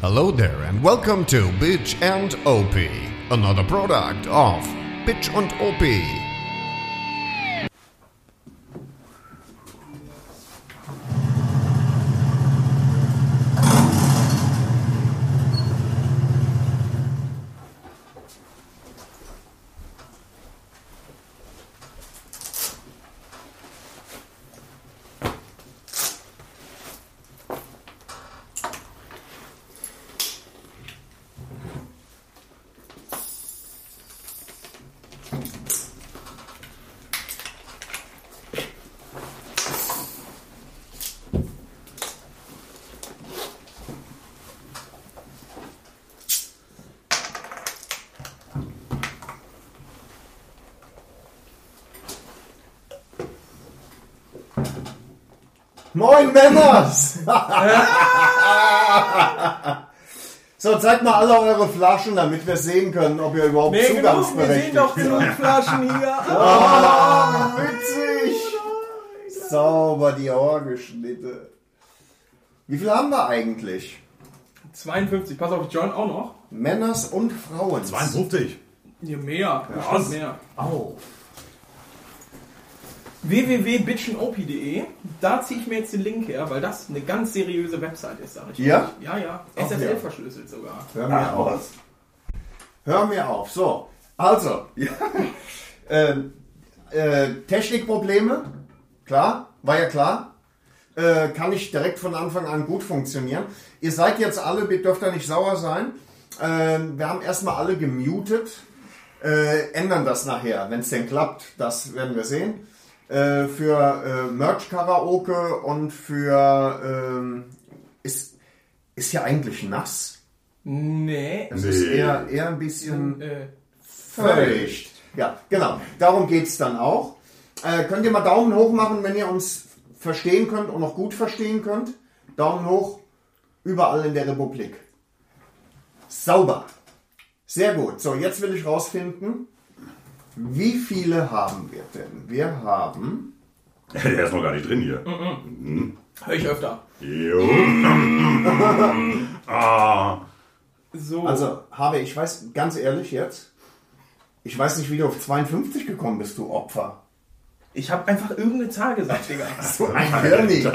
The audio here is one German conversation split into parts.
Hello there and welcome to Bitch and OP, another product of Bitch und OP. Moin Männers! so, zeigt mal alle eure Flaschen, damit wir sehen können, ob ihr überhaupt Nee, genug, wir zugangsberechtigt sehen doch genug seid. Flaschen hier. Ah, witzig! Sauber die Ohrgeschnitte. Wie viel haben wir eigentlich? 52, pass auf, John auch noch. Männers und Frauen. 52. Hier mehr, bestimmt mehr. www.bitchenop.de, E, da ziehe ich mir jetzt den Link her, weil das eine ganz seriöse Website ist, sag ich Ja? euch. Ja, ja. Ach, SSL ja. verschlüsselt sogar. Hör mir auf. Hör mir auf. So, also. Ja. ähm, äh, Technikprobleme, klar, war ja klar. Äh, kann ich direkt von Anfang an gut funktionieren. Ihr seid jetzt alle, ihr dürft da nicht sauer sein. Ähm, wir haben erstmal alle gemutet. Äh, ändern das nachher, wenn es denn klappt, das werden wir sehen. Äh, für äh, Merch-Karaoke und für... Ähm, ist, ist ja eigentlich nass. Nee. Es ist Nee. eher, eher ein bisschen Äh, feucht. Ja, genau. Darum geht's dann auch. Äh, könnt ihr mal Daumen hoch machen, wenn ihr uns verstehen könnt und noch gut verstehen könnt? Daumen hoch überall in der Republik. Sauber. Sehr gut. So, jetzt will ich rausfinden, wie viele haben wir denn? Wir haben. Der ist noch gar nicht drin hier. Mhm. Hör ich öfter. Jo. ah. So. Also, habe ich weiß, ganz ehrlich jetzt, ich weiß nicht, wie du auf 52 gekommen bist, du Opfer. ich habe einfach irgendeine Zahl gesagt, Digga. So ein Hirni.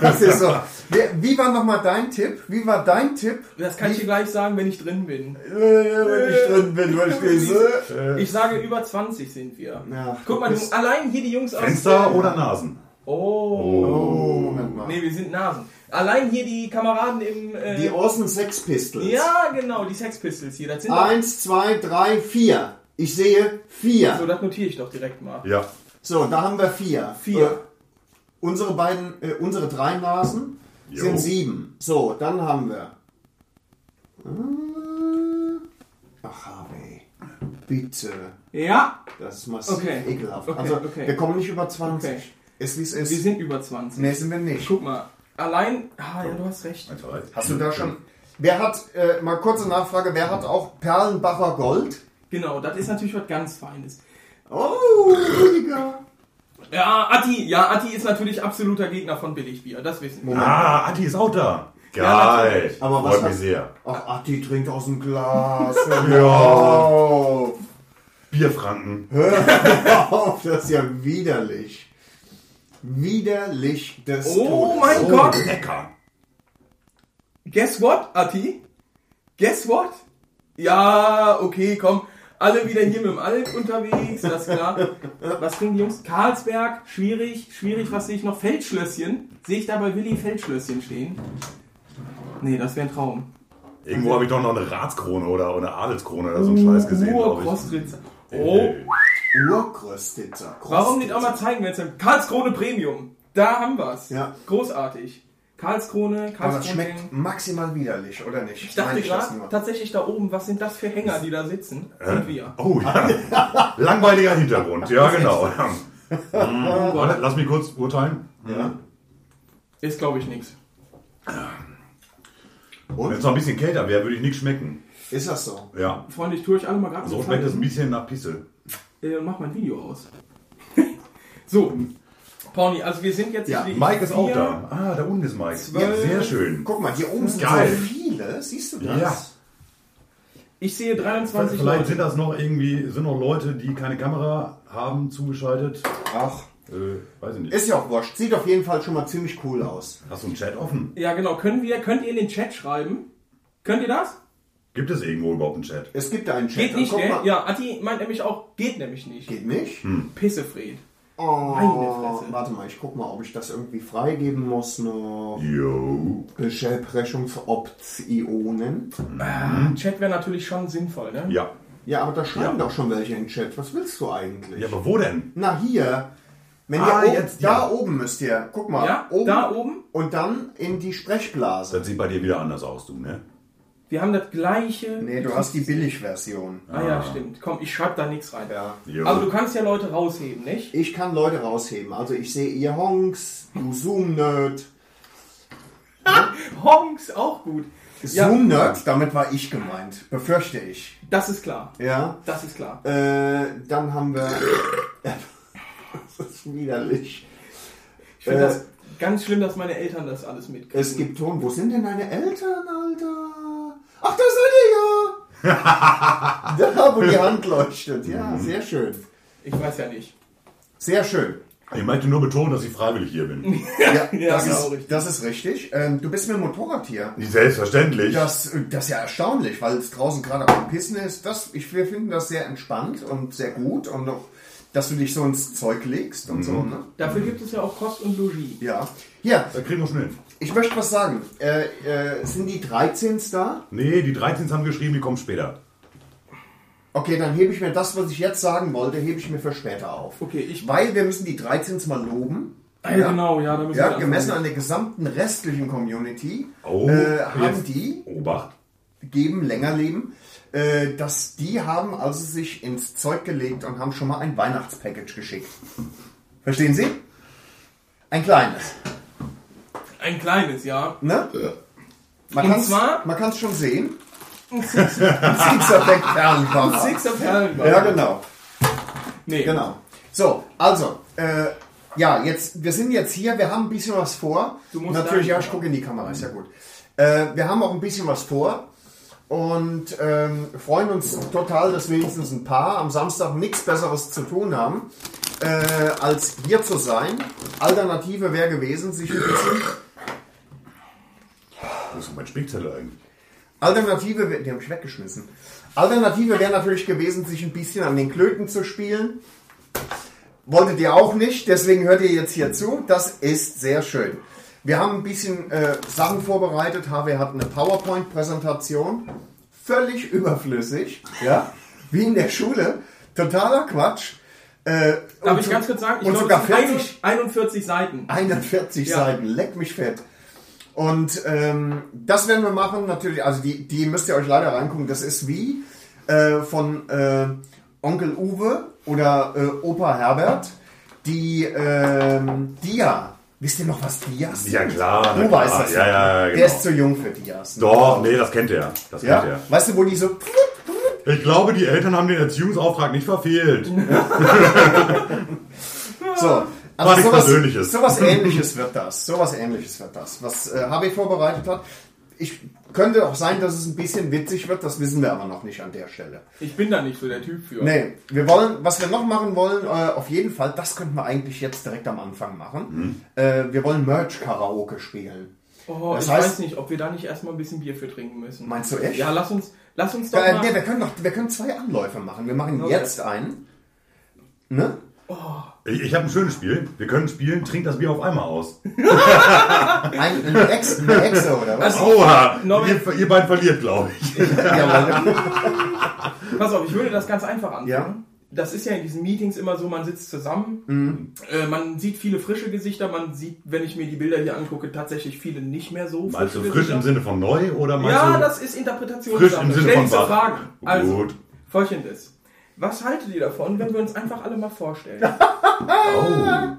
Das ist so. Wer- Wie war nochmal dein Tipp? Wie war dein Tipp? Das kann ich dir gleich sagen, wenn ich drin bin. Äh, Wenn ich drin bin, verstehst du? Ich sage, über 20 sind wir. Ja. Guck mal, Äh, du, allein hier die Jungs aus... Fenster oder Nasen? Oh. Oh, Moment mal. Nee, wir sind Nasen. Allein hier die Kameraden im. Äh, Die Orson Sex Pistols. ja, genau, die Sex Pistols hier. Das sind doch, Eins, zwei, drei, vier. Ich sehe so, vier. das notiere ich doch direkt mal. Ja. So, da haben wir vier. Vier. Äh, unsere beiden, äh, unsere drei Nasen Jo. sind sieben. So, dann haben wir. Äh, Ach, Harvey. Bitte. Ja, Das ist massiv Okay. ekelhaft. Okay, also, okay. wir kommen nicht über 20. Okay. Ist wie es ist. wir sind über 20. nee, sind wir nicht. Guck mal, allein. Ah, ja, du hast recht. Hast du da schon. Wer hat, äh, mal kurze Nachfrage, wer hat auch Perlenbacher Gold? Genau, das ist natürlich was ganz Feines. Oh, Rüdiger. Ja, Atti, ja, Atti ist natürlich absoluter Gegner von Billigbier, das wissen wir. Ah, Adi ist auch da. Ja, Geil. natürlich. Aber was Freut hat- mich sehr. Ach, Atti trinkt aus dem Glas. Hör auf. Bierfranken. Hör auf, das ist ja widerlich. Widerlich des Oh Todes. mein Gott! Lecker. Guess what, Atti? Guess what? Ja, okay, komm. Alle wieder hier mit dem Alk unterwegs, das ist klar. Was trinken die Jungs? Karlsberg, schwierig, schwierig, was sehe ich noch? Feldschlösschen? Sehe ich da bei Willi Feldschlösschen stehen? Nee, das wäre ein Traum. Irgendwo habe ich doch noch eine Ratskrone oder oder eine Adelskrone oder so einen Scheiß Uh, gesehen, glaube ich. Urkostritzer. Oh, Urkröstitzer. warum nicht auch mal zeigen, wenn es dann... Karlskrone Premium, da haben wir's. Ja. Großartig. Karlskrone, Aber das Karlskrone... schmeckt maximal widerlich, oder nicht? Ich dachte Meine das gerade, nur. tatsächlich da oben, was sind das für Hänger, die da sitzen? Und wir. Oh ja. Langweiliger Hintergrund. Ja, genau. Oh Mhm. Warte, Lass mich kurz urteilen. Ja. Ist, glaube ich, nichts. Wenn es noch ein bisschen kälter wäre, würde ich nichts schmecken. Ist das so? Ja. Freunde, ich tue euch alle mal gerade So einen schmeckt es Gefallen. ein bisschen nach Pisse. äh, Mach mein Video aus. so, Pauli, also wir sind jetzt... Ja, ich- Mike ist auch wir- da. Ah, da unten ist Mike. Zwölf. Sehr schön. Äh, Guck mal, hier oben sind Geil. so viele. viele, siehst du das? Ja. Ich sehe 23 Vielleicht Leute. sind das noch irgendwie, sind noch Leute, die keine Kamera haben, zugeschaltet. Ach, Äh, weiß ich nicht. ist ja auch wurscht. Sieht auf jeden Fall schon mal ziemlich cool aus. Hast du einen Chat offen? Ja, genau. Können wir, könnt ihr in den Chat schreiben? Könnt ihr das? Gibt es irgendwo überhaupt einen Chat? Es gibt einen Chat. Geht dann nicht, guck ne? mal. Ja, Atti meint nämlich auch, geht nämlich nicht. Geht nicht? Hm. Pissefred. Oh, Meine Fresse. Warte mal, ich guck mal, ob ich das irgendwie freigeben muss. Noch. Yo. Besprechungsoptionen. Mhm. Chat wäre natürlich schon sinnvoll, ne? Ja. Ja, aber da schreiben doch schon welche in den Chat. Was willst du eigentlich? Ja, aber wo denn? Na hier. Wenn Ah, ihr oben, jetzt, da ja. oben müsst ihr. Guck mal. Ja, da oben. Und dann in die Sprechblase. Das sieht bei dir wieder anders aus, du, ne? Wir haben das gleiche. Nee, du hast die Billigversion. Ah ja, stimmt. Komm, ich schreib da nichts rein. Ja. Jo. Aber Also du kannst ja Leute rausheben, nicht? Ich kann Leute rausheben. Also ich sehe ihr Honks, du Zoom-Nerd. Honks, auch gut. Ja, Zoom-Nerd, damit war ich gemeint. Befürchte ich. das ist klar. Ja. Das ist klar. Äh, dann haben wir. das ist widerlich. Ich finde Äh. das ganz schlimm, dass meine Eltern das alles mitkriegen. Es gibt Ton. Wo sind denn deine Eltern, Alter? Ach, da seid ihr ja! da, wo die Hand leuchtet. Ja, sehr schön. Ich weiß ja nicht. Sehr schön. Ich möchte nur betonen, dass ich freiwillig hier bin. Ja, Ja, das, genau, ist, richtig. das ist richtig. Ähm, du bist mit dem Motorrad hier. Selbstverständlich. Das, das ist ja erstaunlich, weil es draußen gerade am Pissen ist. Das, ich, wir finden das sehr entspannt und sehr gut und auch, dass du dich so ins Zeug legst und so. Mhm. Ne? Dafür gibt es ja auch Kost und Logis. Ja. Hier, Da kriegen wir schon hin. ich möchte was sagen. Äh, äh, sind die 13 da? Nee, die 13 haben geschrieben, die kommen später. Okay, dann hebe ich mir das, was ich jetzt sagen wollte, hebe ich mir für später auf. Okay, ich- Weil wir müssen die 13 mal loben. Ah, Genau, ja, da müssen Ja, wir gemessen anfangen. an der gesamten restlichen Community Oh, äh, haben jetzt. die Obacht. geben, länger leben, äh, dass die haben also sich ins Zeug gelegt und haben schon mal ein Weihnachtspackage geschickt. Verstehen Sie? Ein kleines. Ein kleines, ja. Ne? Man Und kann's- zwar? Man kann es schon sehen. Ein Sixer-Pack Perlenpapa. Sixer Perlenbau. Ja, genau. Nee. Genau. So, also, äh, ja, jetzt, wir sind jetzt hier, wir haben ein bisschen was vor. Du musst Natürlich, da- ja, ich gucke in die Kamera, ist ja gut. Äh, wir haben auch ein bisschen was vor und ähm, freuen uns total, dass wenigstens ein paar am Samstag nichts Besseres zu tun haben, äh, als hier zu sein. Alternative wäre gewesen, sich ein bisschen. Wo ist denn mein Spickzettel eigentlich? Alternative, wär- die habe ich weggeschmissen. Alternative wäre natürlich gewesen, sich ein bisschen an den Klöten zu spielen. Wolltet ihr auch nicht, deswegen hört ihr jetzt hier zu. Das ist sehr schön. Wir haben ein bisschen äh, Sachen vorbereitet. HW hat eine PowerPoint-Präsentation. Völlig überflüssig. Ja? Wie in der Schule. Totaler Quatsch. Äh, Darf und ich so- ganz kurz sagen, ich und glaube, sogar es sind 40, 41 Seiten. 41 Ja. Seiten, leck mich fett. Und ähm, das werden wir machen, natürlich, also die, die müsst ihr euch leider reingucken, das ist wie äh, von äh, Onkel Uwe oder äh, Opa Herbert, die ähm, Dia. Wisst ihr noch, was Dias sind? Ja, klar, Du na weißt klar. das Ja, ja, ja, Der ist genau. zu jung für Dias. ne? Doch, nee, das kennt er. Das Ja? kennt Weißt du, wo die so... er. Ich glaube, die Eltern haben den Erziehungsauftrag nicht verfehlt. So. also War nichts Persönliches. Sowas ähnliches wird das. Sowas ähnliches wird das. Was äh, HB vorbereitet hat. Ich könnte auch sein, dass es ein bisschen witzig wird, das wissen wir aber noch nicht an der Stelle. Ich bin da nicht so der Typ für. Nee, wir wollen, was wir noch machen wollen, äh, auf jeden Fall, das könnten wir eigentlich jetzt direkt am Anfang Mhm. machen. Äh, wir wollen Merch-Karaoke spielen. Oh, Das ich heißt- weiß nicht, ob wir da nicht erstmal ein bisschen Bier für trinken müssen. Meinst du echt? Ja, lass uns, lass uns doch Äh, mal. nee, wir können noch, wir können zwei Anläufe machen. Wir machen Okay. jetzt einen. Ne? Ich, ich habe ein schönes Spiel. Wir können spielen, trink das Bier auf einmal aus. Ein, eine Ex, eine Exe oder was? Also, Aua! Norbert- Ihr, ihr beiden verliert, glaube ich. Ja, Leute. pass auf, ich würde das ganz einfach anfangen. Ja. Das ist ja in diesen Meetings immer so, man sitzt zusammen, Mhm. äh, man sieht viele frische Gesichter, man sieht, wenn ich mir die Bilder hier angucke, tatsächlich viele nicht mehr so Meinst frische du Also frisch im Gesichter. Sinne von neu oder meinst Ja, du... das ist Interpretation. Frisch im Sinne von wach. Fragen. Also, Gut. folgendes. Was haltet ihr davon, wenn wir uns einfach alle mal vorstellen? Oh. Ne?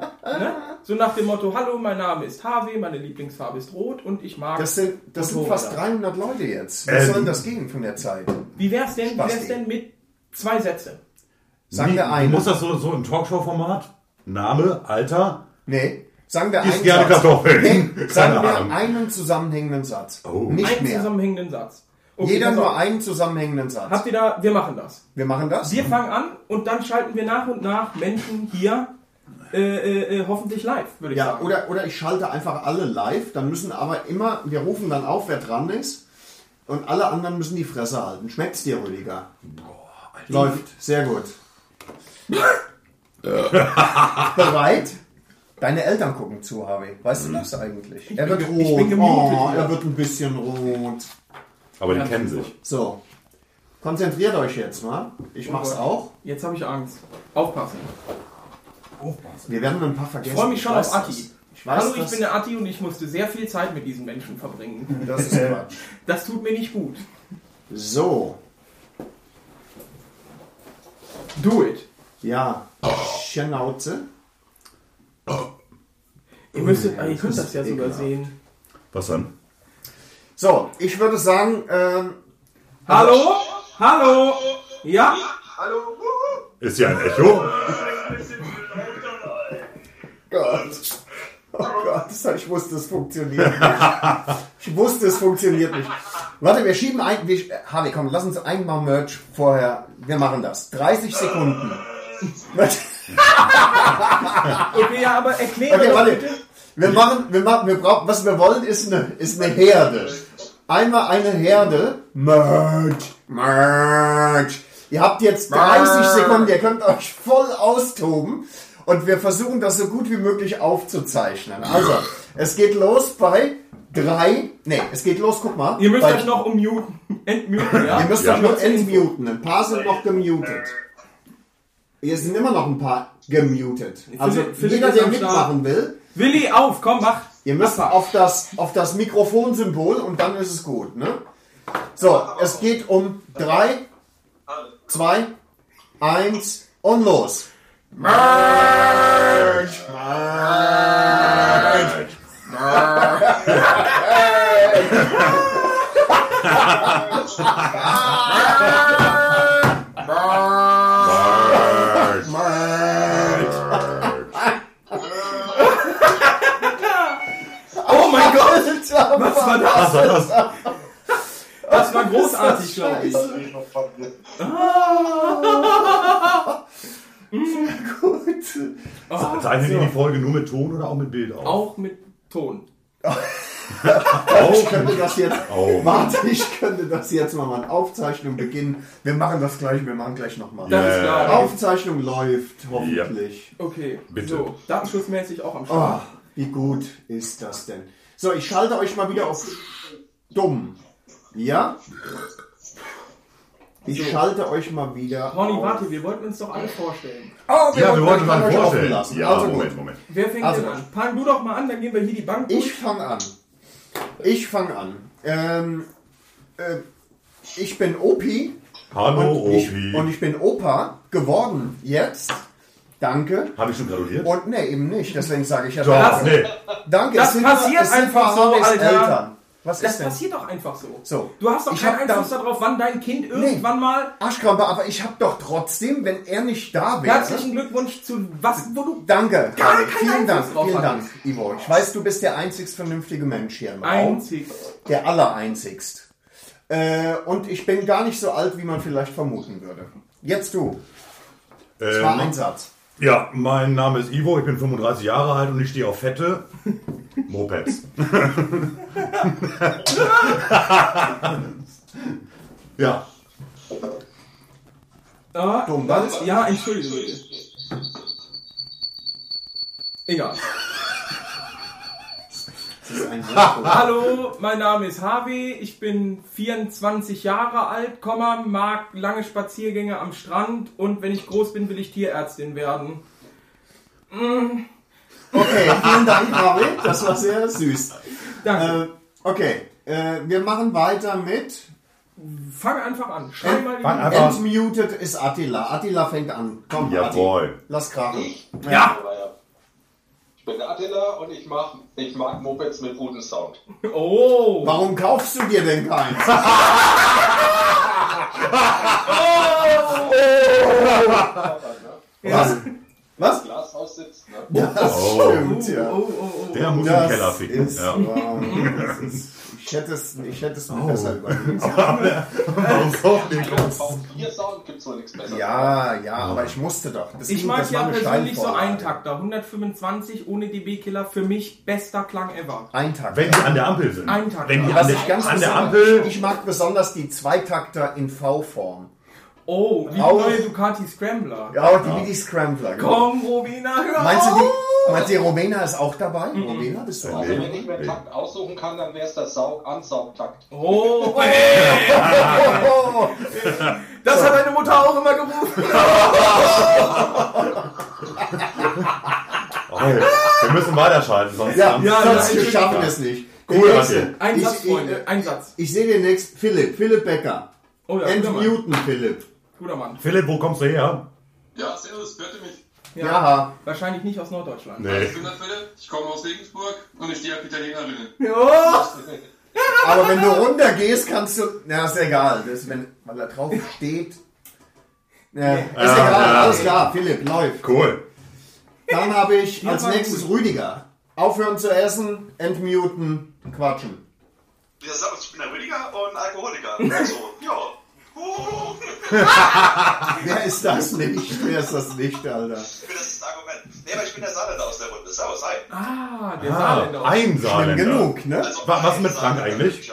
So nach dem Motto, hallo, mein Name ist HW, meine Lieblingsfarbe ist rot und ich mag... Das sind, das sind Motorräder. fast 300 Leute jetzt. Wie Ähm. soll denn das gehen von der Zeit? Wie wär's denn, wie Spasti. wär's denn mit zwei Sätze? Sagen Nee, wir einen. Muss das so, so im Talkshow-Format? Name, Alter, Nee, Sagen wir Isst einen gerne Satz. Kartoffeln. Nee, sagen Keine wir Ahnung. einen zusammenhängenden Satz. Oh. Nicht Einen mehr. zusammenhängenden Satz. Okay, Jeder pass auf. nur einen zusammenhängenden Satz. Habt ihr da, wir machen das. Wir machen das. Wir fangen an und dann schalten wir nach und nach Menschen hier äh, äh, äh, hoffentlich live, würde ich Ja, sagen. oder, oder ich schalte einfach alle live, dann müssen aber immer, wir rufen dann auf, wer dran ist. Und alle anderen müssen die Fresse halten. Schmeckt's dir, Rüdiger? Läuft. Sehr gut. Bereit? Deine Eltern gucken zu, Harvey. Weißt du das eigentlich? Er wird bin rot. ge- ich bin gemutet, oh, ja. er wird ein bisschen rot. Aber die kennen sich. So. Konzentriert euch jetzt mal. Ich mach's Oh Gott. auch. Jetzt habe ich Angst. Aufpassen. Wir werden ein paar vergessen. Ich freue mich schon weiß auf Atti. das. Ich weiß Hallo, ich das. Mhm. bin der Atti und ich musste sehr viel Zeit mit diesen Menschen verbringen. das ist Quatsch. Das tut mir nicht gut. So. Do it. Ja. Oh. Schnauze. Ihr, müsstet, ah, ihr das könnt ist das ja sogar ekelhaft. sehen. Was dann? So, ich würde sagen, ähm, Hallo? Hallo? Ja? Hallo? Ist ja ein Echo. Gott. Oh Gott, ich wusste, es funktioniert nicht. Ich wusste, es funktioniert nicht. Warte, wir schieben ein. Wir, äh, Harvey, komm, lass uns einmal Merch vorher. Wir machen das. 30 Sekunden. Okay, ja, aber erkläre Okay, doch warte. bitte. Wir machen, wir machen, wir brauchen, was wir wollen, ist eine, ist eine Herde. Einmal eine Herde. Merch, Merch. Ihr habt jetzt 30 Sekunden, ihr könnt euch voll austoben. Und wir versuchen das so gut wie möglich aufzuzeichnen. Also, es geht los bei drei, nee, es geht los, guck mal. Ihr müsst bei, euch noch ummuten. Entmuten, ja? ihr müsst Ja. euch noch entmuten. Ein paar sind noch gemutet. Hier sind immer noch ein paar gemutet. Also, Philipp- Philipp jeder, ist der am Start. mitmachen will, Willi, auf, komm, mach. Ihr müsst auf das, auf das Mikrofonsymbol und dann ist es gut. Ne? So, es geht um 3, 2, 1 und los. Oh mein Gott, Alter, was war das? Was war das? das war großartig, glaube ich. Scheiße. Gut. Zeichnet ihr die Folge nur mit Ton oder auch mit Bild auf? Auch mit Ton. Ich könnte das jetzt, Oh. warte, ich könnte das jetzt mal machen. Aufzeichnung beginnen. Wir machen das gleich, wir machen gleich nochmal. Das ist Äh. klar. Aufzeichnung läuft, hoffentlich. Okay, Bitte. so, datenschutzmäßig auch am Start. Oh, wie gut ist das denn? So, ich schalte euch mal wieder auf dumm. Ja? Ich schalte euch mal wieder. Ronny, auf- warte, wir wollten uns doch alle vorstellen. Oh, Ja, wir wollten euch mal euch offen vorstellen. lassen. Ja, also Moment, gut. Moment. Wer fängt Also. denn an? Fang du doch mal an, dann gehen wir hier die Bank Ich fange an. Ich fange an. Ähm, äh, ich bin Opi Hallo, und, ich, Opi. und ich bin Opa geworden jetzt. Danke. Habe ich schon gratuliert? Und ne, eben nicht. Deswegen sage ich ja Doch, danke. nee. Danke. Das es sind- passiert es sind einfach so, Harveys Alter. Eltern. Was Das ist denn? passiert doch einfach so. So. Du hast doch Ich keinen hab da- Einfluss darauf, wann dein Kind irgendwann mal. Arschkrampe, aber ich habe doch trotzdem, wenn er nicht da wäre. Herzlichen Glückwunsch zu was, wo du. Danke. Gar Harry. keinen vielen Einfluss Dank, drauf vielen Dank, hattest. Ivo. Ich weiß, du bist der einzigst vernünftige Mensch hier im Raum. Einzig. Der allereinzigst. Äh, und ich bin gar nicht so alt, wie man vielleicht vermuten würde. Jetzt du. Das war ein Ähm, Satz. ja, mein Name ist Ivo, ich bin 35 Jahre alt und ich stehe auf fette Mopeds. ja, Ah, Dumm, das was? ist, ja, entschuldige bitte. Egal. Das ist ein Satz. Hallo, mein Name ist Harvey, ich bin 24 Jahre alt, Komma, mag lange Spaziergänge am Strand und wenn ich groß bin, will ich Tierärztin werden. okay, vielen Dank, Harry. Das war sehr süß. Danke. Äh, okay, äh, wir machen weiter mit. Äh, Fang einfach an. Schrei mal die fang Nummer. Aber- Entmuted ist Attila. Attila fängt an. Komm, Atti. jawohl. Lass krachen. Ja. Ich bin der Attila und ich mag, ich mag Mopeds mit gutem Sound. Oh. Warum kaufst du dir denn keins? Was? Was? halt, Glas aussitzt, ne? Das Oh. stimmt, ja. Oh, oh, oh. Der muss im Das Keller ficken. ist Ja. Oh. wahr. Das ist- Ich hätte es, ich hätte es mir besser überlegt. Warum kocht nicht? V4-Sound gibt es wohl nichts besseres. Ja, ja, Oh. aber ich musste doch. Das Ich ging- mag das war ja eine persönlich so Steilvorlage. Eintakter. 125 ohne DB-Killer für mich bester Klang ever. Eintakt. Wenn die an der Ampel sind. Eintakt. Wenn die Was an Was ich der, ganz an der besonders- Ampel. Ich mag besonders die Zweitakter in V-Form. Oh, wie die Auch- neue Ducati Scrambler. Ja, die wie die Scrambler. genau. Komm, Robina, hör Meinst du, auf! die, meinst du, die Romena ist auch dabei? Mhm. Romena, bist du auch Also dabei? wenn ich mir einen Takt aussuchen kann, dann wäre es der Saug Ansaugtakt. Oh, ey, das hat meine Mutter auch immer gerufen. Oh, wir müssen weiterschalten, sonst. Ja, Ja, sonst nein, wir schaffen ja. es nicht. Cool, Der Mathe. nächste. Ein Ich- äh, Satz, Freunde, ich- ein Satz. Ich sehe den nächsten. Philipp, Philipp Becker. Oh ja, guter Mann. Entmuten, Philipp. Guter Mann. Philipp, wo kommst du her? Ja, servus, hört ihr mich? Ja. Ja. Wahrscheinlich nicht aus Norddeutschland. Nee. bin der Philipp, ich komme aus Regensburg und ich stehe auf Italienerinnen. Oh, Aber wenn du runtergehst, kannst du. Na, ist egal. Das, ist, wenn, weil da drauf steht. Ja, ist egal, ja. alles klar, Philipp, läuft. Cool. Dann habe ich als waren nächstes Rüdiger. Aufhören zu essen, entmuten, quatschen. Ja, servus, ich bin der Rüdiger und Alkoholiker. Also, ja. Huh, Wer ist das nicht? Wer ist das nicht, Alter? ich bin das ist das Argument. Nee, aber ich bin der Saarländer aus der Runde. Servus, hi. Ah, der Saarländer. Ah, ein Schlimm Saarländer. genug, ne? Also, Wa- was mit Frank Saarländer eigentlich?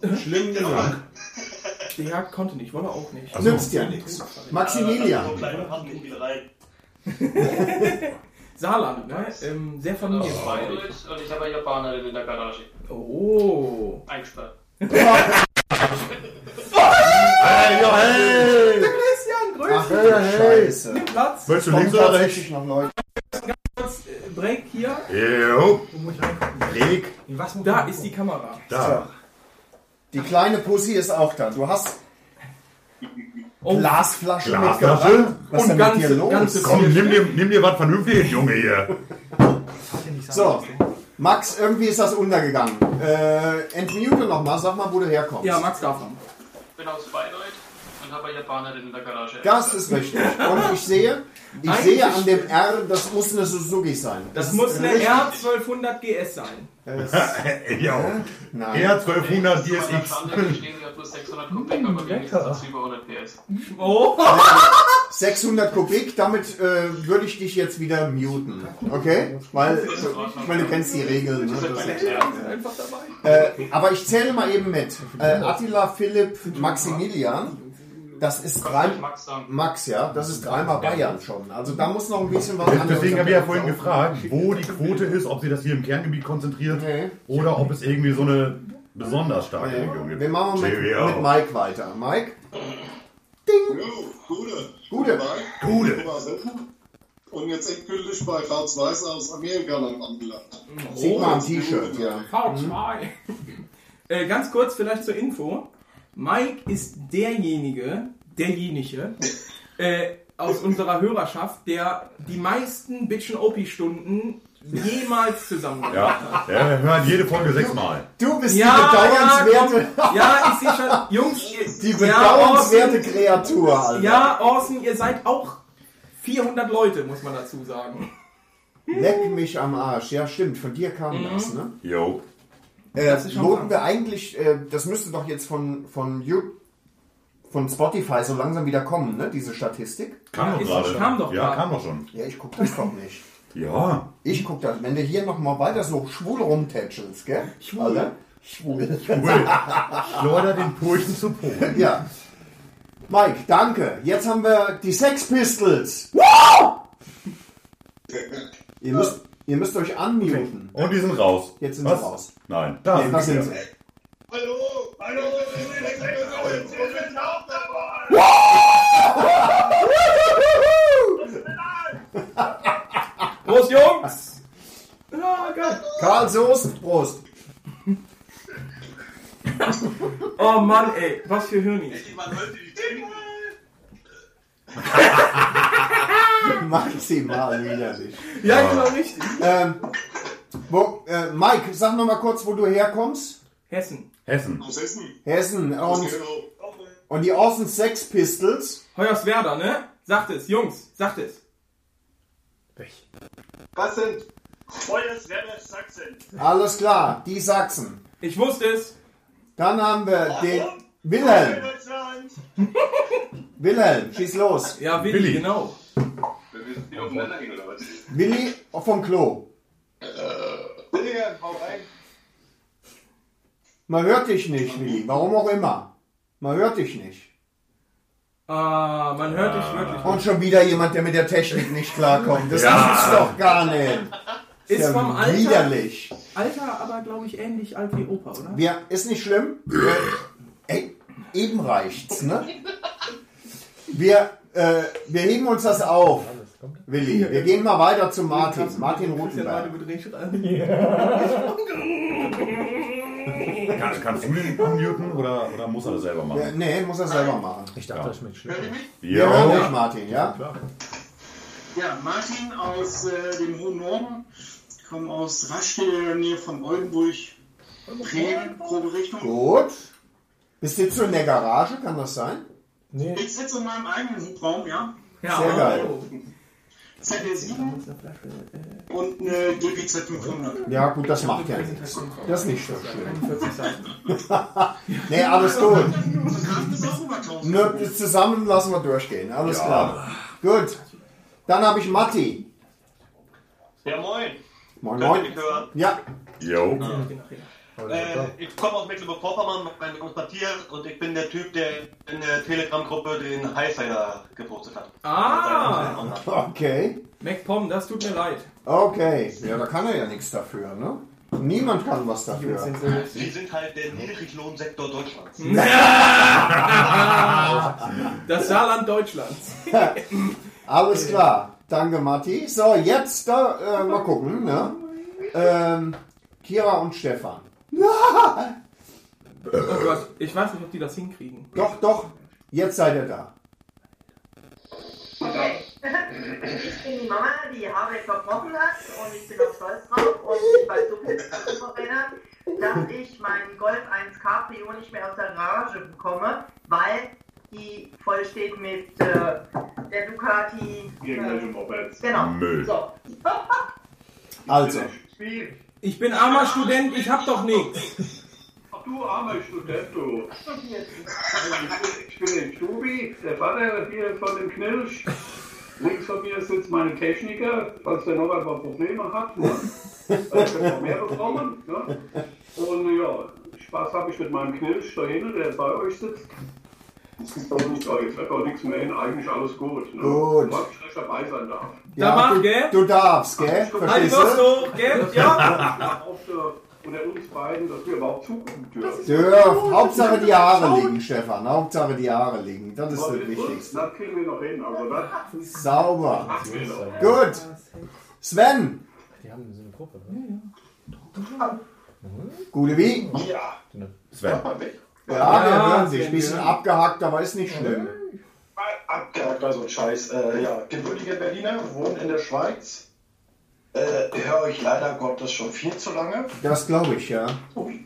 möglicherweise. Schlimm genug. Der konnte nicht, wollte auch nicht. Also, Nützt ja nichts. Maximilian. kleine Handmobilerei. Saarland, ne? Ähm, sehr familienfreundlich. Deutsch und ich habe eine Japanerin in der Garage Oh. eingesperrt. Hey, ja, hey. Christian, Ach, grüß du Scheiße. dich. Platz. Willst du Kommt links oder rechts? tatsächlich noch Leute. Kurz, äh, Break hier. Jo. Leg. Da ist die Kamera. Da. Die kleine Pussy ist auch da. Du hast Oh, Glasflaschen Glasflasche? mitgebracht. Was Und ist denn mit dir ganze- los? ganze- Komm, nimm dir, nimm dir was Vernünftiges, Junge, hier. So, Max, irgendwie ist das untergegangen. Äh, entmute nochmal, sag mal, wo du herkommst. ja, Max darf man. Ich bin aus Bayreuth und habe eine Japanerin in der Garage Das ist richtig. Und ich sehe, ich Eigentlich- sehe an dem R, das muss eine Suzuki sein. Das muss ist eine richtig. Äh, R1200 GS sein. Das- Ja. Nein. Er 1200 Die ist DSX. Standard, die stehen ja plus 600 Kubik, aber wenigstens über 100 PS. Oh, 600 Kubik, damit äh, würde ich dich jetzt wieder muten. Okay? Weil, ich meine, du kennst die Regeln. Ne? Das ist- einfach dabei. Äh, aber ich zähle mal eben mit. Äh, Attila, Philipp, Maximilian. Das ist drei, Ich mag sagen, Max, ja, das ist dreimal Bayern schon. Also da muss noch ein bisschen was anderes. Deswegen habe ich ja vorhin gefragt, wo die Quote ist, ob sie das hier im Kerngebiet konzentriert Nee. oder ob es irgendwie so eine besonders starke Region gibt. Wir machen mit, Cheerio. mit Mike weiter. Mike? Jo, Gute. Gute. Gute. Und jetzt endgültig bei Karls Weiß aus Amerikaland angelangt. Sieht man ein T-Shirt, ja. V2. Mhm. Äh, ganz kurz vielleicht zur Info. Mike ist derjenige, derjenige äh, aus unserer Hörerschaft, der die meisten Bitchen OP-Stunden jemals zusammen hat. Ja, ja, wir hören jede Folge sechsmal. Du bist Ja, die ja, bedauernswerte, komm. ja, ich sehe schon. Jungs, ihr, die bedauernswerte ja, Kreatur, Alter. Orson, ja, Orson, ihr seid auch 400 Leute, muss man dazu sagen. Leck mich am Arsch. Ja, stimmt. Von dir kam das, ne? Jo. Äh, Mhm. ist schon loten wahr. wir eigentlich, äh, das müsste doch jetzt von, von, You- von Spotify so langsam wieder kommen, ne? diese Statistik. Kam Ja, doch ist- gerade. kam doch ja, gerade. kam doch schon. Ja, ich gucke das doch nicht. Ja. Ich gucke das. Wenn du hier nochmal weiter so schwul rumtätschelst, gell? Also, Schwul. Alter? Schwul. Cool. Schleuder den Pulchen zu Polen. ja. Mike, danke. Jetzt haben wir die Sex Pistols. ihr, müsst, ihr müsst euch anmuten. Und die sind raus. Jetzt sind sie Was? raus. Nein, da Nee, was sind sind sie. sie? Hallo, hallo, wir sind auch dabei. Los, Jungs! Ja, geil. Karl Soest, Prost. Oh Mann, ey, was für Hirni. Man hört die Dinge. Maximal widerlich. Ja, genau richtig. Ähm, wo, äh, Mike, sag noch mal kurz, wo du herkommst. Hessen. Hessen. Aus Hessen. Hessen und, Genau. und die Austin Sex Pistols. Hoyerswerda, ne? Sagt es, Jungs, sagt es. Was sind? Feuerwehr Sachsen. Alles klar, die Sachsen. Ich wusste es. Dann haben wir den Wilhelm. Deutschland. Wilhelm, schieß los. Ja, Willi, Willi. genau. Wenn wir jetzt hier aufeinander gehen, oder was? Willi vom Klo. William, Äh, hau rein. Man hört dich nicht, Willi. Warum auch immer. Man hört dich nicht. Ah, man hört dich wirklich. Und schon wieder jemand, der mit der Technik nicht klarkommt. Das Ja. gibt's doch gar nicht. Ist ja vom Alter, widerlich. Alter aber, glaube ich, ähnlich alt wie Opa, oder? Wir, ist nicht schlimm. Wir, ey, eben reicht's, ne? Wir, äh, wir heben uns das auf, Willi. Wir gehen mal weiter zu Martin. Martin Rutenberg. Kann, kannst du den unmuten oder, oder muss er das selber Äh, machen? nee, muss er selber machen. Ich dachte, das schmeckt schön. Wir hören dich, Ja. Martin, ja? Ja, Martin aus äh, dem hohen Norden, komme aus Raschke, Nähe von Oldenburg, Bremen, grobe Richtung. Gut. Bist du jetzt so in der Garage? Kann das sein? Nee, Ich sitze in meinem eigenen Hubraum, ja. Ja, Sehr oh. geil. ZL7 und eine DBZ 500. Ja, gut, das macht ja nichts. Das ist nicht so schlimm. nee, alles gut. Kraft ist auch über 1000. Ne, das zusammen lassen wir durchgehen. Alles klar. Gut. Dann habe ich Matti. Ja, moin. Moin, Könnt ihr moin. mich hören? Ja, Jo. Äh, ich komme aus Mecklenburg-Vorpommern, mein Name ist Matthias und ich bin der Typ, der in der Telegram-Gruppe den Highsider gepostet hat. Ah, okay. MacPom, das tut mir leid. Okay. Ja, da kann er ja nichts dafür, ne? Niemand kann was dafür. Sie sind halt der Niedriglohnsektor Deutschlands. Das Saarland Deutschlands. Alles klar. Danke, Matti. So, jetzt da, äh, mal gucken, ne? Ähm, Kira und Stefan. Oh Gott, ich weiß nicht, ob die das hinkriegen. Doch, doch. Jetzt seid ihr da. Okay. Ich bin die Mama, die Haare verbrochen hat und ich bin auch stolz drauf und weil du bist erinnert, dass ich meinen Golf 1 Cabrio nicht mehr aus der Garage bekomme, weil die voll steht mit äh, der Ducati. Irgendwelche Ähm, Mopeds. genau. Müll. So. Also, Spiel. Ich bin armer Student, ich hab doch nichts. Ach du armer Student, du. Ich bin der Stubi, der Vater hier von dem Knirsch. Links von mir sitzt meine Techniker, falls der noch einmal Probleme hat. Ne? Also noch mehr bekommen. Ne? Und ja, Spaß habe ich mit meinem Knirsch da hinten, der bei euch sitzt. Und ja, jetzt hat auch nichts mehr hin, eigentlich alles gut. Ne? Gut. Weil ich nicht dabei sein darf. Da mach, du, gell? du darfst, gell? Halt die Verstehst Wurst du? hoch, gell? Ja? Auf der, unter uns beiden, dass wir überhaupt zugucken dürfen. Dürf. Hauptsache die Haare liegen, Stefan. Hauptsache die Haare liegen. Das ist das Wichtigste. Das kriegen wir noch hin, also das Sauber. machen wir noch. Gut. Sven. die haben so eine Gruppe, ne? Gute Wie. Ja, Sven. Ja, wir Ja, hören sich. Sven, Bisschen ja. abgehackt, aber ist nicht schlimm. Abgehakt war so ein Scheiß. Äh, ja, gebürtiger Berliner, wohnen in der Schweiz. Äh, höre euch leider Gottes schon viel zu lange. Das glaube ich, ja. Und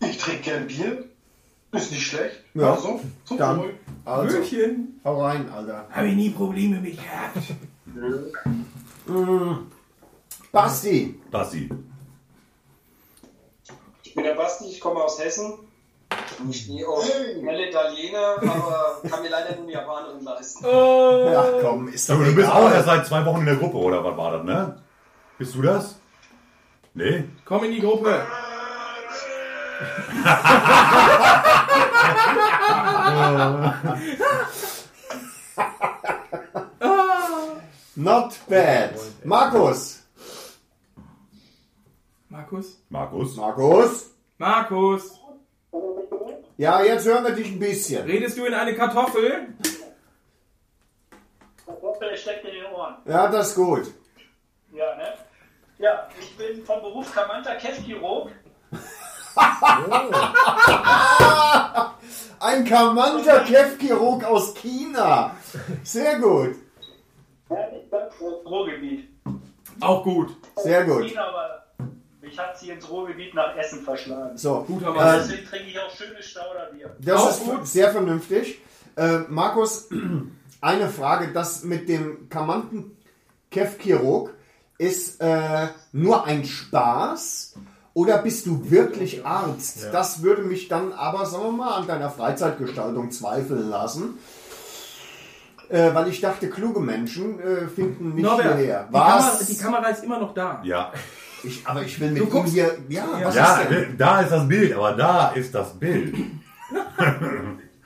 ich trinke gern Bier. Ist nicht schlecht. Ja. Also, zum Dann. Wohl. Also, Möhrchen. hau rein, Alter. Hab ich nie Probleme mit gehabt. Basti. Basti. Ich bin der Basti, ich komme aus Hessen. Ich stehe auf helle Italiener, aber kann mir leider nur eine Japanerin leisten. Oh. Ach komm, ist doch Du bist auch erst egal. seit zwei Wochen in der Gruppe, oder was war das, ne? Bist du das? Nee? Komm in die Gruppe. Not bad. Markus. Markus? Markus? Markus. Markus, Ja, jetzt hören wir dich ein bisschen. redest du in eine Kartoffel? Wofür steckt in den Ohren? Ja, das ist gut. Ja, ne? Ja, ich bin vom Beruf Kamanta Kefchirurg. Ein Kamanter Kefkirurg aus China. Sehr gut. Ja, ich bin vom Ruhrgebiet. Auch gut. Sehr gut. China, aber mich hat sie ins Ruhrgebiet nach Essen verschlagen. So, Guter Mann. äh, Deswegen trinke ich auch schönes Stauderbier. das Auch ist gut. sehr vernünftig. Äh, Markus, eine Frage, das mit dem Kamanten Kefkirurg, ist äh, nur ein Spaß oder bist du wirklich Arzt? Das würde mich dann aber, sagen wir mal, an deiner Freizeitgestaltung zweifeln lassen. Äh, weil ich dachte, kluge Menschen äh, finden mich Norbert, die hierher. Kamera, die Was? Kamera ist immer noch da. Ja. Ich, aber ich will Du mit ihm guckst- hier. Ja, was Ja, ne, ist denn? da ist das Bild, aber da ist das Bild.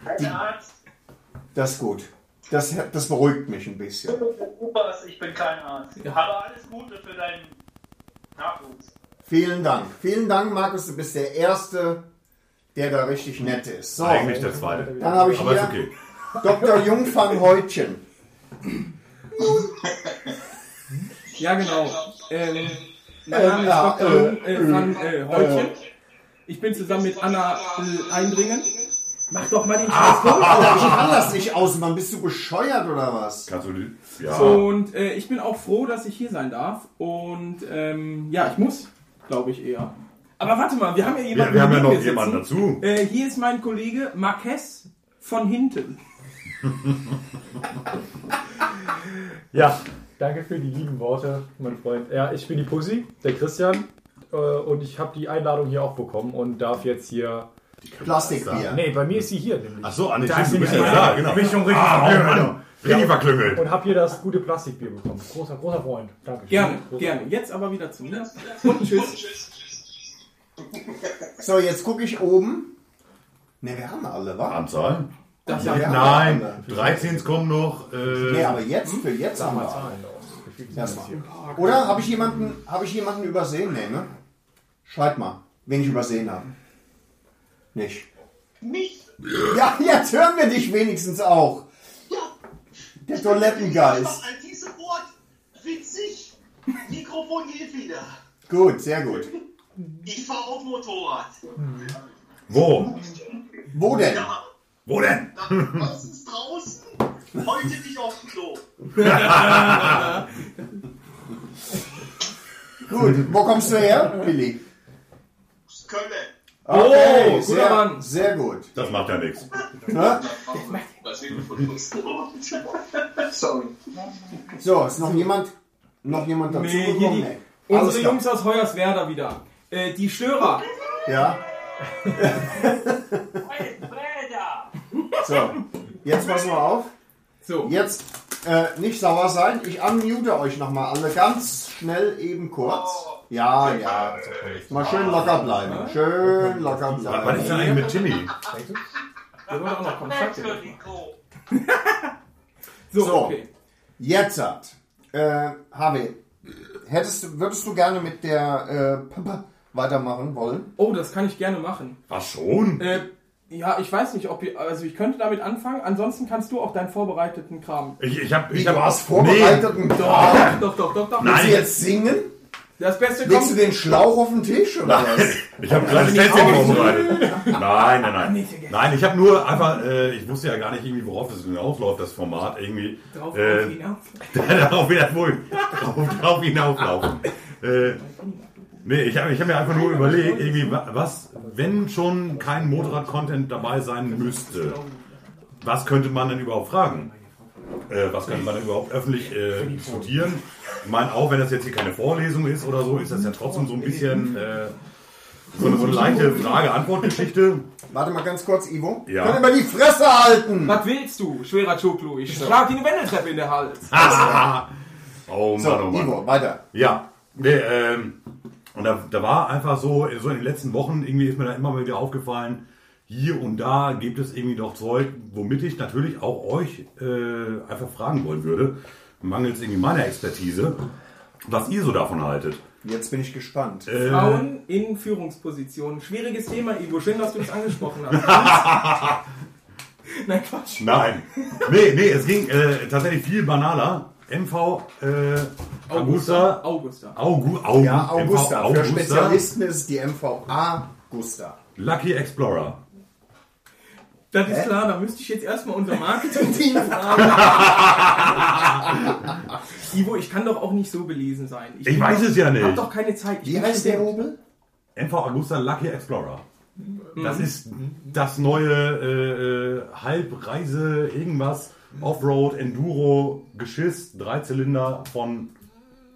Keine Arzt, Das ist gut. Das, das beruhigt mich ein bisschen. Opas, ich bin kein Arzt. Aber alles Gute für deinen Nachwuchs. Vielen Dank. Vielen Dank, Markus. Du bist der Erste, der da richtig nett ist. So, Eigentlich der zweite. dann habe ich Aber ist hier okay. Dr. Jungfang Häutchen. Ja, genau. Ähm, mein Ähm, Name ist ja, Dr. Jung, äh, äh, van äh, äh, Häutchen. äh. Ich bin zusammen mit Anna äh, Eindringen. Mach doch mal den Das Scheiß kommt Ton. doch, ich kann das nicht ausmachen. Bist du bescheuert oder was? Kannst du die? Ja. Und äh, ich bin auch froh, dass ich hier sein darf. Und ähm, ja, ich muss, glaube ich eher. Aber warte mal, wir haben ja wir, jemanden. wir haben ja neben noch mir sitzen. jemanden dazu. Äh, hier ist mein Kollege Marquez von hinten. Ja. Danke für die lieben Worte, mein Freund. Ja, ich bin die Pussy, der Christian. äh, Und ich habe die Einladung hier auch bekommen und darf jetzt hier. Plastikbier. Nee, bei mir ist sie hier nämlich. Ach so, Anne, Da stimmt, ist du bist nämlich ja meine da, genau. Bin schon richtig ah, oh, verklüngelt. Mann. Richtig verklüngelt. Und habe hier das gute Plastikbier bekommen. Großer, großer Freund. Danke. Gerne, gerne. Jetzt aber wieder zu mir. Und tschüss. So, jetzt gucke ich oben. Ne, wir haben alle, wa? Anzahl? Das Ja, ja, ja. Nein, 13 kommen noch. Äh, Hm? Ne, aber jetzt, für jetzt haben wir alle. Erstmal. Oder habe ich jemanden, habe ich jemanden übersehen? Nee, ne? Schreibt mal, wen ich übersehen habe. Nicht. Nicht? Ja, jetzt hören wir dich wenigstens auch. Ja. Der Einfach Toilettengeist. All diese Wort. Witzig. Mikrofon geht wieder. Gut, sehr gut. Ich fahre auf Motorrad. wo? Wo denn? Ja, Wo denn? da draußen draußen. Heute nicht auf dem Klo. Gut, wo kommst du her, Billy? Köln. Okay, Oh, guter sehr, Mann. sehr gut. Das macht ja nichts. Ne? Was wir von uns Sorry. So, ist noch jemand, noch jemand dazu Nee, hier gekommen? die, Nee. Alles unsere klar. Jungs aus Hoyerswerda wieder. Äh, die Störer. Ja, so. Jetzt passen wir auf. So, Jetzt äh, nicht sauer sein. Ich unmute euch nochmal alle ganz schnell eben kurz. Ja, ja. Mal schön locker bleiben. Schön Was locker ist bleiben. denn eigentlich mit Timmy? wir wollen auch noch Kontakte. So, So. okay. Jetzt hat. Äh, HW, hättest, du- würdest du gerne mit der äh, Papa weitermachen wollen? Oh, das kann ich gerne machen. Was schon? Äh, ja, ich weiß nicht, ob ihr, also ich könnte damit anfangen. Ansonsten kannst du auch deinen vorbereiteten Kram. Ich, ich hab. Ich du hab hast vorbereitet und Doch, doch, doch, doch, doch. Willst du Nein. jetzt singen? Das Beste Legst du kommt. den Schlauch auf den Tisch oder was? Ich habe ein kleines Tänzchen vorbereitet. Nein, nein, nein. Nein, ich habe nur einfach, äh, ich wusste ja gar nicht irgendwie, worauf es hinausläuft, das Format irgendwie. Drauf, äh, auf ihn, ja. darauf wieder wohl. Drauf, drauf hinauflaufen. Äh, nee, ich habe ich hab mir einfach nur überlegt, irgendwie, wa- was, wenn schon kein Motorrad-Content dabei sein müsste, was könnte man denn überhaupt fragen? Äh, was könnte man denn überhaupt öffentlich äh, diskutieren? Ich meine, auch wenn das jetzt hier keine Vorlesung ist oder so, ist das ja trotzdem so ein bisschen äh, so, eine, so eine leichte Frage-Antwort-Geschichte. Warte mal ganz kurz, Ivo. Ja. Können wir die Fresse halten? Was willst du, schwerer Choklu? Ich schlag dir eine Wendeltreppe in den Hals. Oh Ah. So, Mann, oh Mann. Ivo, weiter. Ja, nee, ähm, und da, da war einfach so, so in den letzten Wochen irgendwie ist mir da immer mal wieder aufgefallen, hier und da gibt es irgendwie doch Zeug, womit ich natürlich auch euch äh, einfach fragen wollen würde, mangels irgendwie meiner Expertise, was ihr so davon haltet. Jetzt bin ich gespannt. Äh, Frauen in Führungspositionen. Schwieriges Thema, Ivo. Schön, dass du es angesprochen hast. Nein, Quatsch. Nein. Nee, nee, es ging äh, tatsächlich viel banaler. MV äh, Augusta. Augusta. Augu, Augu, Ja, MV Augusta. Für Augusta, Spezialisten ist die MVA Augusta. Lucky Explorer. Das ist klar, da müsste ich jetzt erstmal unser Marketing-Team fragen. Ivo, ich kann doch auch nicht so belesen sein. Ich bin weiß doch, es ja nicht. hab doch keine Zeit. Ich Wie bin heißt der Student. Hobel? MV Augusta Lucky Explorer. Das ist das neue äh, äh, Halbreise, irgendwas, Offroad, Enduro, Geschiss, Dreizylinder von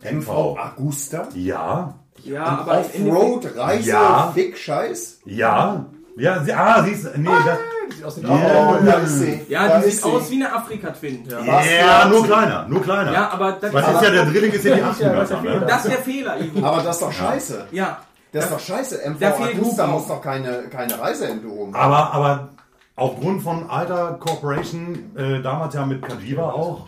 MV Agusta? Ja. Ja, Ein aber im Offroad, Reise, Ja. Fick, Scheiß? Ja. Ja, sie, ah, siehst du. Nee, das, Oh, da ist sie. Ja, da die ist sieht sie. aus wie eine Afrika-Twin. Ja. Was ja, glaubt nur sie? kleiner, nur kleiner. Ja, aber das, Was ist ja der Drilling ist ja die 800er, ne? das ist der Fehler, Igor. Aber das ist doch scheiße. Ja. Das ist doch scheiße. MV Da fehlt Agusta Hubraum. muss doch keine, keine Reiseenduro machen. Aber, aber aufgrund von alter Corporation, äh, damals ja mit Kajiba auch.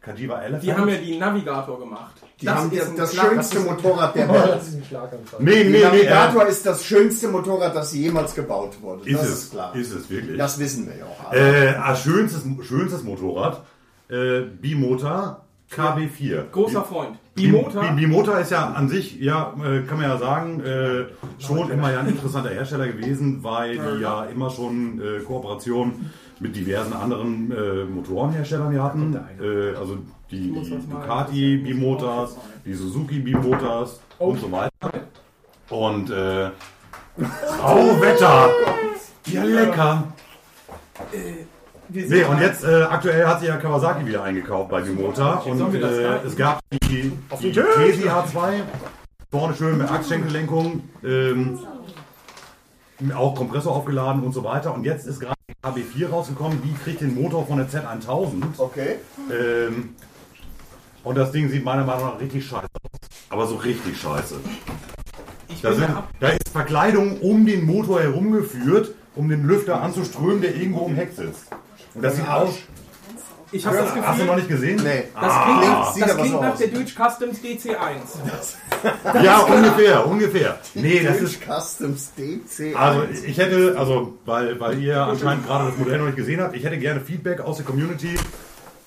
Kajiba Elephant. Die haben ja die Navigator gemacht. Die haben ist das, ein das Schlag- schönste Motorrad der Welt. Das ist ein Schlaganfall. Nee, nee, Der nee. Äh, Navigator ist das schönste Motorrad, das jemals gebaut wurde. ist das es, ist klar. Ist es, wirklich. Das wissen wir ja auch. alle. Äh, ah, schönstes, schönstes Motorrad. Äh, Bimotor KB4. Großer Freund. Bimota. Bi- Bimota ist ja an sich, ja, äh, kann man ja sagen, äh, schon immer ja ein interessanter Hersteller gewesen, weil Mhm. die ja immer schon äh, Kooperationen mit diversen anderen äh, Motorenherstellern hier hatten. Äh, also die, die Ducati Bimotas, die Suzuki Bimotas Oh. und so weiter. Und äh, oh, Wetter! Ja, lecker! Äh, Wir sind Nee, und jetzt äh, aktuell hat sich ja Kawasaki wieder eingekauft bei Bimota sollen und wir das äh, sagen? es gab die, die Tesi H2, vorne schön mit Achsschenkellenkung, ähm, auch Kompressor aufgeladen und so weiter. Und jetzt ist gerade die HB4 rausgekommen, die kriegt den Motor von der Z1000. Okay. Ähm, und das Ding sieht meiner Meinung nach richtig scheiße aus. Aber so richtig scheiße. Da, sind, da ist Verkleidung um den Motor herumgeführt, um den Lüfter anzuströmen, der irgendwo im Heck sitzt. Und das sieht aus. Ich habe das Hast du Gefühl, noch nicht gesehen? Nee. das sieht klingt, das aber klingt so nach aus. der Deutsch Customs DC1. Ja, ungefähr, ungefähr. Nee, das ist. Dodge Customs DC. Also ich hätte, also weil, weil ihr anscheinend gerade das Modell noch nicht gesehen habt, ich hätte gerne Feedback aus der Community.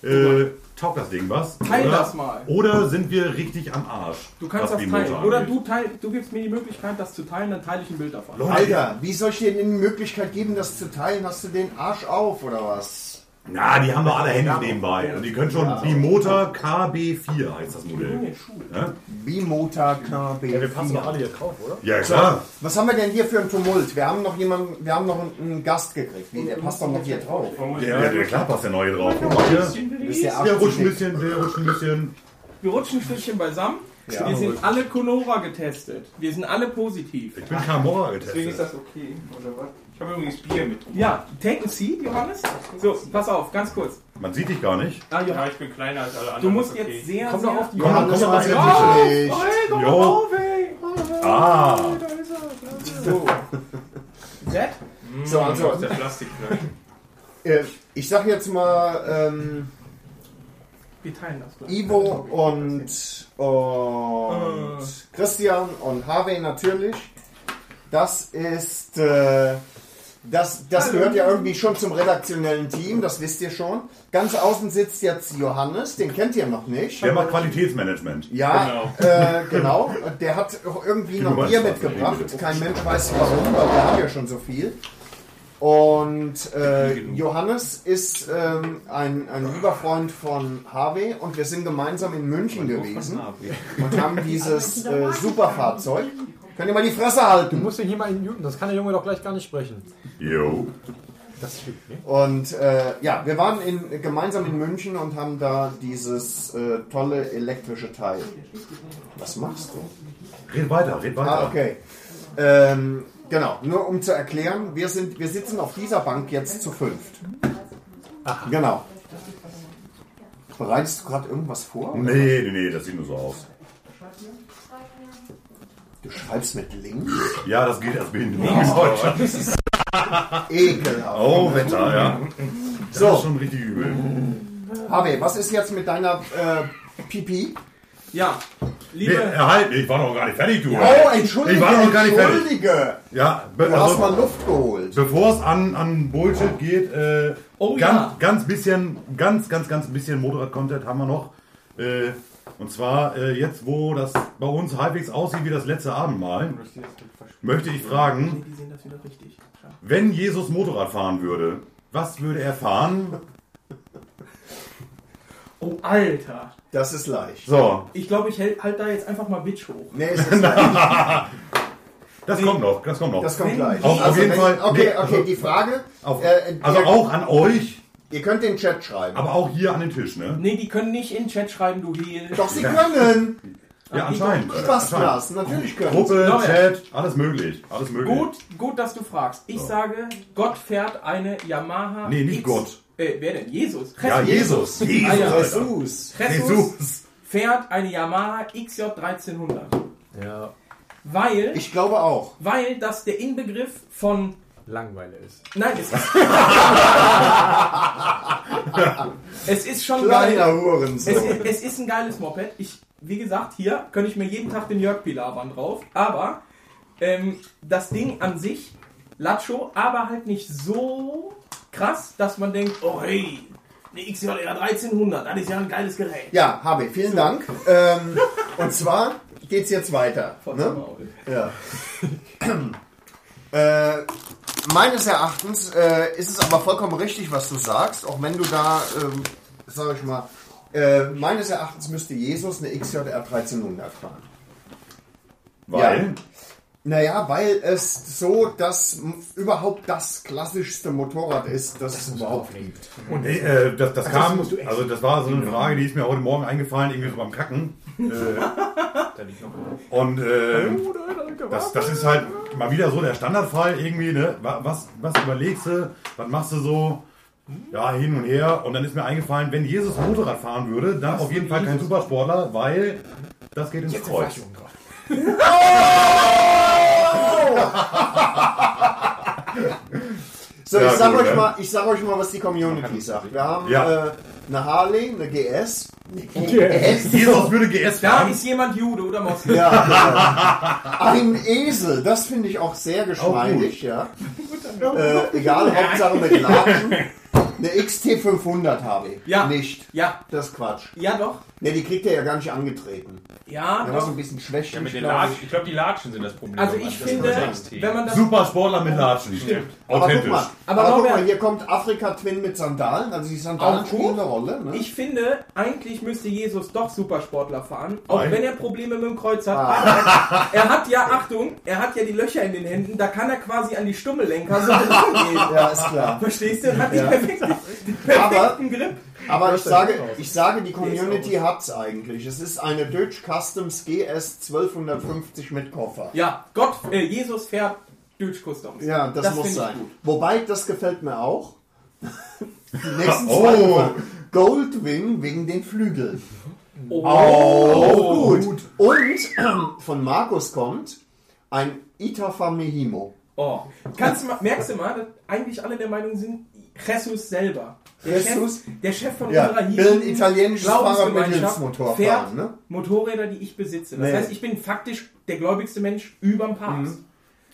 Äh, taugt das Ding was? Teil oder, das mal. Oder sind wir richtig am Arsch? Du kannst was das die teilen. Motor Oder angeht? du, teil, du gibst mir die Möglichkeit, das zu teilen, dann teile ich ein Bild davon. Alter, wie soll ich dir denn die Möglichkeit geben, das zu teilen? Hast du den Arsch auf oder was? Na, die haben doch alle Hände nebenbei. Also die können schon die Motor KB4 heißt das Modell. Ja, Bimota Wir passen doch alle KB4. hier drauf, oder? ja klar. Was haben wir denn hier für einen Tumult? Wir haben noch jemanden, wir haben noch einen, einen Gast gekriegt. Nee, der passt doch noch hier drauf. Der, der, der Klapp passt ja neu drauf. Guck mal hier. Ist der, Der 80 rutscht ein bisschen, der rutscht ein bisschen. Wir rutschen ein Stückchen beisammen. wir sind alle Conora getestet. Wir sind alle positiv. Ich bin Camorra getestet. das okay, oder was? Ich habe übrigens Bier mit. Ja, take a seat, Johannes. So, pass auf, ganz kurz. Man sieht dich gar nicht. Ah, Johannes, ich bin kleiner als alle anderen. du musst jetzt sehr, Komm sehr... doch auf die Komm mal, komm mal was Natürlich. Jo. Ah. Oh, So. Set? So, also, der Plastik. äh, ich sag jetzt mal, ähm, Wir teilen das. gleich. Ivo und, und Christian und Harvey natürlich. Das ist, äh, das, das gehört ja irgendwie schon zum redaktionellen Team, das wisst ihr schon. Ganz außen sitzt jetzt Johannes, den kennt ihr noch nicht. Der macht Qualitätsmanagement. Ja, genau. Äh, genau. Der hat auch irgendwie noch Nummer Bier zwei, mitgebracht. bitte. Kein Mensch weiß warum, weil wir haben ja schon so viel. Und äh, Johannes ist ähm, ein, ein lieber Freund von Harvey und wir sind gemeinsam in München gewesen und haben dieses äh, Superfahrzeug. Könnt ihr mal die Fresse Du halten? musst den hier mal in muten, das kann der Junge doch gleich gar nicht sprechen. Jo. Das stimmt, ne? Und äh, ja, wir waren in, gemeinsam in München und haben da dieses äh, tolle elektrische Teil. Was machst du? Red weiter, red weiter. Ah, okay. Ähm, genau, nur um zu erklären, wir, sind, wir sitzen auf dieser Bank jetzt zu fünft. Genau. Bereitest du gerade irgendwas vor? Nee, nee, nee, das sieht nur so aus. Du schreibst mit links? Ja, das geht erst wegen Deutschland. Ekelhaft. Oh, Wetter, ja. Das ist So, schon richtig übel. Harvey, was ist jetzt mit deiner äh, Pipi? Ja, Nee, liebe... erhalten, ich war noch gar nicht fertig, du. Oh, entschuldige, Ich war noch gar nicht fertig. Also- entschuldige. Ja, be- Du hast mal Luft geholt. Bevor es an, an Bullshit geht, äh, Oh ganz, ja. ganz bisschen, ganz, ganz, ganz bisschen Motorrad-Content haben wir noch. Äh, und zwar äh, jetzt, wo das bei uns halbwegs aussieht wie das letzte Abendmahl, möchte ich fragen, Die sehen das wieder richtig. wenn Jesus Motorrad fahren würde, was würde er fahren? Oh, Alter. Das ist leicht. So, Ich glaube, ich hält halt da jetzt einfach mal Bitch hoch. Nee, es ist leicht. das kommt noch, das kommt noch. Das kommt gleich. Auf- auf jeden wenn- Fall- Okay, nee, okay, also- die Frage. Auf, äh, also ihr, auch an euch, ihr könnt den Chat schreiben. aber auch hier an den Tisch, ne? Nee, die können nicht in den Chat schreiben, du Heel. Doch, sie können. Ja, anscheinend. äh, die Spaß Genau, Anscheinend. lassen, natürlich können Gruppe, sie. Chat, alles möglich. Alles möglich. Gut, gut, dass du fragst. Ich So. sage, Gott fährt eine Yamaha. Nee, nicht X- Gott. Äh, wer denn? Jesus. Ja, Jesus. Jesus. Ah, ja. Alter. Jesus. Jesus fährt eine Yamaha XJ 1300. Ja, Weil, Ich glaube auch. weil das der Inbegriff von. Langweile ist. Nein, es ist. es ist schon geil. Kleiner Hurensohn. Es, i- es ist ein geiles Moped. Ich, wie gesagt, hier könnte ich mir jeden Tag den Jörg Pilawan drauf. Aber ähm, das Ding an sich, Lacho, aber halt nicht so krass, dass man denkt, oh hey, eine XJR 1300, das ist ja ein geiles Gerät. Ja, Harvey, vielen Dank. Ähm, und zwar geht's jetzt weiter. Von Ne? Ja. äh, meines Erachtens äh, ist es aber vollkommen richtig, was du sagst, auch wenn du da, ähm, sag ich mal, äh, meines Erachtens müsste Jesus eine XJR 1300 fahren. Weil. Naja, weil es so, dass m- überhaupt das klassischste Motorrad ist, das es überhaupt gibt. Und nee, äh, das, das kam, also das war so eine Frage, die ist mir heute Morgen eingefallen, irgendwie so beim Kacken. Äh, und äh, das, das ist halt mal wieder so der Standardfall irgendwie, ne? Wa- Was, was überlegst du, was machst du so? Ja, hin und her. Und dann ist mir eingefallen, wenn Jesus Motorrad fahren würde, dann auf jeden Fall kein Supersportler, weil das geht ins Kreuz. So, Ja, ich, sag gut, euch ne? mal, ich sag euch mal, was die Community sagt. Wir haben Ja. äh, eine Harley, eine GS. Jesus würde GS Da fahren. ist jemand Jude oder Moslem. Ja, äh, ein Esel, das finde ich auch sehr geschmeidig, ja. Äh, egal, Hauptsache mit Latschen. Eine XT500 habe ich. Ja. Nicht. Ja, Das ist Quatsch. ja doch. Ne, die kriegt er ja gar nicht angetreten. Ja, Der war so doch. ein bisschen schlecht. Ja, mit den glaub Latschen. Ich glaube, die Latschen sind das Problem. Also ich Das finde, ist das wenn man das. Supersportler mit Latschen. Stimmt. Aber guck Authentisch. mal, Aber aber guck Norbert- mal hier kommt Afrika-Twin mit Sandalen. Also die Sandalen Auch gut. spielen eine Rolle. Ne? Ich finde, eigentlich müsste Jesus doch Supersportler fahren, auch Nein. wenn er Probleme mit dem Kreuz hat. Ah. Aber er hat ja, Achtung, er hat ja die Löcher in den Händen, da kann er quasi an die Stummelenker so rangehen. ja, ist klar. Verstehst du? Hat Ja. die perfekte, den Aber- perfekten Grip. Aber ich sage, raus. ich sage, die Community hat's eigentlich. Es ist eine Dodge Customs GS 1250 mit Koffer. Ja, Gott, äh, Jesus fährt Deutsch Customs. Ja, das, muss finde ich sein. gut. Wobei, das gefällt mir auch. Die nächsten Oh. zwei Fragen. Goldwing wegen den Flügeln. Oh, Gut. Und ähm, von Markus kommt ein Itafa Mehimo. Oh. Kannst du mal, merkst du mal, dass eigentlich alle der Meinung sind, Jesus selber. Der Chef, Jesus? der Chef von Ja, unserer hier will ein italienisches Glaubensgemeinschaft Fahrradmittelsmotor fährt fahren, ne? Motorräder, die ich besitze. Das Nee. Mhm. heißt, ich bin faktisch der gläubigste Mensch überm Papst.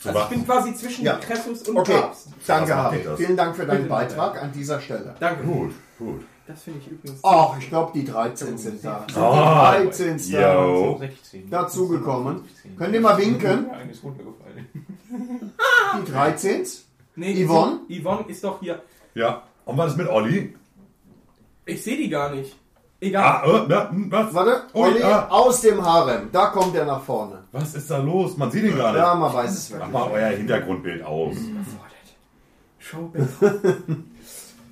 Also ich was? bin quasi zwischen Ja. Jesus und Okay, Papst. danke, macht Harry. ihr das? Vielen Dank für deinen Beitrag an dieser Stelle. Danke. Gut, gut. Das finde ich übrigens. Ach, ich glaube, die 13 sind da. Die Ah, 13 sind da. Yo. 16. Dazugekommen. Könnt ihr mal winken? Ja, eigentlich ist gut mir gefallen. Die 13? Nee, Yvonne? Yvonne ist doch hier. Ja. Und was ist mit Olli? Ich sehe die gar nicht. Egal. Ah, äh, na, hm, was? Warte, Ui, Olli, ah. aus dem Harem. Da kommt er nach vorne. Was ist da los? Man sieht ihn gar nicht. Ja, man weiß es Mach wirklich. mal euer Hintergrundbild aus. Show Beth,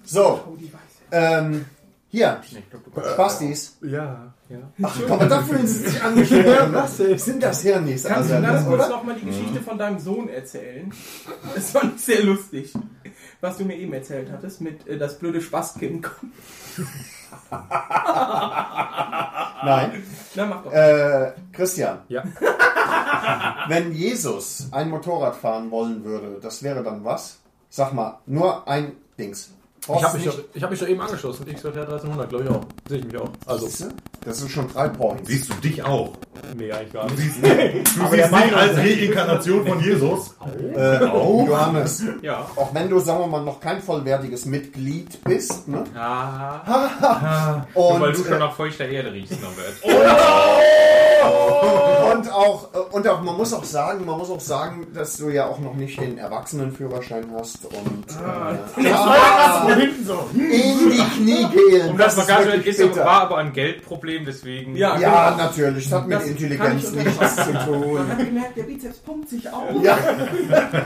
So, oh, die Weiße. ähm, hier, Spastis. Ja, ja. Ach komm, da fühlen sie sich angesprochen. Was sind das Hirnis, Kannst du Alter, ganz ne, kurz oder? nochmal die Geschichte von deinem Sohn erzählen? Das fand ich sehr lustig. Was du mir eben erzählt hattest mit äh, das blöde Spastkind. Nein. Na, mach doch. Äh, Christian, Ja. wenn Jesus ein Motorrad fahren wollen würde, das wäre dann was? Sag mal, nur ein Dings. Ich Brauchst habe mich, nicht- doch- ich hab mich doch eben angeschlossen. XJR 1300, glaube ich auch. Sehe ich mich auch. Also, Siehste? Das sind schon drei Points. Siehst du dich auch? nee, eigentlich gar nicht. Du siehst dich als Reinkarnation von Jesus. Äh, Johannes, Ja. auch wenn du, sagen wir mal, noch kein vollwertiges Mitglied bist, ne? Ah, Und, nur weil du äh, schon nach feuchter Erde riechst, Norbert. Oh, Und auch, äh, und auch, man muss auch sagen, man muss auch sagen, dass du ja auch noch nicht den Erwachsenenführerschein hast und äh, ah, in die Knie gehen. Um das mal ganz ehrlich, wirklich ist, aber- bitter. war aber ein Geldproblem, deswegen. Ja. Ja, natürlich, das hat mit Das Intelligenz kann ich nichts zu Man tun. hat gemerkt, der Bizeps pumpt sich auf. Oh. Ja,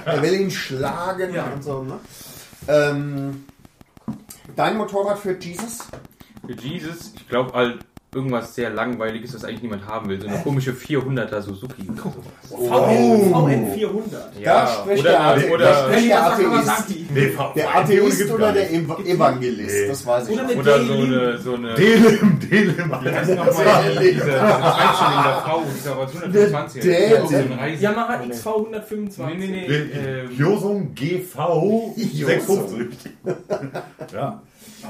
er will ihn schlagen Ja. und so. Ne? Ähm, dein Motorrad für Jesus? Für Jesus, ich glaube, irgendwas sehr langweiliges, das eigentlich niemand haben will. So eine komische 400er Suzuki oder sowas. VN, VN 400. Ja, spricht oder- der Athe- oder- da spricht der Nee, was sagt Oh. Atheist. man, was Nee, V- der VN Atheist gibt's oder gar der Ev Evangelist, Nee. das weiß ich Oder nicht. eine Oder so eine. So E- eine Delim, Delim, wie Alter. heißt nochmal die- diese diese Einstellung der Frau? Ist aber 125 Der- er so ein der- Reis- Yamaha XV 125. Nee, nee, nee. Äh, ähm, Kyosung GV 56. ja.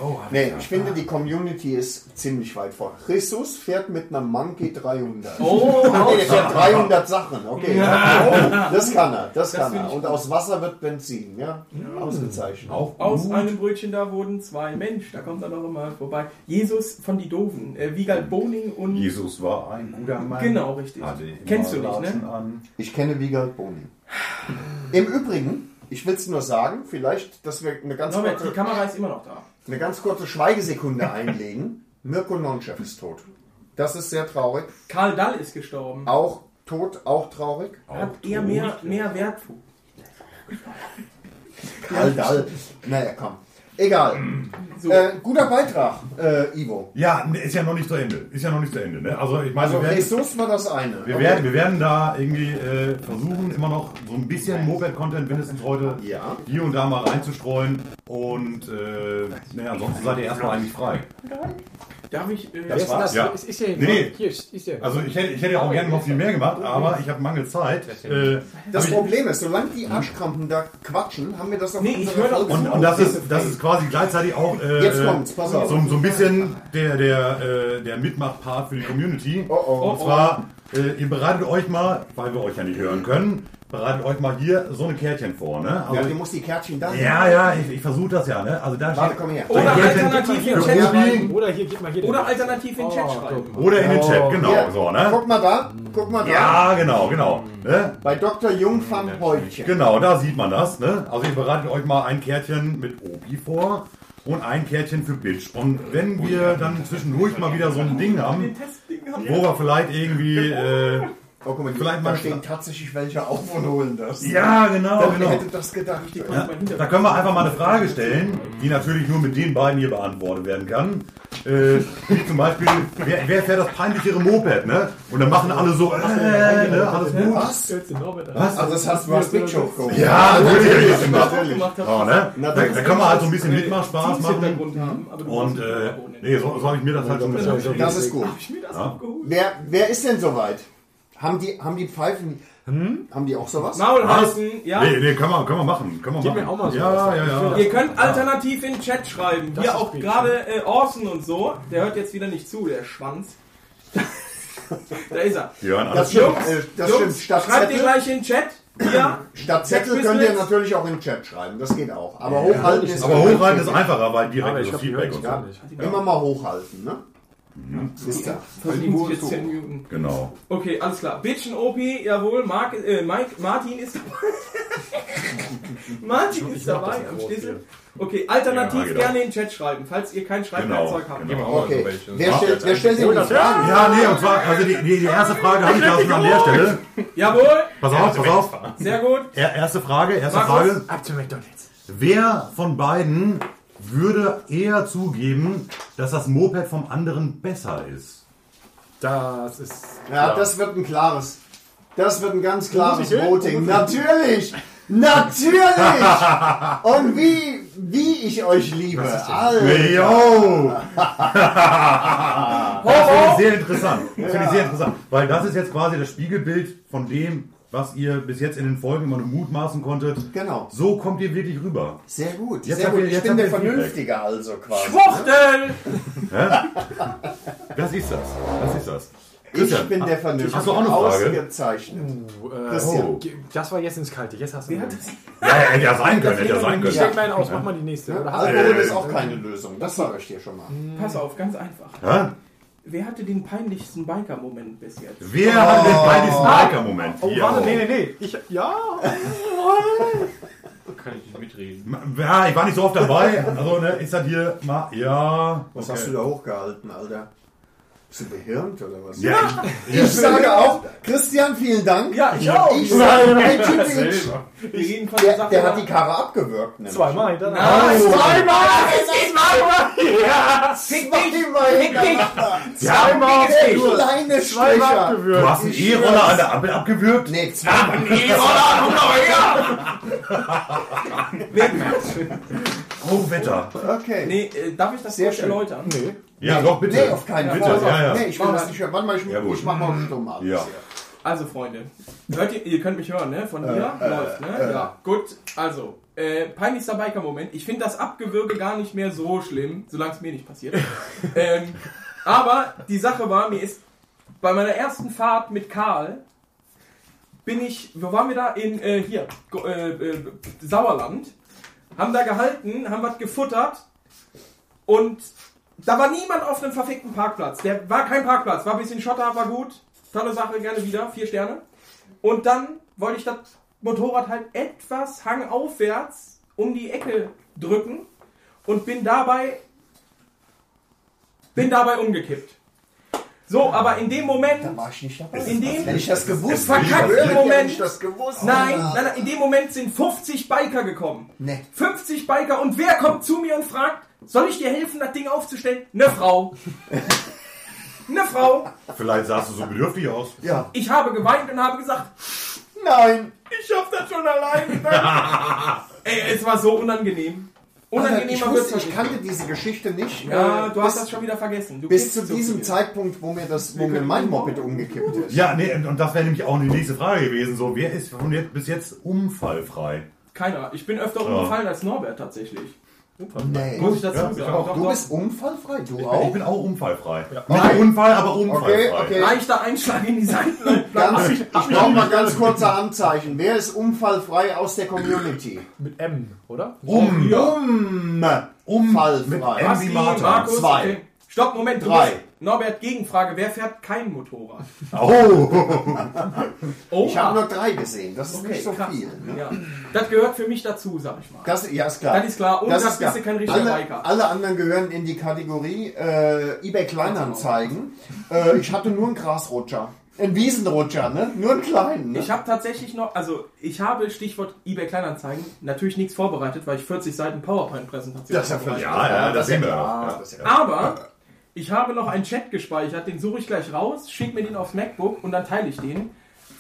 oh, hab Nee, ich finde, die Community ist ziemlich weit vor. Jesus fährt mit einer Monkey 300. Oh, Okay, der fährt 300 Sachen. Okay, ja. oh, das kann er, das, kann find er. ich Und aus Wasser wird Benzin, ja? Ausgezeichnet. Auch Aus gut. einem Brötchen da wurden zwei. Mensch, da kommt er noch immer vorbei. Jesus von die Doofen. Äh, Wiegald Boning und. Jesus war ein guter Mann. Genau, richtig. Hatte immer Kennst du nicht, Latschen ne? An. Ich kenne Wiegald Boning. Im Übrigen, ich will es nur sagen, vielleicht, dass wir eine ganz, Norbert, die kurze, Kamera ist immer noch da. eine ganz kurze Schweigesekunde einlegen. Mirko Nonchev ist tot. Das ist sehr traurig. Karl Dall ist gestorben. Auch tot, auch traurig. Hat eher mehr, mehr Wert. Karl Dall. Naja, komm. Egal. Äh, guter Beitrag, äh, Ivo. Ja, ne, ist ja noch nicht zu Ende. Ist ja noch nicht zu Ende. Ne? Also ich meine, Also wir, werden, Jesus war das eine. wir, werden, wir werden da irgendwie äh, versuchen, immer noch so ein bisschen Moped-Content mindestens heute Ja. hier und da mal reinzustreuen. Und äh, ne, ansonsten seid ihr erstmal eigentlich frei. Darf ich. Äh, Das war's. Ja. Ist, ist ja hier. Nee. Hier ist, ist ja. Also ich hätte, ich hätte ja auch gerne noch viel mehr gemacht, aber ich habe Mangel Zeit. Äh, Das hab ich, Problem ist, solange die Arschkrampen da quatschen, haben wir das auf Nee, ich höre doch- Und, und das, ist, das ist quasi gleichzeitig auch äh, Jetzt kommt's, pass auf. So, so ein bisschen der, der, äh, der Mitmachpart für die Community. Oh, oh. Und zwar, äh, ihr bereitet euch mal, weil wir euch ja nicht hören können, bereitet euch mal hier so eine Kärtchen vor. Ne? ja, Also, du musst die Kärtchen da. ja, ja, ich, ich versuche das ja. Ne? Also da Warte, steht- komm her. Oder Ja, alternativ in den Chat Ja. schreiben. Oder hier, geht mal hier. Oder alternativ in den Oh, Chat schreiben. Oder in den Chat, genau. Hier, So, ne? Guck Mhm. mal da, guck mal da. Ja, genau, genau. Ne? Bei Dr. Jung van Heutchen. Genau, da sieht man das. Ne? Also ihr bereitet euch mal ein Kärtchen mit Obi vor und ein Kärtchen für Bitch. Und wenn wir dann zwischendurch mal wieder so ein Ding haben, Testding haben wo wir vielleicht irgendwie... Äh, Oh, guck mal, hier, Vielleicht da mal- stehen tatsächlich welche auf und holen das. ja, genau, Wer genau. hätte das gedacht? Ja, da können wir einfach mal eine Frage stellen, die natürlich nur mit den beiden hier beantwortet werden kann. Äh, wie zum Beispiel, wer, wer fährt das peinlichere Moped, ne? Und dann machen alle so, äh, ne, alles gut. Was? Was? Was? Also das hast du hast Big Show geguckt. Ja, natürlich. natürlich. natürlich. gemacht So, hat. ne? Da, da können wir halt so ein bisschen Mitmachspaß Spaß machen. Hintergrund haben, aber du Und brauchst äh, ein Abo, ne? nee, so, so habe ich mir das halt schon mit aufgeschrieben. Das ist gut. Hab ich mir das abgeholt? Wer, wer ist denn soweit? Haben die, haben die Pfeifen, haben die auch sowas? Maul Was? halten, ja. Nee, nee, können wir, können wir machen. Können wir Gib machen. mir auch mal so ja, was. ja, ja, Ihr könnt alternativ in den Chat schreiben. Das Hier ist auch gut. gerade äh, Orson und so. Der hört jetzt wieder nicht zu, der Schwanz. da ist er. Wir hören Das alles. stimmt, äh, das stimmt. Jungs, Statt schreibt ihr Zettel, gleich in den Chat. Hier. statt Zettel Text könnt ihr bis natürlich auch im Chat schreiben, das geht auch. Aber hochhalten ist Aber hochhalten ist einfacher, Aber weil direkt ich das hab die Hörer Feedback und nicht so. gar nicht. Immer mal hochhalten, ne? Wisst ihr? Versuchen sich jetzt zu muten. Genau. Okay, alles klar. Bitchen OP, jawohl. Mark, äh, Mike, Martin ist dabei. Martin ist dabei am Schlüssel. Okay, alternativ Ja, genau. gerne in den Chat schreiben, falls ihr kein Schreibwerkzeug habt. genau. Okay. Wer stellt, wer stellt denn die Fragen? Ja, nee, und zwar, also die, die, die erste Frage habe ich da schon an der Stelle. Jawohl, Pass auf, pass auf. sehr gut. Er, erste Frage, erste Markus? Frage. Ab zu McDonalds. Wer von beiden würde eher zugeben, dass das Moped vom anderen besser ist? Das ist. Ja, das wird ein klares. Das wird ein ganz klares Muss ich hin? Voting. Natürlich! Natürlich! Und wie, wie ich euch liebe. Also, Alter. Yo! das finde ich sehr interessant. Das finde ich sehr interessant. Weil das ist jetzt quasi das Spiegelbild von dem, was ihr bis jetzt in den Folgen immer nur mutmaßen konntet. Genau. So kommt ihr wirklich rüber. Sehr gut. Jetzt Sehr habt gut. ihr- Ich jetzt bin habt der ihr Feedback. Vernünftige also quasi. Fruchtel! Das ist das. Das ist das. Ich bin der Vernünftige. Hast du auch eine Frage? Ausgezeichnet. Christian. Oh. Das war jetzt ins Kalte. Jetzt hast du. Ja, hätte ja sein können, hätte ja sein Ich können. steig mal einen aus, mach mal die nächste. Oder hast du- Alkohol ist auch keine Lösung. Das sage ich dir schon mal. Pass auf, ganz einfach. Hä? Wer hatte den peinlichsten Biker-Moment bis jetzt? Wer hat den peinlichsten Biker-Moment? Oh, warte, nee, nee, nee. Ich, ja. Kann ich nicht mitreden. Ja, ich war nicht so oft dabei. Also, ne, ist das hier mal. Ja. Was hast du da hochgehalten, Alter? Bist du behirnt oder was? Ja, Ich sage auch, Christian, vielen Dank. Ja, ich auch. Ich sage, hey, Typisch, Wir reden von der, der hat die nach. Karre abgewürgt. nämlich. Zweimal hintereinander. Nein, Zweimal! Nein, Oh. um Ja, fick dich, fick dich. Zweimal abgewürgt. Kleine Zweimal Schwächer. abgewürgt. Du hast einen E-Roller an der Ampel abgewürgt? Nee, zweimal. Einen E-Roller, komm doch her! Oh, Wetter. Okay. Nee, äh, darf ich das Sehr kurz schön. erläutern? Nee. Ja, doch, bitte. Nee, auf keinen bitte. Fall. Ja, ja. Nee, ich will das nicht hören. Warte mal, ich, Ja, gut. ich mach mal einen Stumm ab. Ja. Also, Freunde, hört ihr, ihr könnt mich hören, ne? Von hier äh, läuft, ne? äh. ja, gut. Also, äh, peinlichster Biker-Moment. Ich finde das Abgewürge gar nicht mehr so schlimm, solange es mir nicht passiert. ähm, aber die Sache war, mir ist bei meiner ersten Fahrt mit Karl bin ich, wo waren wir da? In, äh, hier, Go- äh, äh, Sauerland. Haben da gehalten, haben was gefuttert und da war niemand auf einem verfickten Parkplatz. Der war kein Parkplatz, war ein bisschen Schotter, war gut. Tolle Sache, gerne wieder, vier Sterne. Und dann wollte ich das Motorrad halt etwas hangaufwärts um die Ecke drücken und bin dabei bin dabei umgekippt. So, aber in dem Moment, Da war ich nicht dabei. in dem Wenn ich das gewusst verkackten hätte, hätte Moment- ich das gewusst. Nein, nein, nein, in dem Moment sind 50 Biker gekommen. Nee. 50 Biker und wer kommt zu mir und fragt, soll ich dir helfen, das Ding aufzustellen? Ne Frau. ne Frau. Vielleicht sahst du so bedürftig aus. Ja. Ich habe geweint und habe gesagt, Nein. ich schaff das schon alleine. Ey, es war so unangenehm. Alter, ich, Unangenehmer wird's wusste, doch ich nicht. kannte diese Geschichte nicht. Ja, äh, du hast bis, das schon wieder vergessen. Du bis kiffst zu so diesem viel. Zeitpunkt, wo mir das, wo mir mein Moped umgekippt ist. Ja, nee, und das wäre nämlich auch die nächste Frage gewesen. So, wer ist von jetzt bis jetzt unfallfrei? Keiner. Ich bin öfter umgefallen als Norbert tatsächlich. Nee. Muss ich dazu Ja, ich sagen. auch. Doch, Du doch. bist unfallfrei, du Ich auch? bin auch unfallfrei. Nein. Nicht Unfall, aber unfallfrei. Okay, okay. leichter Einschlag in die Seiten. Ganz, ich brauche mal ganz kurze Anzeichen. Wer ist unfallfrei aus der Community? Mit M, oder? Um, Um. mit Unfallfrei. M wie Martha. Markus, Zwei. okay. Stopp, Moment. du Drei. bist- Norbert, Gegenfrage. Wer fährt kein Motorrad? Oh, Oh, Ich habe nur drei gesehen. Das ist nicht so krass. viel. Ne? ja. Das gehört für mich dazu, sag ich mal. Das, ja, ist klar. Das ist klar. Und das, bist du kein richtiger alle, Biker. alle anderen gehören in die Kategorie äh, eBay Kleinanzeigen. Äh, ich hatte nur einen Grasrutscher. Einen Wiesenrutscher, ne? Nur einen kleinen. Ne? Ich habe tatsächlich noch, also ich habe Stichwort eBay Kleinanzeigen natürlich nichts vorbereitet, weil ich 40 Seiten PowerPoint-Präsentation Das ist ja völlig vorbereitet ja, ja, das sehen wir. klar. Ja. Das ist ja- habe. Aber ich habe noch einen Chat gespeichert, den suche ich gleich raus, schick mir den aufs MacBook und dann teile ich den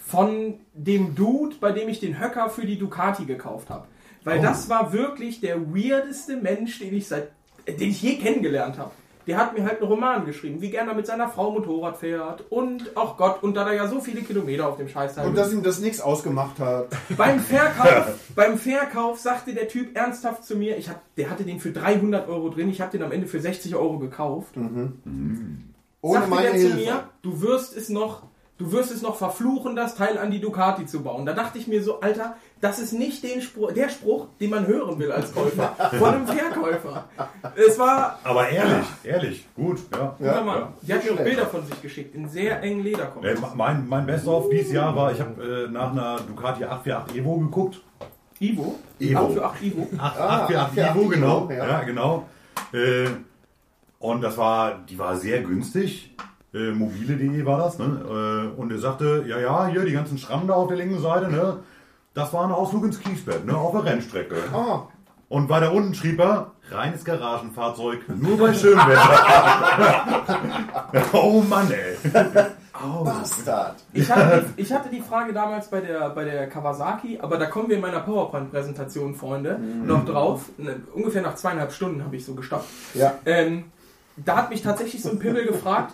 von dem Dude, bei dem ich den Höcker für die Ducati gekauft habe. Oh. Weil das war wirklich der weirdeste Mensch, den ich seit, den ich je kennengelernt habe. Der hat mir halt einen Roman geschrieben, wie gerne er mit seiner Frau Motorrad fährt und, ach Gott, und da hat er ja so viele Kilometer auf dem Scheißteil. Und dass ihm das nichts ausgemacht hat. Beim Verkauf, beim Verkauf sagte der Typ ernsthaft zu mir, ich hab, der hatte den für 300 Euro drin, ich habe den am Ende für 60 Euro gekauft. Ohne sagte meine der zu Hilfe. mir, du wirst es noch, du wirst es noch verfluchen, das Teil an die Ducati zu bauen. Da dachte ich mir so, Alter, das ist nicht den Spruch, der Spruch, den man hören will als Käufer, von einem Verkäufer. Es war, aber ehrlich, ehrlich, gut, ja. guter Mann, die hat mir auch schlecht. Bilder von sich geschickt, in sehr engen Lederkopf. Äh, Mein, mein Best-of dieses Jahr war, ich habe äh, nach einer Ducati 848 Evo geguckt. Ivo, Ivo. Auch für 8 Ivo. Ah, 848 848 Evo, genau. Evo, ja. ja. genau. Äh, und das war, die war sehr günstig. Äh, mobile.de war das, ne? Äh, und er sagte, ja, ja, hier die ganzen Schrammen da auf der linken Seite, ne? Das war ein Ausflug ins Kiesbett, ne? Auf der Rennstrecke. Ah, Und weiter unten schrieb er, reines Garagenfahrzeug, nur bei schönem Wetter. oh Mann, ey. Oh. Bastard. Ich hatte, die, ich hatte die Frage damals bei der, bei der Kawasaki, aber da kommen wir in meiner PowerPoint-Präsentation, Freunde, noch drauf. Ne, ungefähr nach zweieinhalb Stunden habe ich so gestoppt. Ja. Ähm, da hat mich tatsächlich so ein Pimmel gefragt,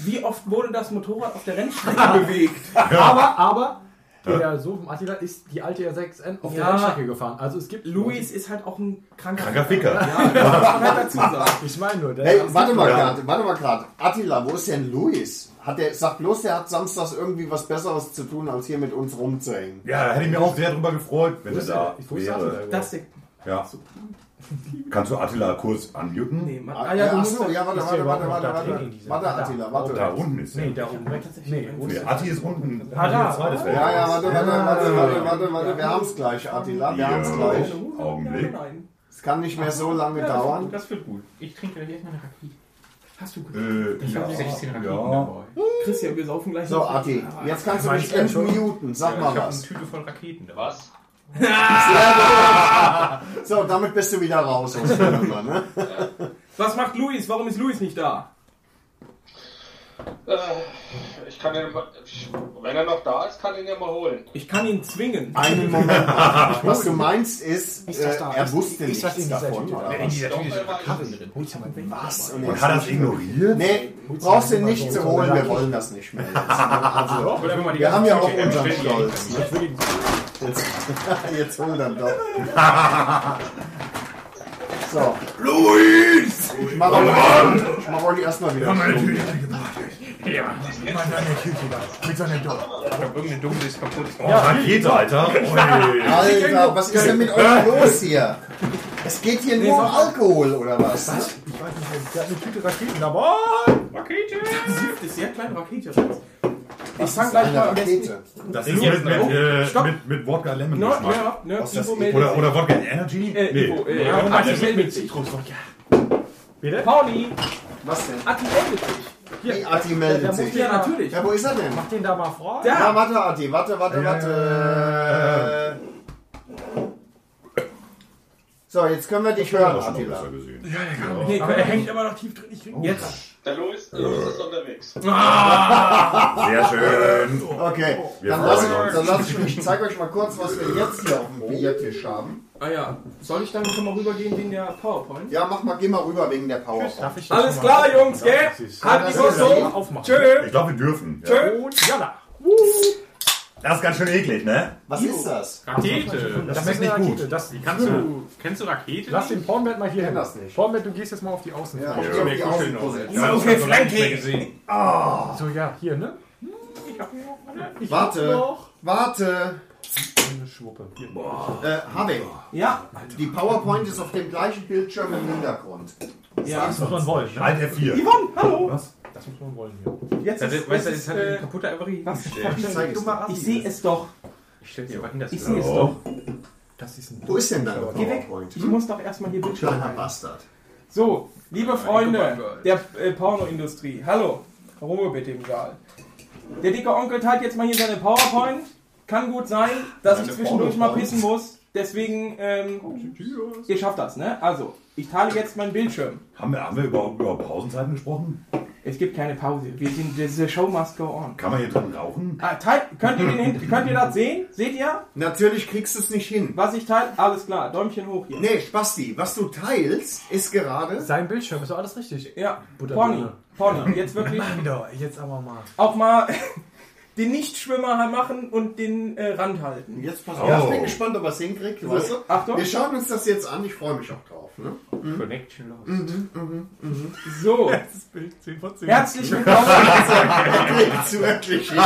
wie oft wurde das Motorrad auf der Rennstrecke bewegt? Aber, aber, der Sohn von Attila ist die alte R6N auf Ja. der Rennstrecke gefahren. Also es gibt. Luis ist halt auch ein kranker, Kranker Ficker. Ja, das muss man halt dazu sagen. Ich meine nur, der. Hey, warte mal Ja. gerade, warte mal gerade. Attila, wo ist denn Luis? Hat der, sag bloß, der hat samstags irgendwie was Besseres zu tun, als hier mit uns rumzuhängen. Ja, da hätte ich mich auch sehr drüber gefreut, wenn Wo er ist der? da Ich wusste wäre. Attila. Das ist- Ja. Kannst du Attila kurz unmuten? nee, Mann. Ah, Ah, ja, du ach musst so, ja, warte, ist warte, der warte, überhaupt warte, noch da warte. drin in dieser- Warte, Da. Attila, Da warte. unten ist Nee, er. da oben weg. Nee, wo ist Nee, der? Atti ist unten. Ah, da. Ein zweites Feld. Ja, ja, warte, warte, warte, warte, warte, warte. Wir haben's gleich, Attila, wir Ja. haben's gleich. Augenblick. nein. Es kann nicht mehr so lange dauern. Das wird gut. Ich trinke gleich erstmal eine Rakete. Hast du gut. Äh, Ich ja, habe 16 Raketen ja. dabei. Christian, wir saufen gleich. Ah, So, noch. Atti, jetzt kannst du dich entmuten. Sag mal Ich habe eine was. Tüte voll Raketen dabei. Was? So, damit bist du wieder raus aus der Nummer, ne? Was macht Luis? Warum ist Luis nicht da? Äh, Ich kann den, wenn er noch da ist, kann ich ihn ja mal holen. Ich kann ihn zwingen. Einen Moment. Was du meinst ist, Ist äh, das da? er Ist- wusste ist nichts das in dieser davon. Tüte? oder Nee, in was? dieser Tüte ist eine Doch, Karre er war- Was? Und hat er's ignoriert? Nee, brauchst du nicht zu holen, wir wollen das nicht mehr. Jetzt. Also, wir haben ja auch unseren Stolz. ne? Jetzt, jetzt hol dann doch. So. Luis! Ich mach Olli, ich mach Olli erstmal wieder. Ja, Mann, deine Tüte da. Mit so einer Dose. Ich hab irgendeine Dose, ist kaputt. Oh, Rakete, Alter. Ui. Alter, was ist denn mit euch los hier? Es geht hier Nee, nur um sag mal. Alkohol oder Was? was? Ich weiß nicht, der hat eine Tüte Raketen, aber. Rakete! Das ist sehr kleine Rakete. Schatz. Ich Was fang ist gleich eine mal am Rakete? besten. Das ist mit, mit, Oh, äh, stopp. mit, mit Wodka Lemon No, Geschmack. ja, ne, Was ist das? Ivo meldet Oder, sich. oder Wodka Energy? Äh, Ivo, äh, Nee. ja, Wodka Atti Lemon. meldet sich. Bitte? Pauli! Was denn? Atti meldet sich. Hier, Atti meldet der, der sich. Ja, natürlich. Ja, wo ist er denn? Mach den da mal vor. Ja, Da. warte, Adi, warte, warte, warte. So, jetzt können wir dich hören, Attila. Nee, komm, er hängt immer noch tief drin. Ich krieg jetzt. Der Louis, Louis ist unterwegs. Sehr schön. Okay, Wir dann lass, freuen uns. dann lass ich, ich zeige euch mal kurz, was wir jetzt hier auf dem Biertisch haben. Ah ja, soll ich dann schon mal rübergehen wegen der PowerPoint? Ja, mach mal, geh mal rüber wegen der PowerPoint. Alles klar, Jungs, gell? Halt die Kost hoch. Tschö. Ich glaube, wir dürfen. Ja. Tschö. Jalla. Das ist ganz schön eklig, ne? Was ist das? Rakete. Das schmeckt nicht Rakete. gut. Das, kannst du- kennst du Rakete? Lass den Pornbett mal hier hin. Pornbett, du gehst jetzt mal auf die Außen. Ja, ich geh auf die Außenposition. Okay, Okay, Flanke. Flanke. Ah. So, ja, hier, ne? Ich hab Warte, noch. warte. Eine Schwuppe. Hier. Äh, Harvey. Ja. Die PowerPoint ist auf dem gleichen Bildschirm im Hintergrund. Ja, das muss man wollen. ne? Alt F4. Yvonne, hallo. Was? Das muss man wollen hier. Jetzt Das ist, ist- Also, weißt du, es das hat die äh, kaputte einfach hier was hingestellt. für ein Ich zeig's dummer dir. Assi Ich sehe es doch. Ich stell dir mal hin, dass Ich sehe es Oh. doch. Das ist ein Wo ist denn deine Geh weg. Oh, PowerPoint? Ich muss doch erstmal hier Bildschirm Kleiner rein. Bastard. So, liebe Freunde der äh, Pornoindustrie, hallo, Ruhe bitte im Saal. Der dicke Onkel teilt jetzt mal hier seine PowerPoint. Kann gut sein, dass ich zwischendurch mal PowerPoint. pissen muss. Deswegen, ähm, ihr schafft das, ne? Also, ich teile jetzt meinen Bildschirm. Haben wir, haben wir überhaupt über Pausenzeiten gesprochen? Es gibt keine Pause. Wir sind, diese Show must go on. Kann man hier drin rauchen? Ah, teil, könnt, ihr den, hin- könnt ihr das sehen? Seht ihr? Natürlich kriegst du es nicht hin. Was ich teile? Alles klar, Däumchen hoch hier. Nee, Spasti, was du teilst, ist gerade. Sein Bildschirm, ist doch alles richtig. Ja, Butter- Porni, Porni, jetzt wirklich. Mann, doch, jetzt aber mal. auch mal den Nichtschwimmer halt machen und den äh, Rand halten. Jetzt pass Ja, Oh. ich bin gespannt, ob er es hinkriegt. Weißt du? Achtung. Wir schauen uns das jetzt an, ich freue mich auch drauf. Ne? Connection lost. Mhm, mhm, mhm. So. Das Bild 10 von 10. Herzlich willkommen. Er kriegt's wirklich hin.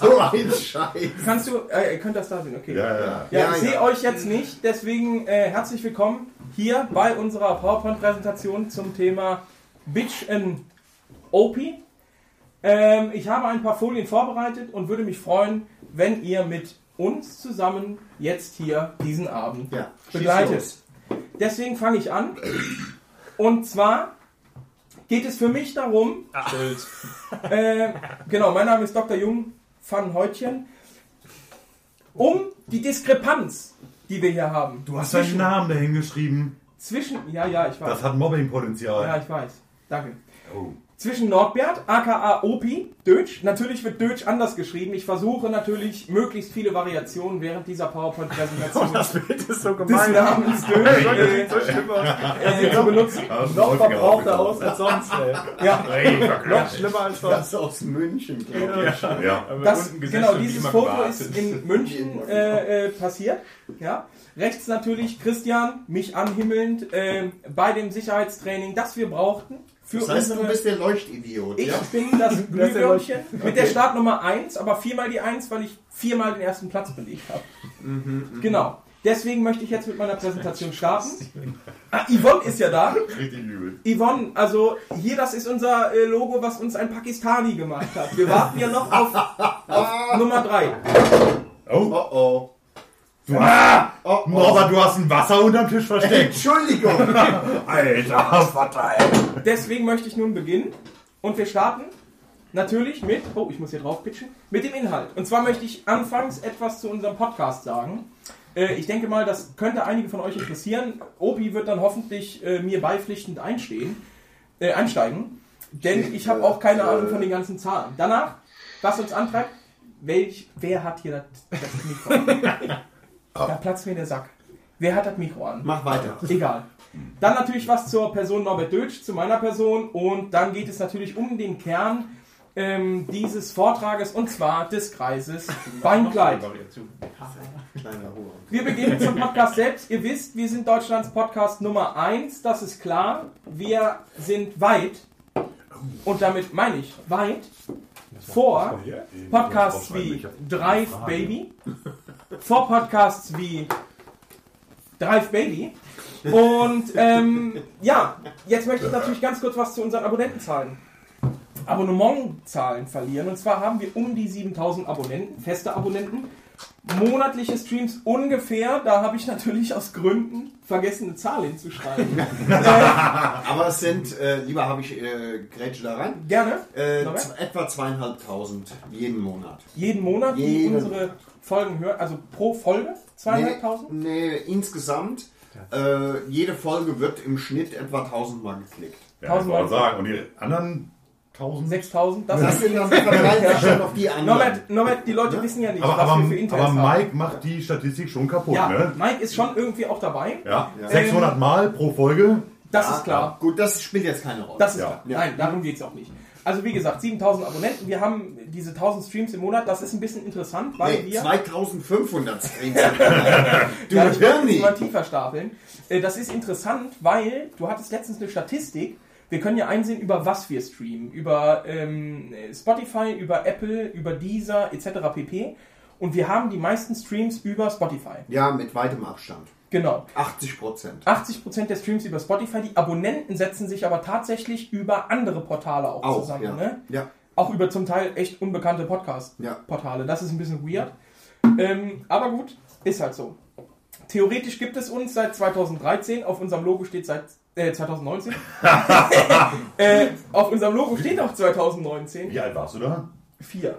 So ein Scheiß. Kannst du, äh, ihr könnt das da sehen, okay. Ja, ja. Ja, Ja, ich ja. sehe euch jetzt nicht, deswegen äh, herzlich willkommen hier bei unserer PowerPoint-Präsentation zum Thema Bitch and OP. Ähm, ich habe ein paar Folien vorbereitet und würde mich freuen, wenn ihr mit uns zusammen jetzt hier diesen Abend Ja, schieß begleitet. los. Deswegen fange ich an. Und zwar geht es für mich darum, äh, genau, mein Name ist Dr. Jung van Heutchen, um die Diskrepanz, die wir hier haben. Du hast deinen Namen dahin geschrieben. Zwischen, ja, ja, ich weiß. Das hat Mobbingpotenzial. ja, ich weiß. Danke. Oh. Zwischen Nordbert, aka Opi, Dötsch. Natürlich wird Dötsch anders geschrieben. Ich versuche natürlich möglichst viele Variationen während dieser PowerPoint-Präsentation Das Bild ist so des gemein. Namens Ey, Dötsch Gott, das äh, sieht so schlimm aus. äh, zu benutzen. Hast du Noch häufiger verbrauchter aufgetaucht. ne? aus als sonst, ey. Ja. Noch schlimmer als sonst. Das aus München, glaube ich. Ja. ja. Das, genau, dieses Foto ist in München äh, äh, passiert. Ja. Rechts natürlich Christian, mich anhimmelnd, äh, bei dem Sicherheitstraining, das wir brauchten. Für Das heißt, du unsere- bist der Leuchtidiot. ich ja? bin das der Glühwürmchen Leucht- mit der Startnummer 1, aber viermal die 1, weil ich viermal den ersten Platz belegt habe. genau. Deswegen möchte ich jetzt mit meiner Präsentation starten. Ah, Yvonne ist ja da. Richtig übel. Yvonne, also hier, das ist unser äh, Logo, was uns ein Pakistani gemacht hat. Wir warten ja noch auf, auf Nummer 3. Oh. Oh Du, ah! Norbert, du hast ein Wasser unterm Tisch versteckt. Entschuldigung. Alter, was war da, ey? Deswegen möchte ich nun beginnen und wir starten Natürlich mit, oh, ich muss hier drauf pitchen, mit dem Inhalt. Und zwar möchte ich anfangs etwas zu unserem Podcast sagen. Äh, Ich denke mal, das könnte einige von euch interessieren. Opi wird dann hoffentlich äh, mir beipflichtend einstehen, äh, einsteigen, denn ich habe auch keine Ahnung von den ganzen Zahlen. Danach, was uns antreibt, welch, wer hat hier das, das Mikro? da platzt mir der Sack. Wer hat das Mikro an? Mach weiter. Egal. Dann natürlich was zur Person Norbert Dötsch, zu meiner Person. Und dann geht es natürlich um den Kern ähm, dieses Vortrages und zwar des Kreises Beinkleid. Kleiner Hunger. Wir begeben zum Podcast selbst. Ihr wisst, wir sind Deutschlands Podcast Nummer 1, das ist klar. Wir sind weit, und damit meine ich weit, vor Podcasts wie Drive Baby, vor Podcasts wie Drive Baby. Und ähm, ja, jetzt möchte ich natürlich ganz kurz was zu unseren Abonnentenzahlen. Abonnementzahlen verlieren. Und zwar haben wir um die 7000 Abonnenten, feste Abonnenten. Monatliche Streams ungefähr, da habe ich natürlich aus Gründen vergessen, eine Zahl hinzuschreiben. Äh, Aber es sind, äh, lieber habe ich äh, Grätsche da rein. Gerne. Äh, Norbert? z- etwa zweieinhalbtausend jeden Monat. Jeden Monat, die Jeden. unsere Folgen hören, also pro Folge 200.000? Nee, nee, insgesamt. Äh, jede Folge wird im Schnitt etwa 1000 Mal geklickt. Ja, ich wollte sagen, und die anderen 1000? 6000? Das sind dann vergleichbar schon auf die anderen. Norbert, Norbert, die Leute wissen ja nicht, aber, was aber, wir für Interesse aber haben. Mike macht die Statistik schon kaputt, ja, ne? Mike ist schon irgendwie auch dabei. Ja, Ähm, 600 Mal pro Folge. Das ist klar. Gut, das spielt jetzt keine Rolle. Das ist klar. Nein, darum geht es auch nicht. Also wie gesagt, 7000 Abonnenten, wir haben diese 1000 Streams im Monat, das ist ein bisschen interessant, weil Nee, wir... 2500 Streams. du ja, ich wollte Hirni. es mal tiefer stapeln. Äh, Das ist interessant, weil du hattest letztens eine Statistik. Wir können ja einsehen, über was wir streamen. Über ähm, Spotify, über Apple, über Deezer etc. pp. Und wir haben die meisten Streams über Spotify. Ja, mit weitem Abstand. Genau. 80 Prozent. 80% der Streams über Spotify. Die Abonnenten setzen sich aber tatsächlich über andere Portale auch, Auch, zusammen. ja. Ne? Ja. Auch über zum Teil echt unbekannte Podcast-Portale. Das ist ein bisschen weird. Ähm, aber gut, ist halt so. Theoretisch gibt es uns seit 2013, auf unserem Logo steht seit äh, 2019. äh, auf unserem Logo steht auch 2019. Wie alt warst du da? Vier.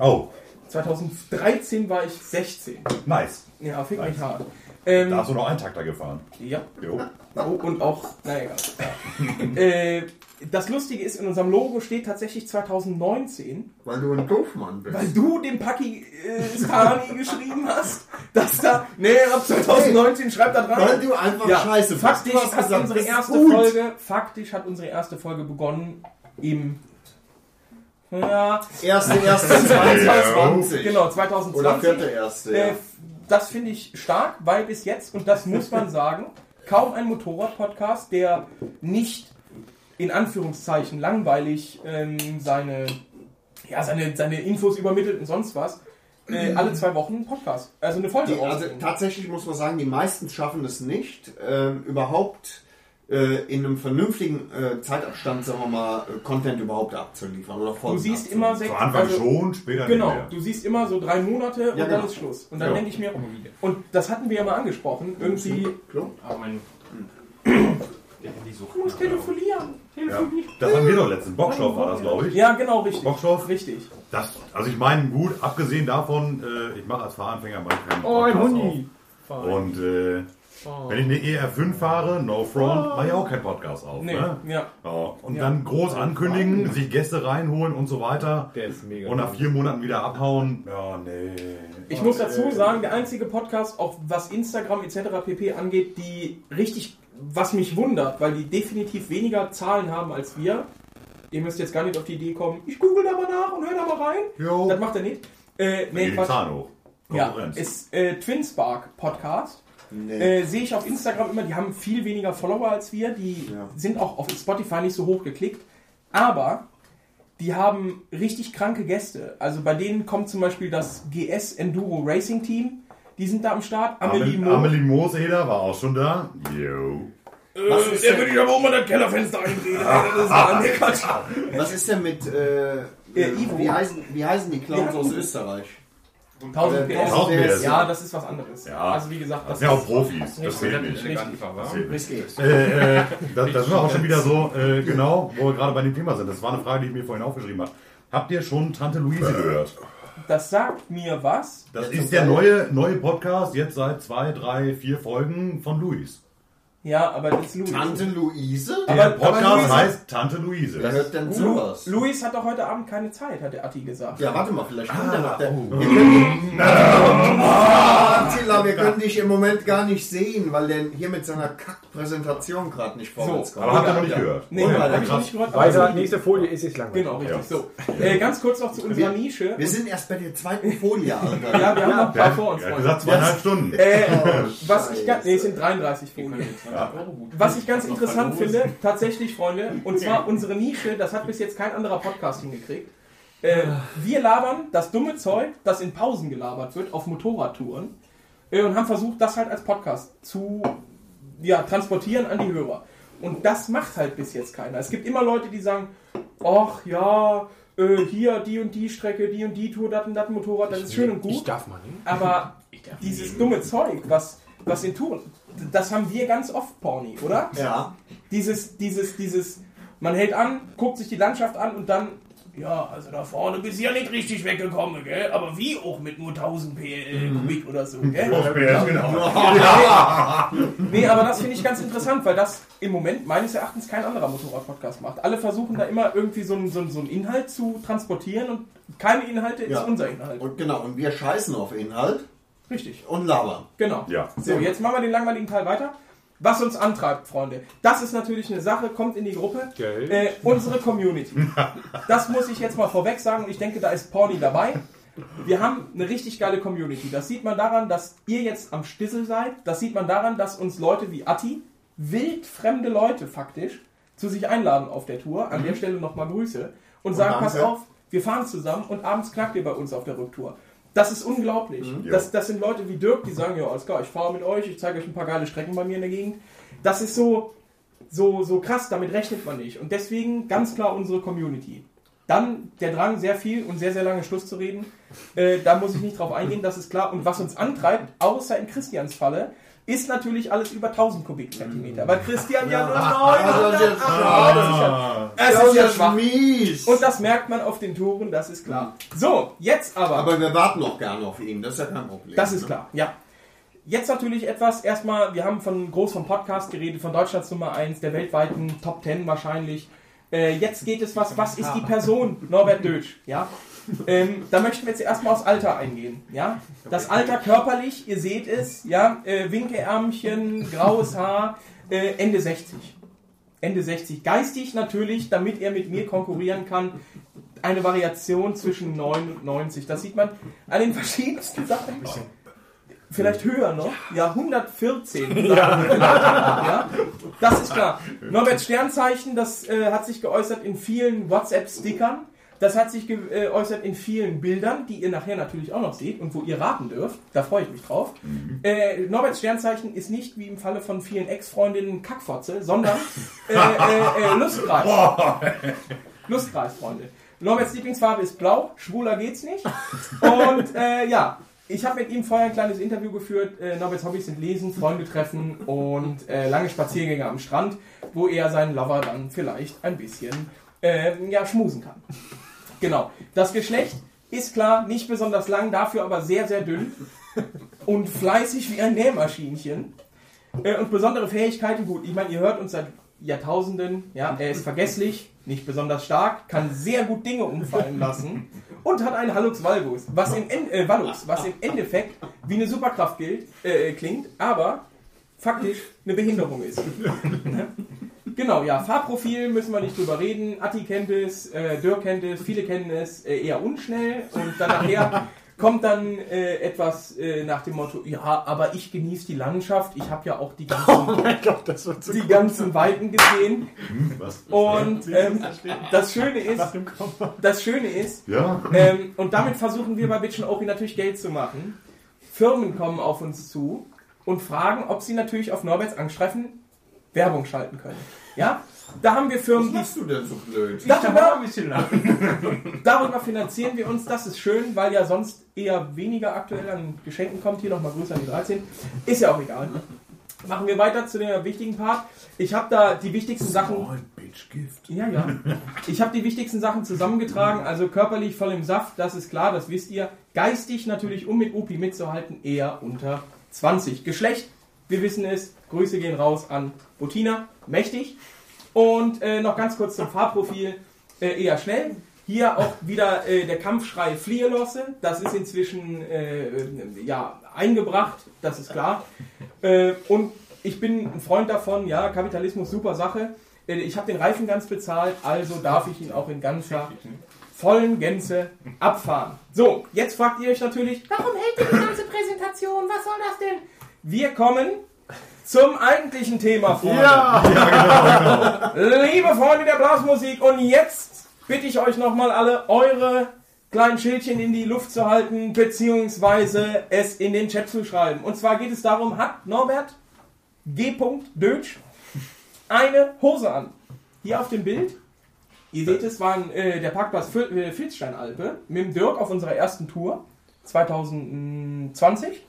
Oh, 2013 war ich 16. nice. Ja, fick mich Nice. hart. Ähm, da hast du noch einen Takter gefahren. Ja. Jo. Oh, und auch, naja, egal. äh, das Lustige ist, in unserem Logo steht tatsächlich 2019, Weil du ein Doofmann bist. weil du dem Paki äh, Stani geschrieben hast, dass da, nee, ab 2019 schreib da dran. Weil du einfach scheiße bist. Faktisch Du hast hat gesagt, unsere das ist erste gut. Folge, faktisch hat unsere erste Folge begonnen im, ja, Erste, erste, 2020. Genau, 2020. Oder vierte, erste, ja. Äh, das finde ich stark, weil bis jetzt, und das muss man sagen, kaum ein Motorrad-Podcast, der nicht in Anführungszeichen langweilig ähm, seine, ja, seine, seine Infos übermittelt und sonst was, äh, alle zwei Wochen einen Podcast, also eine Folge Mhm. Die, also rausbringt. tatsächlich muss man sagen, die meisten schaffen es nicht, ähm, überhaupt äh, in einem vernünftigen äh, Zeitabstand, sagen wir mal, äh, Content überhaupt abzuliefern. Oder Du Folgen siehst abzuliefern. immer sechs. also- Genau, du siehst immer so drei Monate und Ja, dann genau. ist Schluss. Und dann Ja. denke ich mir, und das hatten wir ja mal angesprochen, irgendwie. Aber mein. Der Handysucht. Ich muss telefonieren. Ja. Das haben wir doch letztens. Boxstoff war das, glaube ich. Ja, genau, richtig. Boxstoff? Richtig. Das, also ich meine, gut, abgesehen davon, äh, ich mache als Fahranfänger mal keinen Oh, ein Podcast Hundi. auf. Und äh, Oh. wenn ich eine ER5 fahre, no front, mache ich auch keinen Podcast auf. Nee, ne? ja. ja. Und dann groß ankündigen, sich Gäste reinholen und so weiter. Der ist mega. Und nach vier Monaten wieder abhauen. Ja, nee. Ich muss Und, dazu äh, sagen, der einzige Podcast, auch was Instagram etc. pp. angeht, die richtig, was mich wundert, weil die definitiv weniger Zahlen haben als wir. Ihr müsst jetzt gar nicht auf die Idee kommen, ich google da mal nach und höre da mal rein. Das macht er nicht. Äh, Nee, die Quatsch. Zahlen hoch. Ja, Konkurrenz. ist äh, Twinspark Podcast. Nee. Äh, Sehe ich auf Instagram immer, die haben viel weniger Follower als wir. Die Ja. sind auch auf Spotify nicht so hoch geklickt. Aber die haben richtig kranke Gäste. Also bei denen kommt zum Beispiel das GS Enduro Racing Team. Die sind da am Start. Amelie Amelie, Mo. Amelie Mooseder war auch schon da. Yo. Was ist denn- auch mal das Kellerfenster eindrehen. Ah. nee, Quatsch. Was ist denn mit, äh, Ivo. wie, heißen, wie heißen die Clowns Ja. aus Österreich? 1000 Äh, PS. 1000 PS. Ja, das ist was anderes. Ja. Also wie gesagt, Das sind ja auch Profis, das zählt nicht. Das zählt nicht. Richtig. Äh, äh, da, da sind wir auch schon wieder so, äh, genau, wo wir gerade bei dem Thema sind. Das war eine Frage, die ich mir vorhin aufgeschrieben habe. Habt ihr schon Tante Luise gehört? Das sagt mir was. Das ist der neue, neue Podcast, jetzt seit zwei, drei, vier Folgen von Luis. Ja, aber das ist Luis. Tante Luise? Der Podcast heißt Tante Luise. Wer hört denn sowas? Luis hat doch heute Abend keine Zeit, hat der Atti gesagt. Ja, warte mal, vielleicht kommt Ah. er noch. Oh. Der, wir können, Ah, Attila, wir können dich im Moment gar nicht sehen, weil der hier mit seiner Kackpräsentation gerade nicht vorwärts kommt. aber habt ihr noch nicht gehört. Nee, Hol mal hab den ich Kraft. nicht gehört. Also, aber Weiter, so- nächste Folie ist jetzt langweilig. Genau, richtig. So. Äh, ganz kurz noch zu unserer Nische. Wir sind erst bei der zweiten Folie, Alter. ja, wir haben noch ein paar vor uns. Er Freunde. hat gesagt zweieinhalb Stunden. Äh, was ich ganz, nee, es sind 33 Folien. Was ich ganz interessant finde, tatsächlich, Freunde, und zwar unsere Nische, das hat bis jetzt kein anderer Podcast hingekriegt. Äh, wir labern das dumme Zeug, das in Pausen gelabert wird, auf Motorradtouren äh, und haben versucht, das halt als Podcast zu ja, transportieren an die Hörer. Und das macht halt bis jetzt keiner. Es gibt immer Leute, die sagen, ach ja, äh, hier die und die Strecke, die und die Tour, dat und dat Motorrad, das ist schön und gut. Ich darf mal ne? nicht. Aber dieses dumme Zeug, was, was wir tun, das haben wir ganz oft, Pauni, oder? Ja. Dieses, dieses, dieses, man hält an, guckt sich die Landschaft an und dann, ja, also da vorne bist du ja nicht richtig weggekommen, gell? Aber wie auch mit nur 1000 PL Kubik oder so, gell? Ja, genau. Nee, aber das finde ich ganz interessant, weil das im Moment meines Erachtens kein anderer Motorrad-Podcast macht. Alle versuchen da immer irgendwie so einen so einen- so einen Inhalt zu transportieren und keine Inhalte ist Ja. unser Inhalt. Und genau, und wir scheißen auf Inhalt Richtig, und labern. genau. Ja. So, jetzt machen wir den langweiligen Teil weiter. Was uns antreibt, Freunde, das ist natürlich eine Sache, kommt in die Gruppe. Geld. Äh, unsere Community. Das muss ich jetzt mal vorweg sagen. Ich denke, da ist Pauli dabei. Wir haben eine richtig geile Community. Das sieht man daran, dass ihr jetzt am Stissel seid. Das sieht man daran, dass uns Leute wie Atti, wildfremde Leute faktisch, zu sich einladen auf der Tour. An der Stelle nochmal Grüße. Und, sagen, danke. pass auf, wir fahren zusammen und abends knackt ihr bei uns auf der Rücktour. Das ist unglaublich. Das, das sind Leute wie Dirk, die sagen, ja, alles klar, ich fahre mit euch, ich zeige euch ein paar geile Strecken bei mir in der Gegend. Das ist so, so, so krass, damit rechnet man nicht. Und deswegen ganz klar unsere Community. Dann der Drang, sehr viel und sehr, sehr lange Schluss zu reden. Äh, da muss ich nicht drauf eingehen, das ist klar. Und was uns antreibt, außer in Christians Falle, ist natürlich alles über 1000 Kubikzentimeter. Weil Christian ja nur 900 jetzt- Ah, das ist ja- Es ist ja schwach. mies. Und das merkt man auf den Touren, das ist klar. So, jetzt aber. Aber wir warten noch gerne auf ihn, das ist ja kein Problem. ne? das ist klar, ja. Jetzt natürlich etwas, erstmal, wir haben von groß vom Podcast geredet, von Deutschlands Nummer 1, der weltweiten Top 10 wahrscheinlich. Äh, jetzt geht es was, was ist die Person Norbert Dötsch, ja? Ähm, da möchten wir jetzt erstmal aufs Alter eingehen, ja? Das Alter körperlich, ihr seht es, ja? Äh, Winkelärmchen, graues Haar, äh, Ende 60. Ende 60. Geistig natürlich, damit er mit mir konkurrieren kann, eine Variation zwischen 9 und 90. Das sieht man an den verschiedensten Sachen. Vielleicht höher noch. Ja, 114. Sachen. Ja, das ist klar. Norbert Sternzeichen, das äh, hat sich geäußert in vielen WhatsApp-Stickern. Das hat sich geäußert in vielen Bildern, die ihr nachher natürlich auch noch seht und wo ihr raten dürft. Da freue ich mich drauf. Äh, Norberts Sternzeichen ist nicht wie im Falle von vielen Ex-Freundinnen Kackfotze, sondern äh, äh, äh, Lustreich. Lustreich, Freunde. Norberts Lieblingsfarbe ist blau, schwuler geht's nicht. Und äh, ja, ich habe mit ihm vorher ein kleines Interview geführt. Äh, Norberts Hobbys sind Lesen, Freunde treffen und äh, lange Spaziergänge am Strand, wo er seinen Lover dann vielleicht ein bisschen äh, ja, schmusen kann. Genau. Das Geschlecht ist klar, nicht besonders lang, dafür aber sehr, sehr dünn und fleißig wie ein Nähmaschinchen. Äh, und besondere Fähigkeiten, gut, ich meine, ihr hört uns seit Jahrtausenden, ja, er ist vergesslich, nicht besonders stark, kann sehr gut Dinge umfallen lassen und hat einen Hallux Valgus, was im, en äh, Valgus, was im Endeffekt wie eine Superkraft gilt, äh, klingt, aber faktisch eine Behinderung ist. Genau, ja, Fahrprofil müssen wir nicht drüber reden. Atti kennt es, äh, Dirk kennt es, viele kennen es äh, eher unschnell. Und dann nachher kommt dann äh, etwas äh, nach dem Motto, ja, aber ich genieße die Landschaft, ich habe ja auch die ganzen, Ich glaube, Oh das wird zu die ganzen Weiten gesehen. Was? Und ähm, das Schöne ist, das Schöne ist, Ja. ähm, und damit versuchen wir bei Bitch Open natürlich Geld zu machen. Firmen kommen auf uns zu und fragen, ob sie natürlich auf Norberts Angststreifen Werbung schalten können. Ja? Da haben wir Firmen, die Was du denn so blöd? darüber, ein bisschen lang. darüber finanzieren wir uns. Das ist schön, weil ja sonst eher weniger aktuell an Geschenken kommt. Hier nochmal Grüße an die 13. Ist ja auch egal. Machen wir weiter zu dem wichtigen Part. Ich habe da die wichtigsten Sachen Rage-Gift. Ja, ja. Ich habe die wichtigsten Sachen zusammengetragen, also körperlich voll im Saft, das ist klar, das wisst ihr. Geistig natürlich, um mit Opi mitzuhalten, eher unter 20. Geschlecht, wir wissen es, Grüße gehen raus an Botina, mächtig. Und äh, noch ganz kurz zum Fahrprofil, äh, eher schnell. Hier auch wieder äh, der Kampfschrei Flieherlosse, das ist inzwischen äh, äh, ja, eingebracht, das ist klar. Äh, und ich bin ein Freund davon, ja, Kapitalismus, super Sache. Äh, Ich habe den Reifen ganz bezahlt, also darf ich ihn auch in ganzer, vollen Gänze abfahren. So, jetzt fragt ihr euch natürlich, warum hält ihr die ganze Präsentation? Was soll das denn? Wir kommen zum eigentlichen Thema, Freunde. Ja. Liebe Freunde der Blasmusik, und jetzt bitte ich euch nochmal alle, eure kleinen Schildchen in die Luft zu halten, beziehungsweise es in den Chat zu schreiben. Und zwar geht es darum, hat Norbert G. Dötsch eine Hose an? Hier auf dem Bild, ihr seht, es war ein, äh, der Parkplatz Fil- äh, Filzsteinalpe mit dem Dirk auf unserer ersten Tour 2020.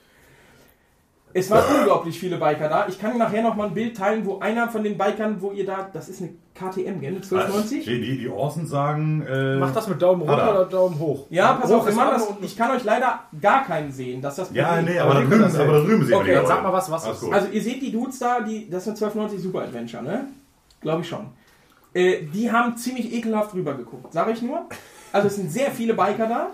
Es waren unglaublich viele Biker da. Ich kann nachher noch mal ein Bild teilen, wo einer von den Bikern, wo ihr da, das ist eine KTM, gell? 1290? Die, die, die Orsen sagen. Äh, Macht das mit Daumen runter Ada. oder Daumen hoch? Ja, Oh, pass Hoch auf, ist wir machen Daumen das, ich kann euch leider gar keinen sehen. Das ist das Ja, Problem. nee, aber da drüben- aber da drüben sehen wir die okay. Leute. Sag mal was, was Alles ist. gut. Also ihr seht die Dudes da, die, das ist eine 1290 Super Adventure, ne? Glaube ich schon. Äh, die haben ziemlich ekelhaft rübergeguckt, sage ich nur. Also es sind sehr viele Biker da.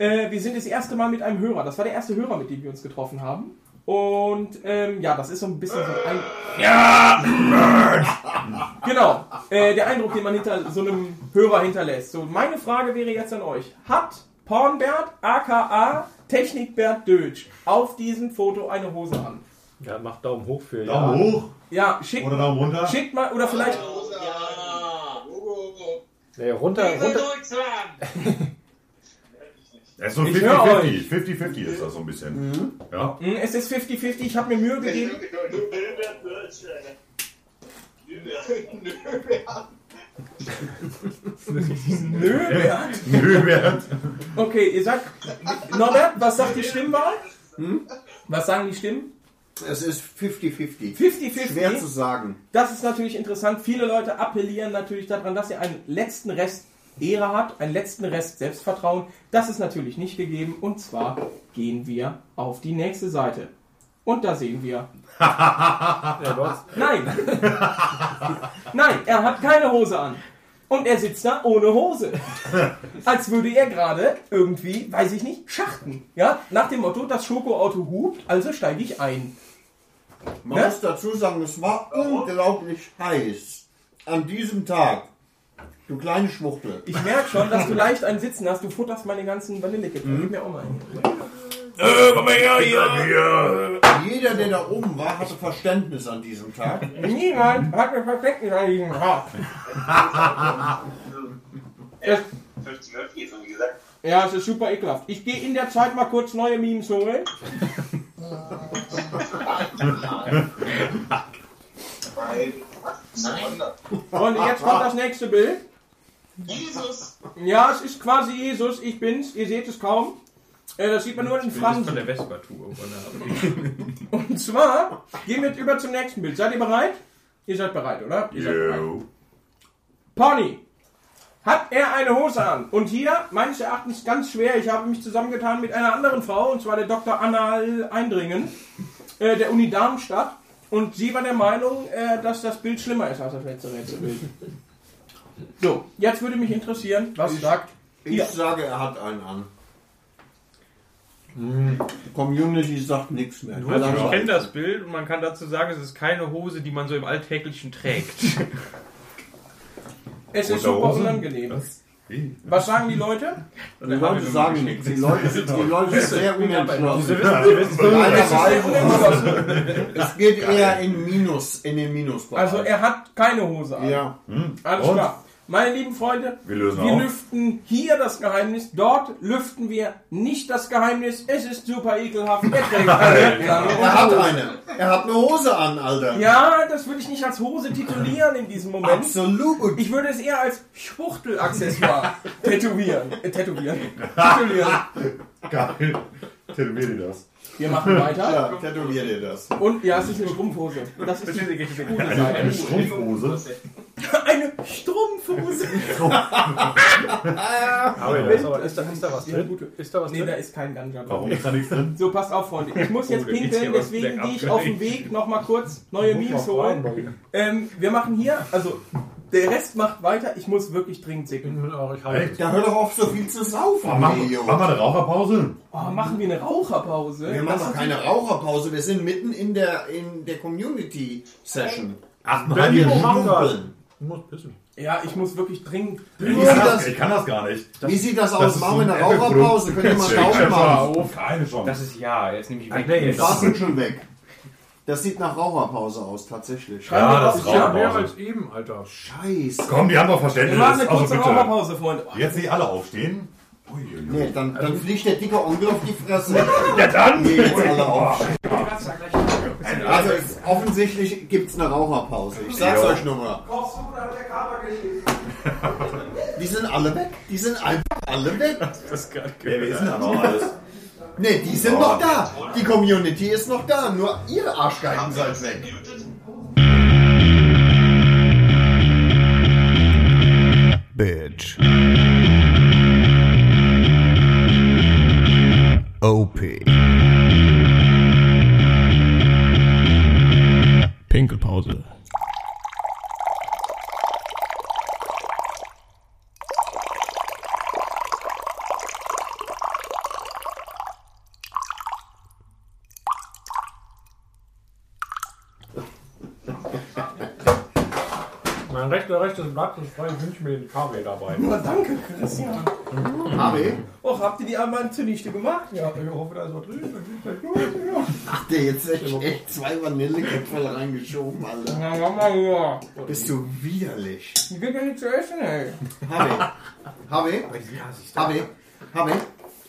Äh, wir sind das erste Mal mit einem Hörer. Das war der erste Hörer, mit dem wir uns getroffen haben. Und ähm, ja, das ist so ein bisschen so ein... Ja! genau, äh, der Eindruck, den man hinter so einem Hörer hinterlässt. So, meine Frage wäre jetzt an euch. Hat Pornbert aka Technikbert Dötsch auf diesem Foto eine Hose an? Ja, mach Daumen hoch für Daumen ja. hoch? Ja, schickt... Oder Daumen runter? Schickt mal, oder vielleicht... Nee, runter, runter. Es ist so Ich höre 50-50. 50-50 ist das so ein bisschen. Ja. Hm, Es ist 50-50, ich habe mir Mühe gegeben. Nö, Bert. Nö, Bert. Okay, ihr sagt. Norbert, was sagt die Stimmwahl? Hm? Was sagen die Stimmen? Es ist 50-50. 50-50? Schwer zu sagen. Das ist natürlich interessant. Viele Leute appellieren natürlich daran, dass ihr einen letzten Rest Ehre habt, einen letzten Rest Selbstvertrauen. Das ist natürlich nicht gegeben. Und zwar gehen wir auf die nächste Seite. Und da sehen wir. Nein! Nein, er hat keine Hose an. Und er sitzt da ohne Hose. Als würde er gerade irgendwie, weiß ich nicht, schachten. Ja, nach dem Motto, das Schokoauto hupt, also steige ich ein. Ne? Man muss dazu sagen, es war unglaublich heiß. An diesem Tag. Du kleine Schwuchtel. Ich merke schon, dass du leicht ein Sitzen hast. Du futterst meine ganzen Vanillekipferl. Gib mir auch mal einen. Jeder, der da oben war, hatte Verständnis an diesem Tag. Niemand hat mir Verstecken an diesem Kopf. Es- 50-50 ist, so wie gesagt. Ja, es ist super ekelhaft. Ich gehe in der Zeit mal kurz neue Memes holen. Und jetzt kommt das nächste Bild. Jesus! Ja, es ist quasi Jesus. Ich bin's. Ihr seht es kaum. Äh, Das sieht man nur in Ich will das Fransen. von der Vespa-Tour irgendwann haben. Und zwar gehen wir jetzt über zum nächsten Bild. Seid ihr bereit? Ihr seid bereit, oder? Ihr seid bereit. Pony. Hat er eine Hose an? Und hier, meines Erachtens ganz schwer, ich habe mich zusammengetan mit einer anderen Frau, und zwar der Dr. Anna Eindringen, äh, der Uni Darmstadt. Und sie war der Meinung, äh, dass das Bild schlimmer ist als das letzte Rätselbild. So, jetzt würde mich interessieren, was sagt Ich ihr? sage, er hat einen an. Die Community sagt nichts mehr. Also ich kenne das Bild und man kann dazu sagen, es ist keine Hose, die man so im Alltäglichen trägt. Es ist super unangenehm. Was sagen die Leute? Die Leute sagen nichts. Die Leute sind, die Leute sind sehr unentschlossen. unentschlossen. Es geht eher in Minus, in den Minusbereich. Also er hat keine Hose an. Ja. Hm. Alles Und? klar. Meine lieben Freunde, Wir lösen wir auf. lüften hier das Geheimnis, dort lüften wir nicht das Geheimnis. Es ist super ekelhaft. Er trägt eine. lange er hat Hose. eine. Er hat eine Hose an, Alter. Ja, das würde ich nicht als Hose titulieren in diesem Moment. Absolut. Ich würde es eher als Schwuchtelaccessoire tätowieren. Äh, tätowieren. Titulieren. Geil. Tätowier dir das. Wir machen weiter. Ja, tätowier dir das. Und ja, es ist eine Schrumpfhose. Das ist die gute Eine, Seite. eine Strumpfhose. Eine Strumpfhose. Aber da ist aber- ist da- ist da was Ja, drin? gute. Ist da was nee, drin? da ist kein Ganja drin. Warum ist da nichts drin? So, passt auf, Freunde. Ich muss Oh, jetzt da geht's pinkeln, hier was deswegen bergab, gehe ich auf den ey. Weg nochmal kurz neue Guck mal Memes rein, holen. Ähm, wir machen hier, also der Rest macht weiter. Ich muss wirklich dringend sicken. Da hör doch auf, so viel zu saufen. Mach- nee, Junge. mach mal eine Raucherpause. Oh, machen wir eine Raucherpause? Wir machen Das doch ist- keine Raucherpause, wir sind mitten in der, in der Community-Session. Ach, Wenn wir schnuppeln. Du musst pissen. Ja, ich muss wirklich dringend. Ich kann das- ich kann das gar nicht. Wie sieht das Das aus? ist Machen wir so eine ein Raucherpause? Können wir mal Apple-Produkt. Rauchen machen? Keine Chance. Das ist ja, jetzt nehme ich Ach, weg. nee, Jetzt. das ist schon weg. Das sieht nach Raucherpause aus, tatsächlich. Ja, Ja, das das ist ja Raucherpause. mehr als eben, Alter. Scheiße. Komm, die haben doch Verständnis. Also Wir machen also eine kurze bitte. Raucherpause, Freunde. Jetzt nicht alle aufstehen. Nee, dann, dann fliegt der dicke Onkel auf die Fresse. Also- Ja, dann. Nee, jetzt alle auf. Also, es- offensichtlich gibt es eine Raucherpause. Ich sag's Jo. euch nur mal. Die sind alle weg. Die sind einfach alle weg. Das ist gar nicht Wer ist denn da noch alles? Ne, die sind Oh. noch da. Die Community ist noch da. Nur ihr Arschgeigen seid weg. Bitch. OP. Pinkelpause. Mein rechter, rechtes Blatt ist frei, ich wünsche mir den KW dabei. Nur danke, Christian. KW? Och, habt ihr die Armband zunichte gemacht? Ja, ich hoffe, da ist was drin. Ach, der jetzt echt, echt zwei Vanilleköpfe reingeschoben, Alter. Na, mach mal hier. Bist du widerlich. Die geht ja nicht zu essen, ey. Harvey. Harvey. Harvey. Harvey.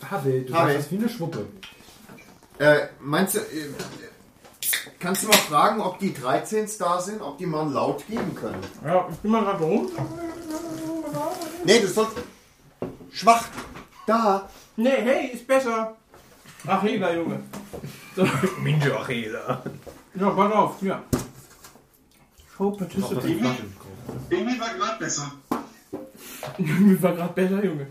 Harvey, du Harvey. sagst das wie eine Schwuppe. Äh, meinst du, äh, kannst du mal fragen, ob die 13s da sind, ob die mal einen Laut geben können? Ja, ich bin mal gerade rum. Nee, du sollst. Schwach. Da. Nee, hey, ist besser. Ach, Hela, Junge. So. Minjo Achela. Ja, pass auf, hier. Show Irgendwie, participate. irgendwie war gerade besser. Mir war gerade besser, Junge.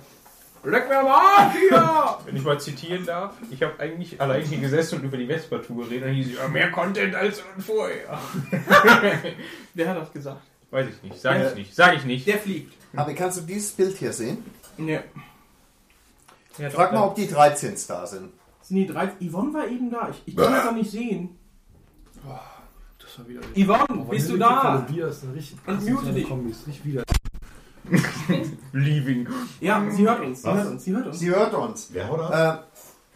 Leck mir am Arsch hier! Wenn ich mal zitieren darf, ich habe eigentlich allein hier gesessen und über die Vespa-Tour geredet und hieß ich, ja, mehr Content als vorher. Wer hat das gesagt? Weiß ich nicht, sag Äh, ich nicht, sag ich nicht. Der fliegt. Harvey, kannst du dieses Bild hier sehen? Nee. Frag mal, ob die 13s da sind. Sind die drei. Yvonne war eben da. Ich, ich kann das doch nicht sehen. Das war wieder. Yvonne, bist du da? Bier ist ein richtig. Und mute dich. Kombis, nicht wieder. Leaving. Ja, sie hört uns. Sie Was? hört uns. Sie hört uns. Sie hört uns. Wer oder?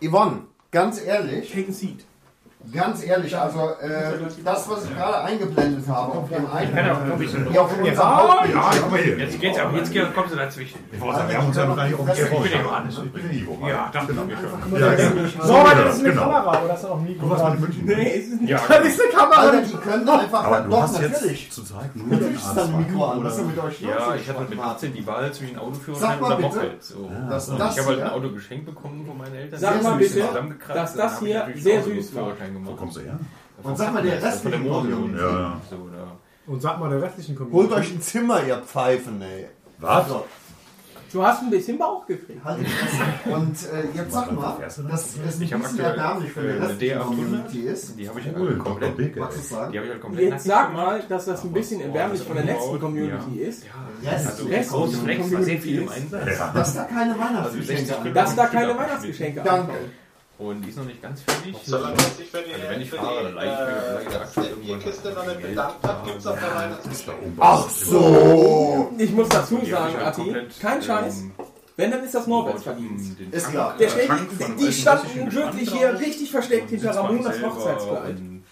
Äh, Yvonne, ganz ehrlich. Take a seat. Ganz ehrlich, also äh, das, was ich gerade eingeblendet habe, auf dem einen. Kann auch ein bisschen Ja, auf unserem Hauptbild. Ah, Jetzt geht's aber, jetzt geht- kommst du dazwischen. Ich wollte sagen, wir haben uns ja noch gar nicht auf den Ich bin Tisch der Johannes. Ich bin der Ivo. Ja, dachte ich mir schon. Ja, genau. So, Alter, das ist eine Genau. Kamera oder ist das auch ein Mikro? Was mit München? Nee, es ist nicht. Ja, Das ist eine Kamera. Alter, die können einfach. Aber du doch, hast natürlich. jetzt zurzeit nur Natürlich ist da ein Mikro an, was ist denn halt mit euch los? Ja, ich hatte mit 18 die Wahl zwischen Autoführerschein Sag mal oder bitte. Moped. So. Das- und das ich habe halt hier? ein Auto geschenkt bekommen von meinen Eltern. Sag Die mal haben mich bitte, zusammengekratzt dass und dann das habe hier ich natürlich sehr auch so süß war. Führerschein gemacht. Wo kommst du her? Und sag mal, der Das ist von der restliche Mosel. Community. Ja, So, oder? Und sag mal der restlichen Community. Holt euch ein Zimmer, ihr Pfeifen, ey. Was? Also, Du hast ein bisschen Bauch gekriegt. halt die Fresse. Und äh, jetzt sag mal, das ist ein Ich bisschen habe aktuell erbärmlich für äh, den eine Rest DR Community ist. 800. Die habe ich halt Cool, komplett. Dr. Dick, Die ey. habe Was ist sagen? ich halt komplett. Jetzt sag mal, dass das ein bisschen erbärmlich von der letzten Community ist. Yes. Also, Rest- große Flex war sehr viel im Community ist, Einsatz. Dass da keine Also Weihnachtsgeschenke 60 an. Dass da keine Weihnachtsgeschenke Danke. ankommen. Und die ist noch nicht ganz fertig. Solange man sich für die, Also wenn ich für fahre, dann die, leite ich mir äh, gesagt, irgendwann Kiste noch nicht bedankt hat, gibt's auf der Weihnachtsgeschichte. Ach so. Ich muss dazu Die hab ich sagen, halt Ati, komplett, kein ähm, Scheiß. Wenn, dann ist das Norberts Verdienst. den Ist Tank- klar. Der äh, steht, Tank von einem die alten russischen standen Gespann wirklich drauf. hier richtig versteckt hinter Jetzt war ich Ramonas selber Hochzeitskleid. und,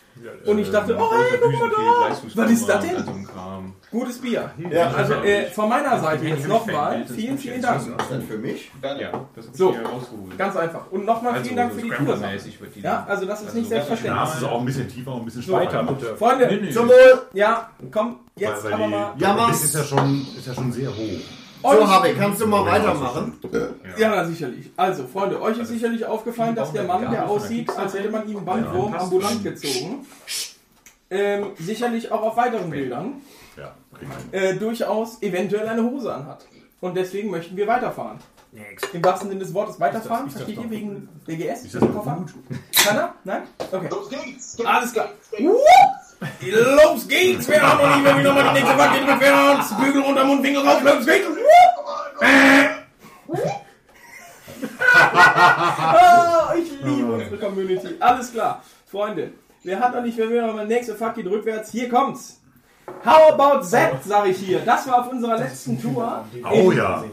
Und ich dachte, oh, hey, guck mal da. Was ist das denn? Also ein Kram. Gutes Bier. Hm. Ja. Also äh, von meiner Seite jetzt nochmal Das vielen, muss ich vielen jetzt Dank. wissen. Was denn für mich? Ja, das ist So. hier rausgeholt. Ganz einfach. Und nochmal Also, vielen Dank so für die Kurse. Scrambler-mäßig wird die Ja, dann- also das ist Also, nicht so ganz Das selbstverständlich. ist auch ein bisschen tiefer und ein bisschen Weiter, steiler. bitte. Freunde, Zum Wohl. ja, komm, jetzt Weil- weil aber die- mal. Ja, Das mach's. ist ja schon, ist ja schon sehr hoch. So, Euch- Harvey, kannst du mal weitermachen? Ja, na, sicherlich. Also, Freunde, euch ist sicherlich aufgefallen, dass der Mann, der aussieht, als hätte man ihm einen Bandwurm ambulant gezogen, ähm, sicherlich auch auf weiteren Bildern Ja, äh, durchaus eventuell eine Hose anhat. Und deswegen möchten wir weiterfahren. Next. Im wahrsten Sinne des Wortes weiterfahren, Ist das- ist das versteht ihr, doch- wegen BGS? ist das doch Koffer? gut? Keiner? Nein? Okay. Los geht's! Alles klar. Wupp! Los geht's! Wir haben noch nie mehr wieder mal die nächste Wand geht wir uns. Bügel runter, Mund, Winkel raus, los geht's! Wupp! ah, ich liebe unsere Community. Alles klar. Freunde, wer hat noch nicht, wer will noch mal nächste Fuck geht rückwärts? Hier kommt's. How about that, sag ich hier. Das war auf unserer letzten Tour. Oh ja.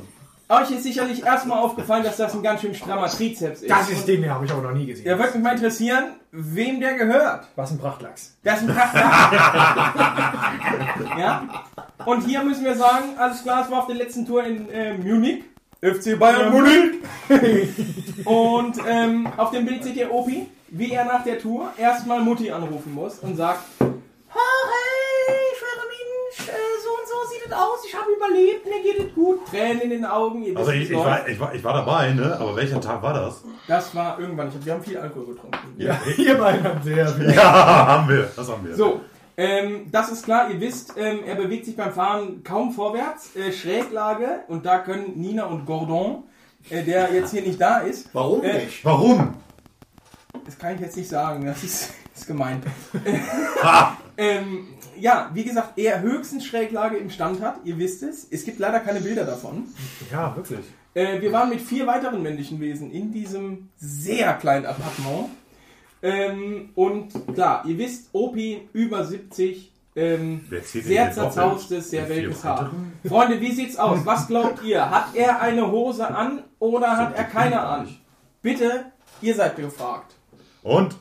Euch ist sicherlich erstmal aufgefallen, dass das ein ganz schön strammer Trizeps ist. Das ist den, den habe ich aber noch nie gesehen. Ja, würde mich mal interessieren, wem der gehört. Was ein Prachtlachs. Das ist ein Prachtlachs. ja? Und hier müssen wir sagen, alles klar, es war auf der letzten Tour in äh, Munich. FC Bayern Munich. und ähm, auf dem Bild seht ihr Opi, wie er nach der Tour erstmal Mutti anrufen muss und sagt, hey, schwere Mensch, äh, so und so sieht es aus, ich habe überlebt, mir geht es gut. Tränen in den Augen. ihr wisst, Also ich, es ich, läuft. war, ich, war, ich war dabei, ne? aber welcher Tag war das? Das war irgendwann, ich hab, wir haben viel Alkohol getrunken. ihr beiden habt sehr viel. Ja, haben wir. Das haben wir. So, ähm, das ist klar, ihr wisst, ähm, er bewegt sich beim Fahren kaum vorwärts, äh, Schräglage und da können Nina und Gordon, äh, der jetzt hier nicht da ist. Warum äh, nicht? Warum? Das kann ich jetzt nicht sagen, das ist, ist gemein. ähm, ja, wie gesagt, er höchstens Schräglage im Stand hat, ihr wisst es. Es gibt leider keine Bilder davon. Ja, wirklich. Äh, wir waren mit vier weiteren männlichen Wesen in diesem sehr kleinen Appartement. Ähm, und klar, ihr wisst, Opi über 70, ähm, Wer zählt denn sehr hier doppelt? zerzaustes, sehr Mit vier welkes Haar. Freunde, wie sieht's aus? Was glaubt ihr? Hat er eine Hose an oder hat er keine an? Bitte, ihr seid gefragt. Und?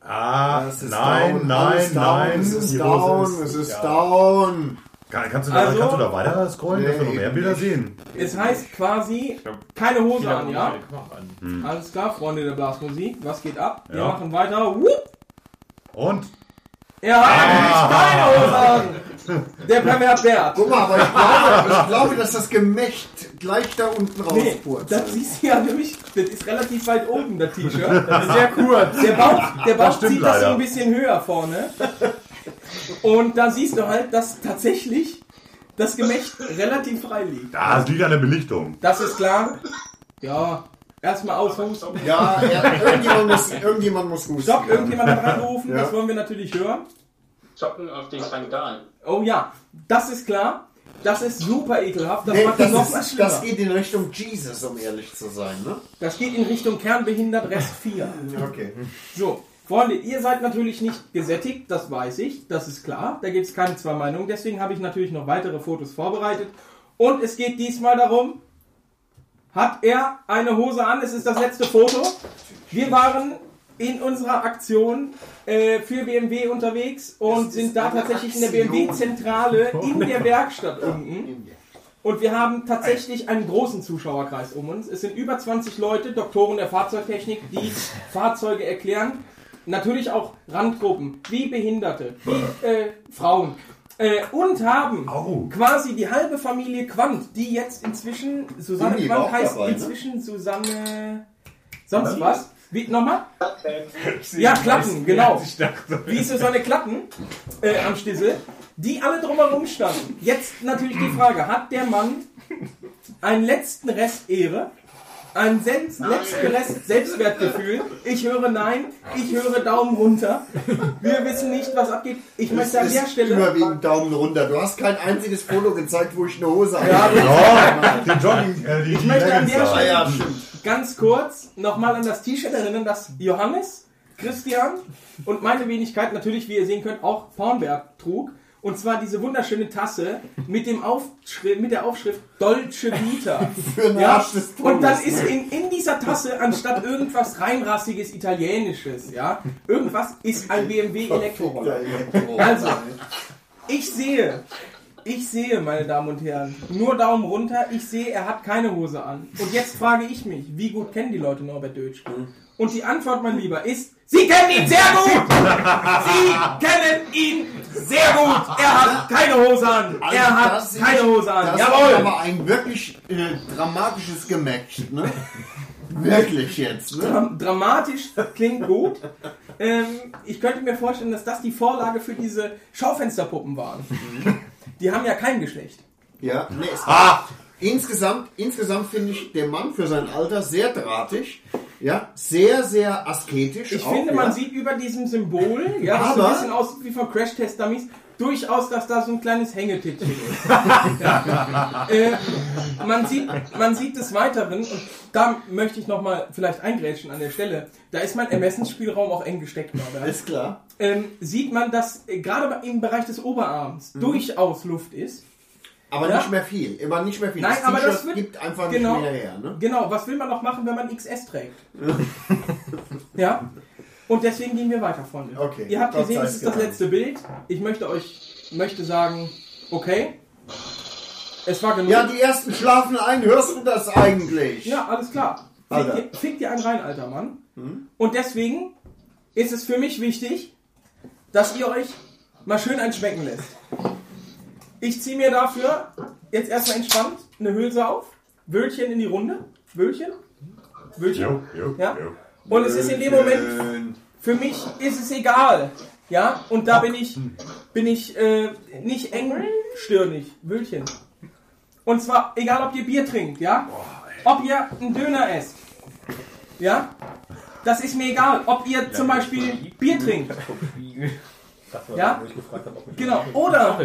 Ah, Es ist nein, down, nein, alles down, nein. Es ist Die Hose down, es ist ja. down. Kann, kannst, du da, Also- kannst du da weiter scrollen, dass wir noch Nee, mehr eben Bilder nicht. sehen? Es heißt quasi keine Hose an, ja? Hm. Alles klar, Freunde der Blasmusik, was geht ab? Wir Ja. machen weiter. Whoop. Und? Er hat nämlich keine Hose an! Der Pervert Guck mal, aber ich glaube, ich glaube dass das Gemächt gleich da unten Nee, rauspurzelt. das siehst du ja nämlich, das ist relativ weit oben, das T-Shirt. Das ist sehr kurz. Der Bauch, der Das Bauch stimmt zieht das so leider. ein bisschen höher vorne. Und da siehst du halt, dass tatsächlich das Gemächt relativ frei liegt. Ah, es liegt an der Belichtung. Das ist klar. Ja, erstmal aushusten. Ja, ja irgendjemand, muss, irgendjemand muss husten. Stopp, irgendjemand hat reingerufen, Ja. das wollen wir natürlich hören. Zocken auf den Sandalen. Oh ja, das ist klar. Das ist super ekelhaft. Das Nee, macht das, es noch mal ist, schlimmer. das geht in Richtung Jesus, um ehrlich zu sein. Ne? Das geht in Richtung Kernbehindert Rest 4. Okay. So, Freunde, ihr seid natürlich nicht gesättigt, das weiß ich, das ist klar. Da gibt es keine zwei Meinungen. Deswegen habe ich natürlich noch weitere Fotos vorbereitet. Und es geht diesmal darum, hat er eine Hose an? Es ist das letzte Foto. Wir waren in unserer Aktion äh, für BMW unterwegs und sind da tatsächlich in der BMW-Zentrale in Oh der Werkstatt unten. Und wir haben tatsächlich einen großen Zuschauerkreis um uns. Es sind über 20 Leute, Doktoren der Fahrzeugtechnik, die Fahrzeuge erklären. Natürlich auch Randgruppen, wie Behinderte, wie äh, Frauen. Äh, und haben quasi die halbe Familie Quant, die jetzt inzwischen, Susanne Uni war Quant auch heißt dabei, ne? inzwischen Susanne, sonst was? Wie, nochmal? Ja, Klappen, Klappen, genau. Ich dachte, Wie ist Susanne Klappen äh, am Stissel, die alle drumherum standen. Jetzt natürlich die Frage, hat der Mann einen letzten Rest Ehre? Einen selbst, letzten Rest Selbstwertgefühl? Ich höre Nein, ich höre Daumen runter. Wir wissen nicht, was abgeht. Ich möchte an Es der ist Stelle... überwiegend Daumen runter. Du hast kein einziges Foto gezeigt, wo ich eine Hose habe. genau. Ja, die Jogging, äh, die Ich möchte an der Leggings da. Stelle ja, stimmt. ganz kurz nochmal an das T-Shirt erinnern, das Johannes, Christian und meine Wenigkeit natürlich, wie ihr sehen könnt, auch Pornberg trug. Und zwar diese wunderschöne Tasse mit, dem Aufschri mit der Aufschrift Dolce Vita. Für den Ja? Arsch des Todes. ne? Und dann ist in, in dieser Tasse, anstatt irgendwas reinrassiges Italienisches, ja, irgendwas ist ein BMW Elektroroller. Also, ich sehe, ich sehe, meine Damen und Herren, nur Daumen runter, ich sehe, er hat keine Hose an. Und jetzt frage ich mich, wie gut kennen die Leute Norbert Dötsch? Und die Antwort, mein Lieber, ist, sie kennen ihn sehr gut! Sie kennen ihn sehr gut! Er hat keine Hose an! Also Er das hat ist- keine Hose an! Das ist Jawohl! aber ein wirklich äh, dramatisches Gemächt. Ne? wirklich jetzt. Ne? Dram dramatisch klingt gut. Ähm, ich könnte mir vorstellen, dass das die Vorlage für diese Schaufensterpuppen waren. Die haben ja kein Geschlecht. Ja, nee, es Insgesamt, insgesamt finde ich den Mann für sein Alter sehr drahtig, ja, sehr, sehr asketisch. Ich auch, finde, ja. man sieht über diesem Symbol, ja, das so Aber- ein bisschen aus wie von Crash Test Dummies, durchaus, dass da so ein kleines Hängetittchen ist. ja. äh, man, sieht, man sieht des Weiteren, und da möchte ich nochmal vielleicht eingrätschen an der Stelle, da ist mein Ermessensspielraum auch eng gesteckt, glaube ich. Ist klar. Ähm, sieht man, dass äh, gerade im Bereich des Oberarms Mhm. durchaus Luft ist. Aber nicht mehr viel, immer nicht mehr viel. Nein, aber T-Shirt das wird, gibt einfach genau, nicht mehr her. Ne? Genau, was will man noch machen, wenn man XS trägt? ja? Und deswegen gehen wir weiter, Freunde. Okay, Ihr habt Gott gesehen, sei's es ist das gedankt. letzte Bild. Ich möchte euch möchte sagen, okay. Es war genug. Ja, die ersten schlafen ein, hörst du das eigentlich? Ja, alles klar. Fick Alter. dir, fick dir einen rein, alter Mann. Hm? Und deswegen ist es für mich wichtig, dass ihr euch mal schön einschmecken lässt. Ich ziehe mir dafür jetzt erstmal entspannt eine Hülse auf. Wöhlchen in die Runde. Wöhlchen. Wöhlchen. Jo, jo, ja? Und es ist in dem Moment, für mich ist es egal. Ja, und da bin ich, bin ich äh, nicht engstirnig. Wöhlchen. Und zwar egal, ob ihr Bier trinkt, ja? Ob ihr einen Döner esst, ja? Das ist mir egal. Ob ihr zum Beispiel Bier trinkt, ja? Genau. Oder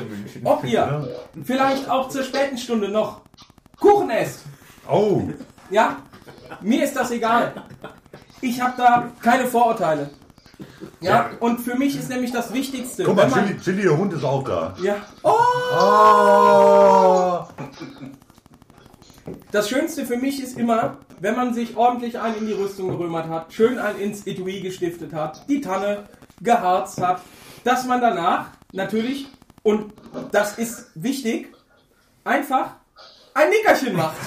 ob ihr vielleicht auch zur späten Stunde noch Kuchen esst. Oh. Ja? Mir ist das egal. Ich habe da keine Vorurteile. Ja? Und für mich ist nämlich das Wichtigste, Guck mal, wenn man... Chili, Chili, der Hund ist auch da. Ja. Oh! Das Schönste für mich ist immer, wenn man sich ordentlich einen in die Rüstung gerömert hat, schön einen ins Etui gestiftet hat, die Tanne geharzt hat, dass man danach natürlich, und das ist wichtig, einfach ein Nickerchen macht.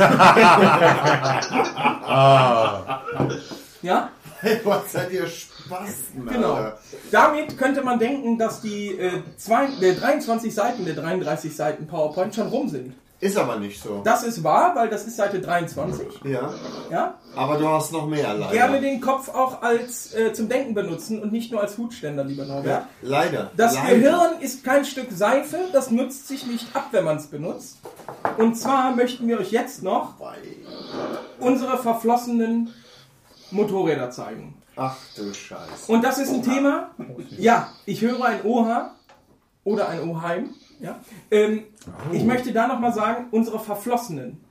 ja? Was seid ihr Spasten, Genau. Alter. Damit könnte man denken, dass die äh, zwei, der 23 Seiten der 33 Seiten PowerPoint schon rum sind. Ist aber nicht so. Das ist wahr, weil das ist Seite 23. Ja. Ja? Aber du hast noch mehr, leider. Gerne den Kopf auch als äh, zum Denken benutzen und nicht nur als Hutständer, lieber Norbert. ja. Leider. Das leider. Gehirn ist kein Stück Seife, das nutzt sich nicht ab, wenn man es benutzt. Und zwar möchten wir euch jetzt noch unsere verflossenen Motorräder zeigen. Ach du Scheiße. Und das ist ein Thema. Ja, ich höre ein Oha oder ein Oheim. Ja. Ähm, Ich möchte da nochmal sagen, unsere Verflossenen.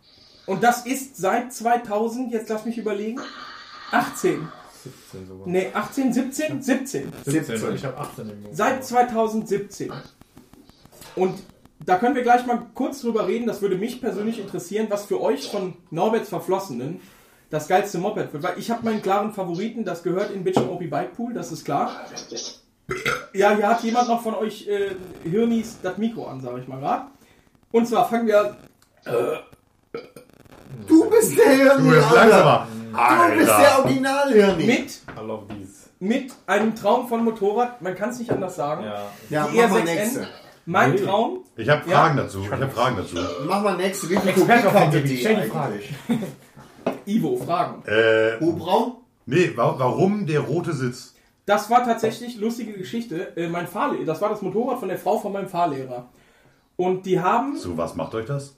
Und das ist seit 2000, jetzt lass mich überlegen, 18. 17 sogar. Ne, 18, 17? 17. 17. Ich habe 18 im Moment. Seit 2017. Und da können wir gleich mal kurz drüber reden. Das würde mich persönlich interessieren, was für euch von Norberts Verflossenen das geilste Moped wird. Weil ich habe meinen klaren Favoriten, das gehört in Bitch und Opie Bike Pool, das ist klar. Ja, hier hat jemand noch von euch äh, Hirnis das Mikro an, sage ich mal gerade. Und zwar fangen wir an. Du bist der Hirni, Du bist Alter. langsamer. Du bist Alter. der Originalhirni. Mit, mit einem Traum von Motorrad, man kann es nicht anders sagen. Ja, Die mach mal R6N, nächste. Mein Nee. Traum. Ich habe Fragen dazu. Ich habe Fragen dazu. Mach mal nächste. Wie viel Experte Kubik auf hatte dem Gebiet. die Stell die eigentlich? Ivo, Fragen. Äh, Hubraum? Nee, wa warum der rote Sitz? Das war tatsächlich lustige Geschichte. Äh, mein Fahrlehrer, das war das Motorrad von der Frau von meinem Fahrlehrer. Und die haben So, was macht euch das?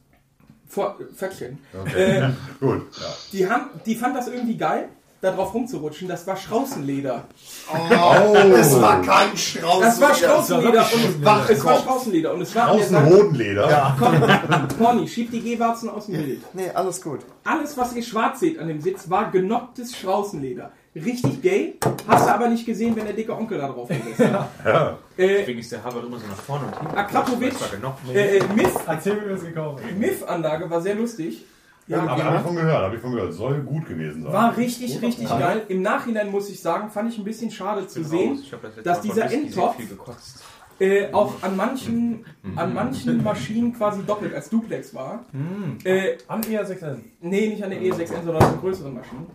vor äh, Vöckchen. Okay. Äh, Gut. Ja. die haben, die fand das irgendwie geil, da drauf rumzurutschen. Das war Straußenleder. Oh, es war kein Straußenleder. Das war Straußenleder und Wachkopf. es war Straußenleder und es war an der Seite- Außenhodenleder. Ja. Komm, Pony, schieb die Gehwarzen aus dem Bild. Nee, alles gut. Alles, was ihr schwarz seht an dem Sitz, war genopptes Straußenleder. Richtig gay, hast du aber nicht gesehen, wenn der dicke Onkel da drauf ist. Ja. Deswegen ist der Harvard immer so nach vorne und hinten. Akrapovic, Ich weiß gar nicht, noch äh, äh, Miff, Erzähl mir, wie wir es gekauft haben. Miff-Anlage war sehr lustig. Ja, aber ja. habe ich von gehört, habe ich von gehört. Soll gut gewesen sein. War richtig, richtig Ja. geil. Im Nachhinein muss ich sagen, fand ich ein bisschen schade zu Bin raus. sehen, Ich hab das letzte dass Mal von dieser Whisky sehr Endtopf viel gekotzt. äh, auch an manchen, Mhm. an manchen Maschinen quasi doppelt als Duplex war. Mm. Äh, Am ER6N. E Nee, nicht an der E6N, sondern an größeren Maschinen.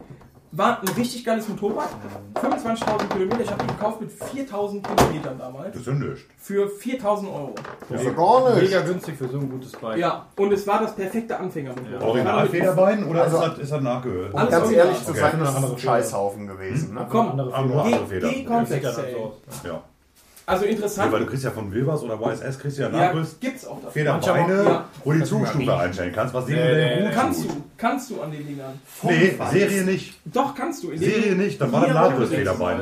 War ein richtig geiles Motorrad. 25.000 Kilometer. Ich habe ihn gekauft mit 4.000 Kilometern damals. Das ist ja nichts. Für 4.000 Euro. Das ist ja gar nichts. Mega günstig für so ein gutes Bike. Ja, und es war das perfekte Anfänger. Original Federbein oder Also- ist das, ist das nachgehört? Um ganz ehrlich zu sein, das ist ein Scheißhaufen gewesen. Ne? Komm, aber nur andere Feder. G-Komplex, ey. Ja. Also Ja, interessant. weil du kriegst ja von Wilbers oder YSS kriegst du ja Ja, Nachrüst gibt's auch dafür. Federbeine, Manche haben- wo du die Zugstufe einstellen kannst, was denen Äh, denn gut kannst tut. du, kannst du an den Dingern. Nee, Vorgefallen. Serie nicht. Doch, kannst du. indem Serie du nicht, dann war das hier Nachrüst rumsetzt. Federbein.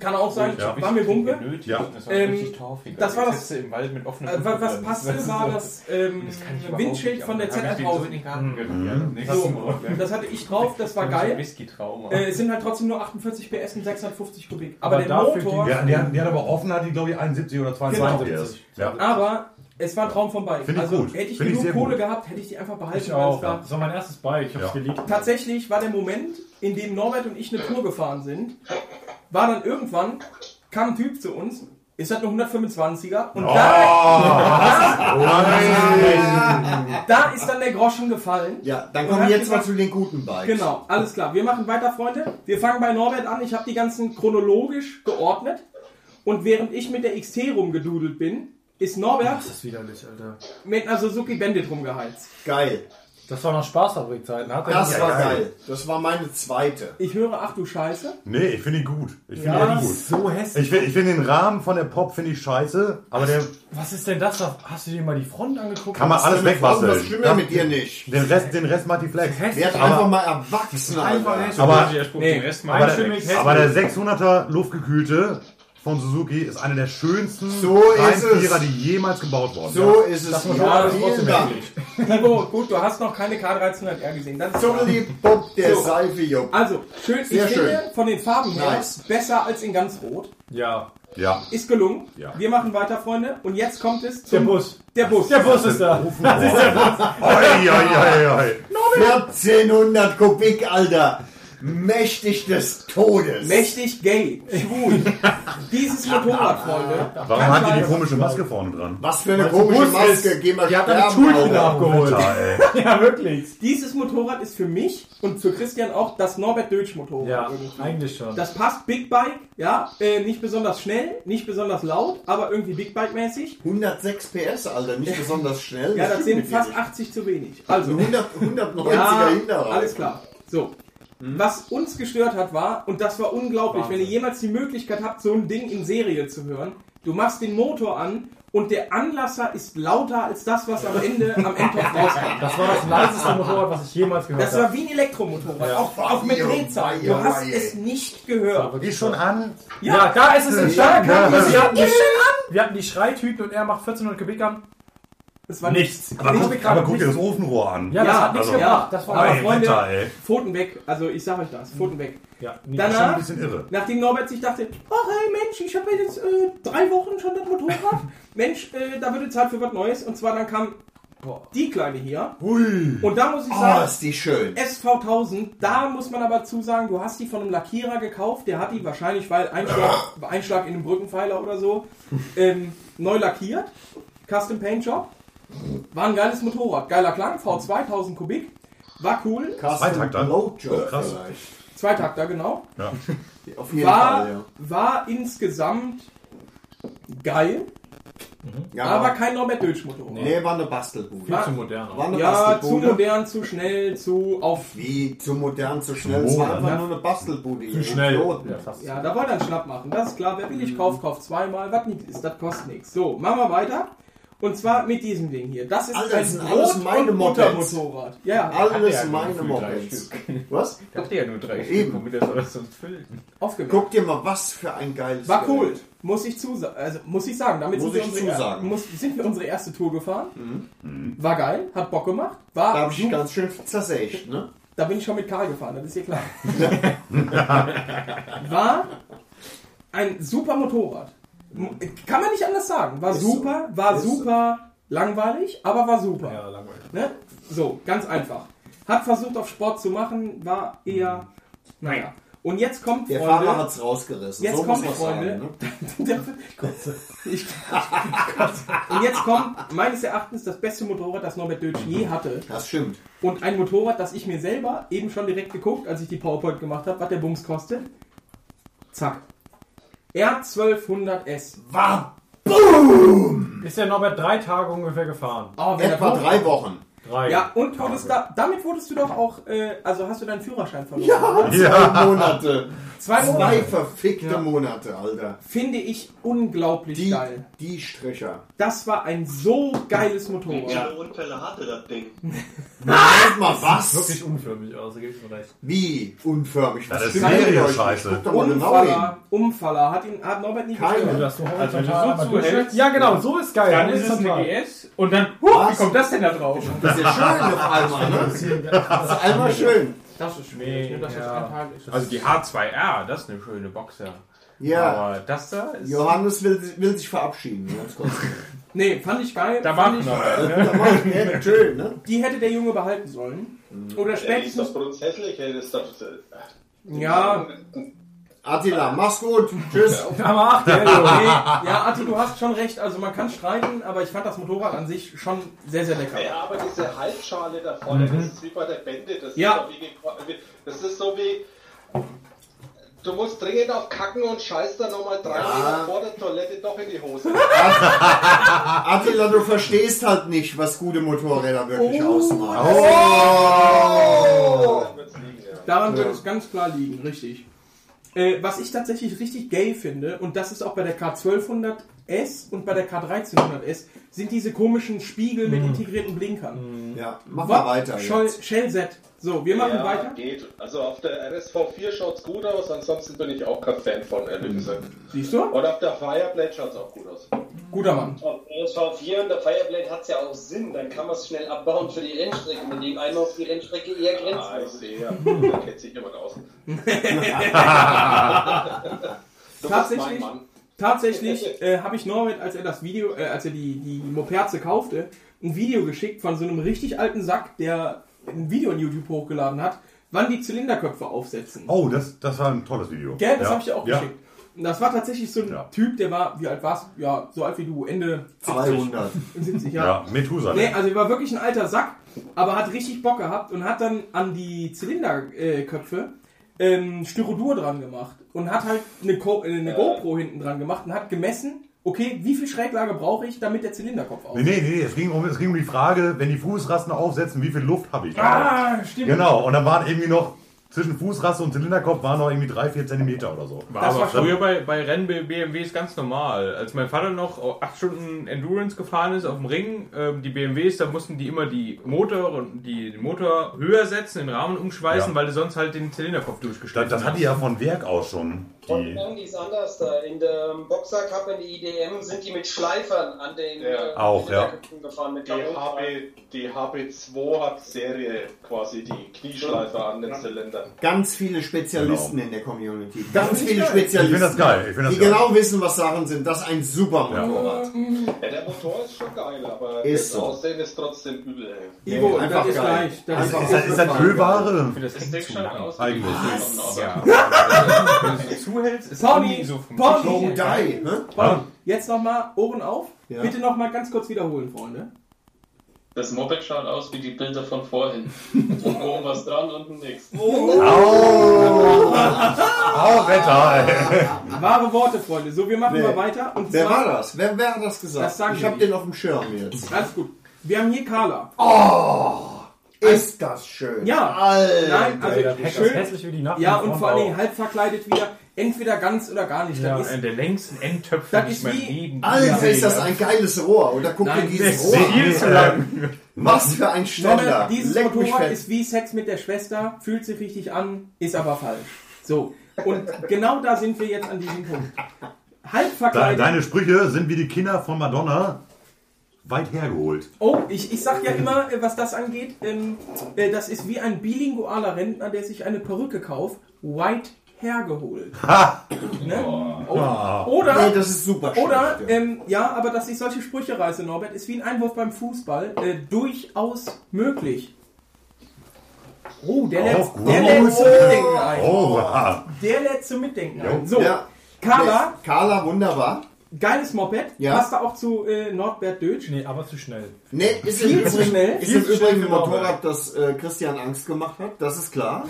Kann auch sein, Ja. war mir Wumpe. Ja. Das war Ähm, richtig torfig. Also das war das, Sitze im Wald mit offenen äh, wa- was Fenstern. passte, Das ist war so- das ähm, kann ich überhaupt Windschild nicht, von aber der dann hab ich den so in den Garten genommen. Ja, ZR1000. nächstes Hm. Mhm. So, Mal. das hatte ich drauf, das war geil. Whisky-Trauma. Äh, es sind halt trotzdem nur 48 PS und 650 Kubik. Aber, der Motor, Ja, die, hat- die hat aber offen, hat die glaube ich 71 oder 22 Genau. erst. Ja. aber es war ein Traum vom Bike. Finde ich also gut. hätte ich Finde ich genug sehr Kohle gut. gehabt, hätte ich die einfach behalten. Ich weil es auch. war- Das war mein erstes Bike. Ich hab's Ja. geliebt. Tatsächlich war der Moment, in dem Norbert und ich eine Tour gefahren sind, war dann irgendwann, kam ein Typ zu uns, ist halt eine 125er Oh. und da, da ist dann der Groschen gefallen. Ja, dann Und kommen hat wir jetzt mal gesagt, zu den guten Bikes. Genau, alles klar. Wir machen weiter, Freunde. Wir fangen bei Norbert an. Ich habe die ganzen chronologisch geordnet. Und während ich mit der XT rumgedudelt bin, ist Norbert Das ist widerlich, Alter. mit einer Suzuki Bandit rumgeheizt. Geil. Das war noch Spaßfabrikzeiten. Hat er Das nicht- war geil. Das war meine zweite. Ich höre, ach du Scheiße. Nee, ich finde ihn gut. Ich finde Ja, ihn gut. ist so hässlich. Ich finde ich finde den Rahmen von der Pop finde ich scheiße, aber der Was ist denn das? da? Hast du dir mal die Front angeguckt? kann man Was ist alles denn mit wegbasteln. Was stimmt denn mit dir nicht? Den Rest, den Rest macht die Flex. Werd einfach Aber, mal erwachsen. Alter. aber, Nee, aber, einstimmig der, aber der 600er Luftgekühlte von Suzuki ist einer der schönsten So ist es. Vierer, die jemals gebaut worden So ist es. Das war Ja, schon vielen trotzdem Dank. hässlich. Ivo, gut, du hast noch keine K1300R gesehen. Das ist klar. Zuckeli Bob, der So. Seife, Jupp. Also, schön, Sehr ich finde schön. von den Farben her Nice. besser als in ganz rot. Ja. Ja. Ist gelungen. Ja. Wir machen weiter, Freunde. Und jetzt kommt es Der zum Bus. Der Bus. Der Bus ist da. Das ist der Ei, ei, ei, ei. 1400 Kubik, Alter. Mächtig des Todes. Mächtig gay, schwul. Dieses Motorrad, Freunde. Warum Kein hat die die Scheiß. komische Maske vorne dran? Was für eine Weil's ein komische Bus Maske. ist. Geh mal Die hat damit sterben, Schulden Alter. nachgeholt. Alter, ey. Ja, wirklich. Dieses Motorrad ist für mich und für Christian auch das Norbert Dötsch Motorrad. Ja, irgendwie. eigentlich schon. Das passt Big Bike, ja, äh, nicht besonders schnell, nicht besonders laut, aber irgendwie Big Bike mäßig. 106 PS, Alter. Nicht besonders schnell. Ja, das stimmt sind mit dir fast nicht. 80 zu wenig. Also, 100, 190er ja, Hinterrad. alles klar. So. Was uns gestört hat, war, und das war unglaublich, wenn ihr jemals die Möglichkeit habt, so ein Ding in Serie zu hören, du machst den Motor an und der Anlasser ist lauter als das, was am Ende am Endtopf rauskommt. Das war das leiseste Motorrad, was ich jemals gehört Das habe. war wie ein Elektromotorrad, Ja. auch, auch mit Wei, Drehzahl. wei, Du hast wei. es nicht gehört. wirklich Ist schon krass. an. Ja, da ist es im Start. Ja. Wir, hatten die, wir hatten die Schreitüten und er macht 1400 Kubik an. Es war Nichts. Aber, Ich guck, hab aber gerade guck dir nichts- das Ofenrohr an. Ja, das Ja, hat nichts also- gebracht. Das war Aber Ey, Freunde- Alter, ey. Pfoten weg. Also ich sag euch das, Pfoten weg. Ja, nee, Das ist schon Danach, ein bisschen irre. nachdem Norbert sich dachte, oh hey Mensch, ich habe jetzt äh, drei Wochen schon das Motorrad. Mensch, äh, da würde Zeit für was Neues. Und zwar dann kam die Kleine hier. Ui. Und da muss ich Oh, sagen, ist die schön. Äh, SV1000, da muss man aber zusagen, du hast die von einem Lackierer gekauft. Der hat die wahrscheinlich, weil Einschlag, Einschlag in einem Brückenpfeiler oder so, ähm, neu lackiert. Custom Paint Job. War ein geiles Motorrad. Geiler Klang, V2000 Kubik. War cool. Zweitakter. Blowjob Krass. vielleicht. Zweitakter, genau. Ja. Auf jeden war, Fall, war insgesamt geil, ja. ja aber aber kein Norbert Dölsch Motorrad. nee, war eine Bastelbude. Viel zu modern. War eine Ja, zu Bastelbude. modern, zu schnell, zu auf. Wie zu modern, zu schnell. Es war modern. einfach nur eine Bastelbude. ihr Zu schnell. Idioten. Ja, da wollt ihr einen Schnapp machen. Das ist klar. Wer Mhm. billig kauft, kauft zweimal. Was nicht ist, das kostet nichts. So, machen wir weiter. Und zwar mit diesem Ding hier. Das ist Alter, das sind ein alles Brot- meine und Mopeds. Buttermotorrad. Ja, ja. Alles Hat er ja meine gefühlt drei Mopeds. Was? Ich dachte ja nur drei Eben. Stück, womit er soll das sonst füllen. aufgenommen. Guck dir mal, was für ein geiles War Gerät. cool. Muss ich zusagen. Also, muss ich sagen. Damit Muss sind, wir ich unsere, zusagen. Mhm. muss, sind wir unsere erste Tour gefahren. War geil. Hat Bock gemacht. War Da habe ich super. ganz schön zersägt, ne? Da bin ich schon mit Karl gefahren, das ist dir klar. war ein super Motorrad. Mo- Kann man nicht anders sagen. War Ist so. super, war Ist so. super langweilig, aber war super. Ja, langweilig. Ne? So, ganz einfach. Hat versucht auf Sport zu machen, war eher, naja. Und jetzt kommt, Der Freunde, Fahrer hat's rausgerissen. Jetzt So muss ne? kommt, man's Freunde. ich, und jetzt kommt meines Erachtens das beste Motorrad, das Norbert Dötsch je hatte. Das stimmt. Und ein Motorrad, das ich mir selber eben schon direkt geguckt, als ich die PowerPoint gemacht habe, was der Bums kostet. Zack. R1200S. War BOOM! Ist der Norbert drei Tage ungefähr gefahren? Oh, wenn er Etwa braucht- drei Wochen. Drei. Ja, und wurdest da, damit wurdest du doch auch, äh, also hast du deinen Führerschein verloren. Ja, oder? zwei Monate. Zwei Monate. verfickte Monate, Alter. Finde ich unglaublich Die, geil. die Stricher. Das war ein so geiles Wie Motorrad. viele Unfälle hatte das Ding? Warte mal, was? Wirklich unförmig aus, da gebe ich mir recht. Wie unförmig? Ja, das ist stimmt denn Serie, euch? Scheiße. Guckt doch mal genau hin. Umfaller, Umfaller, hat ihn hat Norbert nie Keine. gestört. Dass du Also wenn du horizontal so einmal durchschlägst. zuhältst, Ja, genau, so ist geil. Dann ist es Horizontal. eine GS und dann, huh, wie kommt das denn da drauf? Das ist ja schön auf einmal, ne? Das ist einmal schön. Das ist schwierig. ne? Das ist Mega. ein Tag ist das- Also die H2R, das ist eine schöne Boxer. Ja. Aber das da ist. Johannes will, will sich verabschieden. Ganz kurz. Nee, fand ich geil. Da fand machen ich, wir. Da mach ich mir schön, ne? Die hätte der Junge behalten sollen. Oder Ey, Mhm. ist spätestens. doch grundsätzlich, ey, das ist doch. äh, Ja, Attila, mach's gut. Tschüss. Aber acht, nee, ja, ja, Atti, du hast schon recht. Also man kann streiten, aber ich fand das Motorrad an sich schon sehr, sehr lecker. Ja, aber diese Halbschale da vorne, Mhm. das ist wie bei der Bände. Das, Ja. ist, doch wie, gekro- wie- das ist so wie. Du musst dringend auf Kacken und scheißt dann nochmal drei Ja. Meter vor der Toilette doch in die Hose. Attila, du verstehst halt nicht, was gute Motorräder wirklich ausmachen. Oh. Dann wird's liegen, ja. Daran Ja. wird es ganz klar liegen, richtig. Äh, was ich tatsächlich richtig gay finde, und das ist auch bei der K1200S und bei der K1300S, sind diese komischen Spiegel mit integrierten Mhm. Blinkern. Ja, mach What? mal Mhm. weiter. Shell, Jetzt. Shell Z. So, wir machen weiter. Geht. Also auf der RSV4 schaut's gut aus, ansonsten bin ich auch kein Fan von, ehrlich gesagt. Siehst du? Und auf der Fireblade schaut's auch gut aus. Guter Mann. Auf SV4 und der Fireblade hat es ja auch Sinn, dann kann man es schnell abbauen für die Rennstrecke, mit dem einmal auf die Rennstrecke eher grenzt. Ah, ich sehe ja. Da kennt sich jemand aus. Du bist mein Tatsächlich, Mann. tatsächlich äh, habe ich Norbert, als er das Video, äh, als er die, die Moperze kaufte, ein Video geschickt von so einem richtig alten Sack, der ein Video in YouTube hochgeladen hat, wann die Zylinderköpfe aufsetzen. Oh, das, das war ein tolles Video. Gell, das Ja. habe ich dir auch Ja. geschickt. Und das war tatsächlich so ein Typ, der war, wie alt war's? Ja, so alt wie du, Ende 200. 70 Jahre. Ja, Methusalem. Nee, also er war wirklich ein alter Sack, aber hat richtig Bock gehabt und hat dann an die Zylinderköpfe ähm, Styrodur dran gemacht und hat halt eine, Co äh, eine GoPro hinten dran gemacht und hat gemessen, okay, wie viel Schräglage brauche ich, damit der Zylinderkopf auf. Nee, nee, nee, es ging, um, es ging um die Frage, wenn die Fußrasten aufsetzen, wie viel Luft habe ich da? Ah, stimmt. Genau, und dann waren irgendwie noch zwischen Fußraste und Zylinderkopf waren noch irgendwie 3, 4 Zentimeter oder so. War aber früher bei, bei Rennen bei BMWs ganz normal. Als mein Vater noch acht Stunden Endurance gefahren ist auf dem Ring, ähm, die BMWs, da mussten die immer die Motor und die den Motor höher setzen, den Rahmen umschweißen, Ja. weil du sonst halt den Zylinderkopf Das, durchgeschnitten das hat die ja von Werk aus schon. Und Die, dann die ist anders da. In der Boxer Cup in der IDM sind die mit Schleifern an den Ja. äh, Auch, ja. Zylinderköpfen gefahren mit Die, HB, die HB2 hat Serie quasi die Knieschleife an den Zylindern. Ganz viele Spezialisten Genau. in der Community. Ganz viele Spezialisten. Ich find das geil, ich find das die geil. genau wissen, was Sachen sind. Das ist ein super Motorrad. Ja, der Motor ist schon geil, aber Ist das so. Aussehen ist trotzdem übel. Ey. Ivo, Nee, einfach das ist geil. Also gleich. halt- Das Einfach ist, das, ist das Ölware? Das hängt zu lang. Eigentlich. Ja. Wenn du sie zuhältst, ist Pony, irgendwie so vom Pony. Oh, die, ne? Bon, jetzt nochmal Ohren auf. Ja. Bitte nochmal ganz kurz wiederholen, Freunde. Das Moped schaut aus wie die Bilder von vorhin. Oben was dran, unten nichts. Oh, Wetter, ey. Wahre Worte, Freunde. So, wir machen Nee. mal weiter. Und Wer zwar, war das? Wer, wer hat das gesagt? Das sagen ich wir habe nicht. den auf dem Schirm jetzt. Alles gut. Wir haben hier Carla. Ist das schön? Ja. Alter. Nein, also das Heck ist schön. hässlich wie die Nacht. Ja, von und vor allen Bau. Dingen halb verkleidet wieder. Entweder ganz oder gar nicht. Ja, Das einer ist, der längsten Endtöpfe, Das die ist ich mein wie- Leben Alter, gesehen ist das habe. ein geiles Rohr. Oder guck dir Nein, dieses das Rohr ist viel an. zu lang. Was für ein Ständer. Norbert, dieses Leck mich Motorrad fett. ist wie Sex mit der Schwester, fühlt sich richtig an, ist aber falsch. So. Und genau da sind wir jetzt an diesem Punkt. Halb De- verkleidet. Deine Sprüche sind wie die Kinder von Madonna weit hergeholt. Oh, ich, ich sag ja immer, äh, was das angeht, ähm, äh, das ist wie ein bilingualer Rentner, der sich eine Perücke kauft, white hergeholt. ne? oh. Ah. Nee, Oder, das ist super schön. oder ähm, ja, aber dass ich solche Sprüche reiße, Norbert, ist wie ein Einwurf beim Fußball äh, durchaus möglich. Oh, der Auch lässt, gut. der lässt Oh, mitdenken ein. oh, ah. Der lässt zum Mitdenken Jo. ein. So, Ja. Carla. Carla, wunderbar. Geiles Moped. Ja. Passt da auch zu äh, Nordbert Dötsch? Nee, aber zu schnell. Nee, ist viel im zu Übrigen, schnell. ist im Übrigen ein Motorrad, das äh, Christian Angst gemacht hat, das ist klar.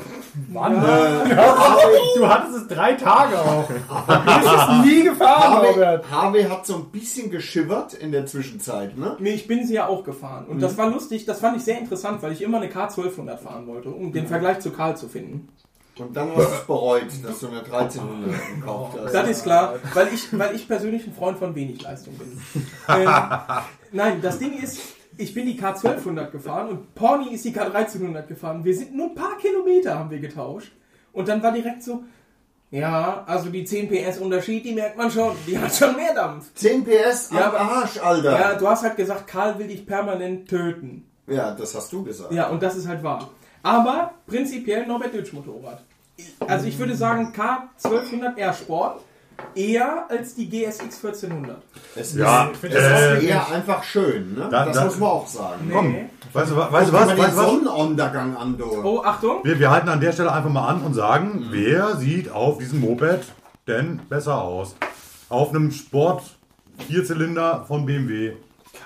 Mann, Äh, du hattest es drei Tage auch. Du bist es nie Oh, gefahren, Robert. Harvey hat so ein bisschen geschibbert in der Zwischenzeit, ne? Nee, ich bin sie ja auch gefahren. Und das war lustig, das fand ich sehr interessant, weil ich immer eine K1200 fahren wollte, um den Vergleich zu Karl zu finden. Und dann hast du es bereut, dass du eine 1300 gekauft hast. Das ist klar, weil ich, weil ich persönlich ein Freund von wenig Leistung bin. ähm, nein, das Ding ist, ich bin die K1200 gefahren und Porni ist die K1300 gefahren. Wir sind nur ein paar Kilometer haben wir getauscht. Und dann war direkt so, ja, also die 10 PS Unterschied, die merkt man schon. Die hat schon mehr Dampf. 10 PS am aber- Arsch, Alter. Ja, du hast halt gesagt, Karl will dich permanent töten. Ja, das hast du gesagt. Ja, und das ist halt wahr. Aber prinzipiell Norbert Dötsch Motorrad. Also ich würde sagen K1200 R Sport eher als die GSX 1400. Es Ja, ist, es ist äh, eher einfach schön, ne? da- das da- muss man auch sagen. Komm, weißt du, wa- weißt du was? Den Weißt du was? Sonnenuntergang andeutet. Oh, Achtung. Wir, wir halten an der Stelle einfach mal an und sagen, Mhm. wer sieht auf diesem Moped denn besser aus? Auf einem Sport Vierzylinder von BMW.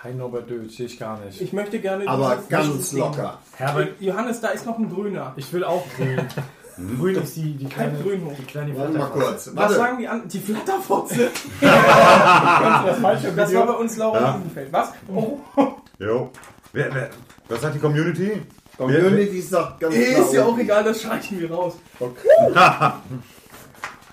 Kein Norbert Dötsch, sehe ich gar nicht. Ich möchte gerne dieses- Herbert, Johannes, da ist noch ein grüner. ich will auch grün. grün ist die, die Kein kleine, Grün hoch. die kleine Warte mal Flatterfratze. Was sagen die anderen? Die Flatterfotze. Das falsche das Video. war bei uns Laura Ja. Liebenfeld. Was? Oh, Jo. Wer, wer, was sagt die Community? Community sagt ganz ist ja klar. auch egal, das schreichen wir raus.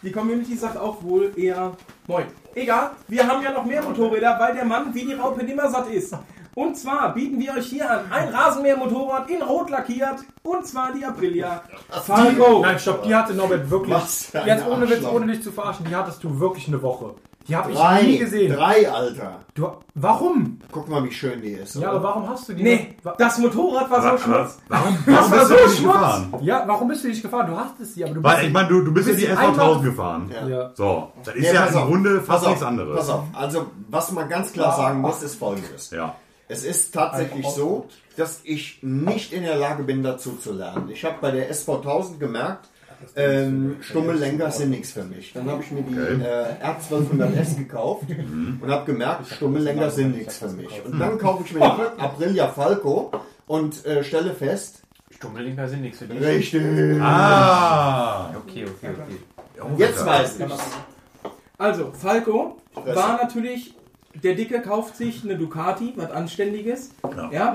Die Community sagt auch wohl eher moin. Egal, wir haben ja noch mehr Motorräder, weil der Mann wie die Raupe nimmer satt ist. Und zwar bieten wir euch hier an ein Rasenmähermotorrad in Rot lackiert und zwar die Aprilia Fargo. Nein, stopp, die hatte Norbert wirklich. Was für ein Jetzt ohne Witz, Arschloch. ohne dich zu verarschen, die hattest du wirklich eine Woche. Die habe Drei, ich nie gesehen. Drei, Alter. Du, warum? Guck mal, wie schön die ist. Ja, oder? aber warum hast du die? Nee, das Motorrad war so Wa- wa- schmutz. Warum, Das warum war bist du so denn nicht gefahren? Schmutz. Ja, warum bist du nicht gefahren? Du hast es sie, aber du bist Weil, ich meine, du, du bist ja bist die sie einmal- SV1000 gefahren. Ja. So, das ist Nee, ja pass im auf, Grunde fast pass auf, nichts anderes. Pass auf, also was man ganz klar sagen muss, ist folgendes. Ja. Es ist tatsächlich so, dass ich nicht in der Lage bin, dazu zu lernen. Ich habe bei der SV1000 gemerkt, ähm, stumme Lenker sind nichts für mich. Dann habe ich mir die äh, R1200S gekauft Mhm. und habe gemerkt, stumme Lenker sind nichts für mich. Und dann kaufe ich mir die Aprilia Falco und äh, stelle fest, Stummelinker sind nichts für dich. Richtig. Ah. Okay, okay, okay. jetzt weiß ich. Also, Falco Fresse. war natürlich, der Dicke kauft sich eine Ducati, was Anständiges. Genau. Ja.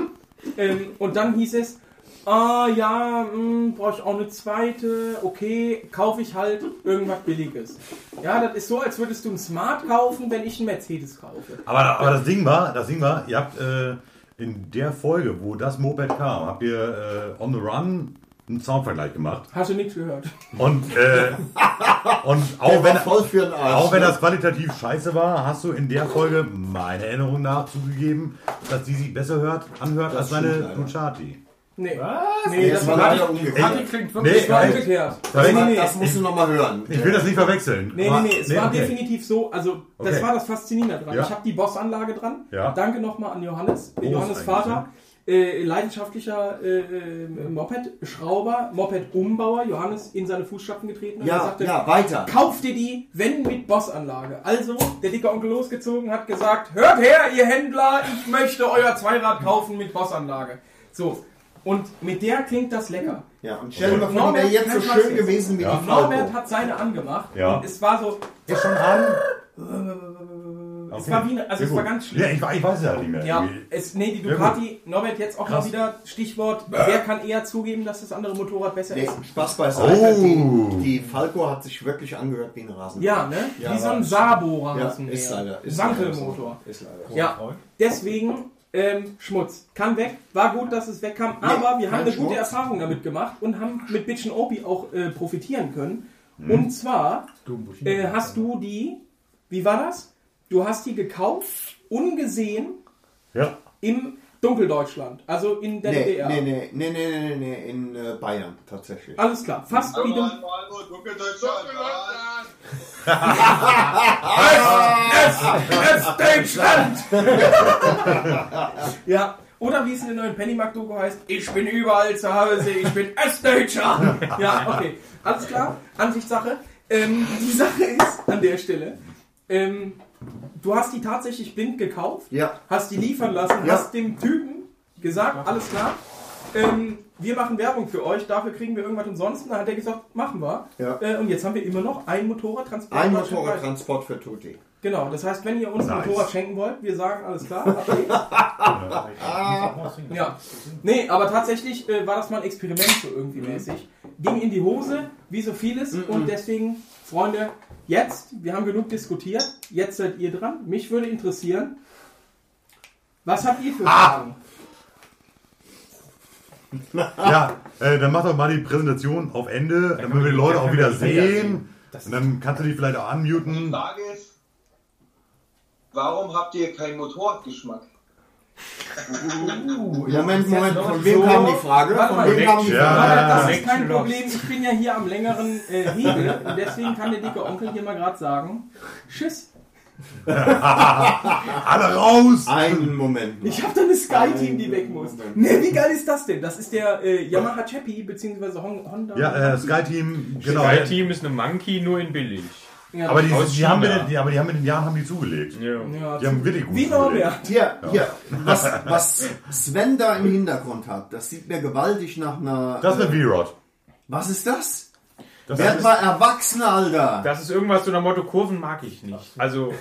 Ähm, und dann hieß es, ah ja, hm, brauche ich auch eine zweite, okay, kaufe ich halt irgendwas Billiges. Ja, das ist so, als würdest du einen Smart kaufen, wenn ich einen Mercedes kaufe. Aber, aber das Ding war, das Ding war, ihr habt äh, in der Folge, wo das Moped kam, habt ihr äh, on the run einen Soundvergleich gemacht. Hast du nichts gehört? Und, äh, und Der auch, war wenn, voll für den Arsch, auch wenn ne? das qualitativ scheiße war, hast du in der Folge meiner Erinnerung nach zugegeben, dass die sich besser hört, anhört Das als seine stimmt, leider. Ducati. Nee. Was? Nee, Jetzt das war war leider nicht- umgekehrt. Kati klingt wirklich Nee, das war nein. umgekehrt. Das- Nee, nee, nee. Das musst du nochmal hören. Ich will das nicht verwechseln. Nee, aber- nee, nee, es war okay. definitiv so, also das Okay. war das Faszinierende dran. Ja. Ich habe die Boss-Anlage dran. Ja. Danke nochmal an Johannes, Groß Johannes eigentlich, Vater, äh, leidenschaftlicher äh, äh, Moped-Schrauber, Moped-Umbauer, Johannes in seine Fußstapfen getreten und Ja, er sagte, ja, weiter. kauf dir die, wenn mit Boss-Anlage. Also, der dicke Onkel losgezogen hat gesagt, hört her, ihr Händler, ich möchte euer Zweirad kaufen mit Boss-Anlage. So, und mit der klingt das lecker. Ja, und stell dir mal vor, die Norbert wäre jetzt so kann schön Spaß gewesen wie Ja. die Norbert Falco. hat seine angemacht Ja. und es war so, Ist schon an. Es war wie eine- also Sehr es war gut. ganz schlimm. Ja, ich, weiß- ich weiß es halt nicht mehr. Ja, Irgendwie- es, nee, die Ja, Ducati, Norbert jetzt auch Krass. mal wieder Stichwort, wer kann eher zugeben, dass das andere Motorrad besser Nee, ist? Spaß beiseite. Oh. Die, die Falco hat sich wirklich angehört wie ein Rasen. Ja, ne? Ja, Wie so war- ein Sabo Ja, rasen ist leider. Ist Wankelmotor. Leider. so. Ist leider. so. Ja, deswegen ähm, Schmutz. Kann weg. War gut, dass es wegkam, aber wir kein haben eine Schmutz. gute Erfahrung damit gemacht und haben mit Bitchen Opi auch äh, profitieren können. Mhm. Und zwar äh, hast du die, wie war das? Du hast die gekauft, ungesehen Ja. im Dunkeldeutschland, also in der Nee, DDR. nee, nee, nee, nee, nee, nee, nee, in äh, Bayern tatsächlich. Alles klar, fast wie Dunkel. Es, es Deutschland! ja, Oder wie es in der neuen Pennymark-Doku heißt, ich bin überall zu Hause, ich bin Ostdeutscher. Ja, okay, alles klar, Ansichtssache. Ähm, die Sache ist an der Stelle, ähm, du hast die tatsächlich blind gekauft, Ja. hast die liefern lassen, Ja. hast dem Typen gesagt, alles klar, ähm, wir machen Werbung für euch, dafür kriegen wir irgendwas umsonst. Und dann hat er gesagt, machen wir. Ja. Äh, und jetzt haben wir immer noch ein Motorradtransport. Ein Motorradtransport für Tuti. Genau, das heißt, wenn ihr uns ein Nice. Motorrad schenken wollt, wir sagen alles klar. Okay. ja. Nee, aber tatsächlich äh, war das mal ein Experiment so irgendwie mäßig. Ging in die Hose, wie so vieles. Und deswegen, Freunde, jetzt, wir haben genug diskutiert, jetzt seid ihr dran. Mich würde interessieren, was habt ihr für Fragen? Ja, äh, dann mach doch mal die Präsentation auf Ende, damit wir die Leute auch wieder sehen. Und dann kannst du die vielleicht auch unmuten. Frage ist, warum habt ihr keinen Motorradgeschmack? Uh, Moment, Moment, von wem kam die Frage? Warte Von mal, wem kam die Warte, Äh, das Frage? ist kein Problem. Ich bin ja hier am längeren äh, Hebel. Und deswegen kann der dicke Onkel hier mal gerade sagen: Tschüss. Alle raus! Einen Moment. Ich habe da eine Sky-Team, die weg muss. Ne, wie geil ist das denn? Das ist der äh, Yamaha Chappy bzw. Hon Honda. Ja, äh, Sky Team, genau. Sky Team ist eine Monkey, nur in billig. Ja, aber, die, aus die haben mit China. den, die, aber die haben mit den Jahren haben die zugelegt. Ja, die haben wirklich gut Wie zugelegt. Norbert. Hier, hier. Was, was Sven da im Hintergrund hat, das sieht mir gewaltig nach einer. Das ist äh, eine V-Rod. Was ist das? Das Werd ist- mal erwachsen, Alter. Das ist irgendwas so nach Motto, Kurven mag ich nicht. Also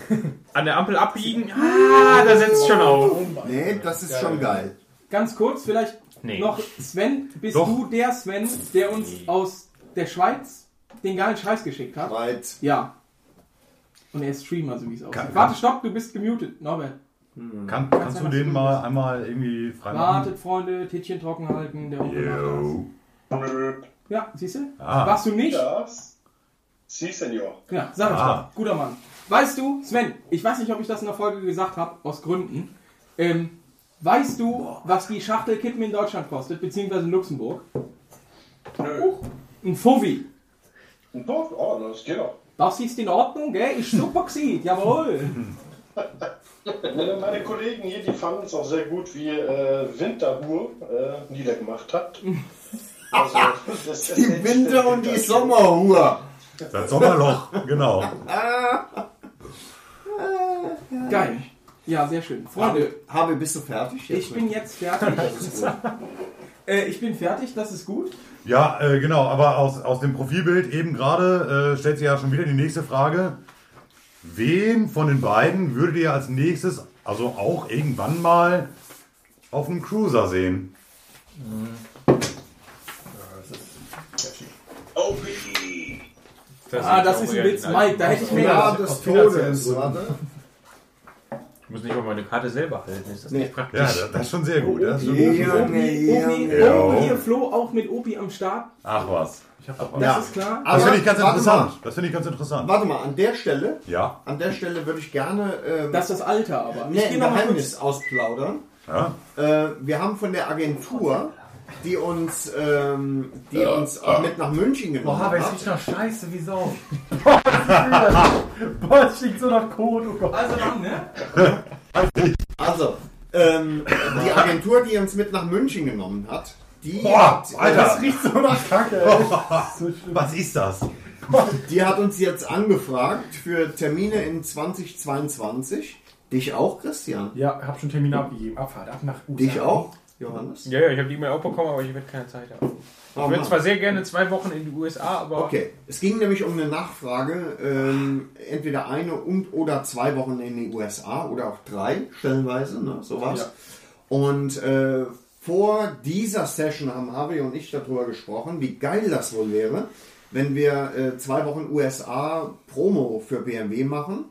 an der Ampel abbiegen, ah, da setzt schon auf. Nee, das ist schon geil. Ganz kurz, vielleicht Nee. noch Sven. Bist Doch. du der Sven, der uns aus der Schweiz den geilen Scheiß geschickt hat? Schweiz. Ja. Und er ist Streamer, so wie es aussieht. Kann- Warte, stopp, du bist gemutet, Norbert. Kann, kannst du den mal einmal irgendwie freimachen? Wartet, Freunde, Tittchen trocken halten, der Onkel macht Yo. das. Ja, siehst du? Ah. Warst du nicht? Ja. Sie, Senior. Ja, sag ich Ah. doch. Genau, Guter Mann. Weißt du, Sven, ich weiß nicht, ob ich das in der Folge gesagt habe, aus Gründen. Ähm, weißt du, was die Schachtel Kippen in Deutschland kostet, beziehungsweise in Luxemburg? Nö. Ein Fuffi. Ein Puff? Oh, das geht doch. Das ist in Ordnung, gell? Ist super gewesen, jawohl. Äh, Meine Kollegen hier, die fanden es auch sehr gut, wie äh, Winterhuhr äh, niedergemacht hat. Also, das, das, Die Winter- und die Sommerhuhr. Das Sommerloch, genau. Geil. Ja, sehr schön. Freunde, Habe, bist du fertig? ich bin jetzt fertig. äh, ich bin fertig, das ist gut. Ja, äh, genau, aber aus, aus dem Profilbild eben gerade äh, stellt sich ja schon wieder die nächste Frage. Wen von den beiden würdet ihr als nächstes, also auch irgendwann mal, auf einem Cruiser sehen? Das ah, ist das auch ist eher ein Witz, die Mike, da hätte ich mir Ja, des Todes. Warte. Ich muss nicht mal meine Karte selber halten, ist das Nee. nicht praktisch? Ja, das, das ist schon sehr gut. Das ist schon Junge, Opi, Junge. oh, hier Flo auch mit Opi am Start. Ach was. Das ist klar. Das finde ich ganz warte interessant. Das finde ich ganz interessant. Warte mal, an der Stelle, Ja. an der Stelle würde ich gerne ähm, Das ist das Alter aber. nee, geh ein noch mal Geheimnis ausplaudern. ja. Äh, wir haben von der Agentur, die uns, ähm, die uns auch mit nach München genommen Boah, aber es hat. riecht nach Scheiße, wie Sau. Boah, es riecht so nach Kot, oh Gott. Also dann, ne? Also, ähm, die Agentur, die uns mit nach München genommen hat, die, Boah, hat, Alter, riecht so nach Kacke, ey. So schlimm. was ist das? die hat uns jetzt angefragt für Termine in 2022. Dich auch, Christian? Ja, hab schon Termine abgegeben. Abfahrt, ab nach USA. Dich auch, Johannes? Ja, ja, ich habe die E-Mail auch bekommen, aber ich werde keine Zeit Oh, haben. ich würde Mann. zwar sehr gerne zwei Wochen in die USA, aber Okay, es ging nämlich um eine Nachfrage, ähm, entweder eine und oder zwei Wochen in die USA oder auch drei stellenweise, ne, sowas. Ja. Und äh, vor dieser Session haben Harvey und ich darüber gesprochen, wie geil das wohl wäre, wenn wir äh, zwei Wochen USA Promo für BMW machen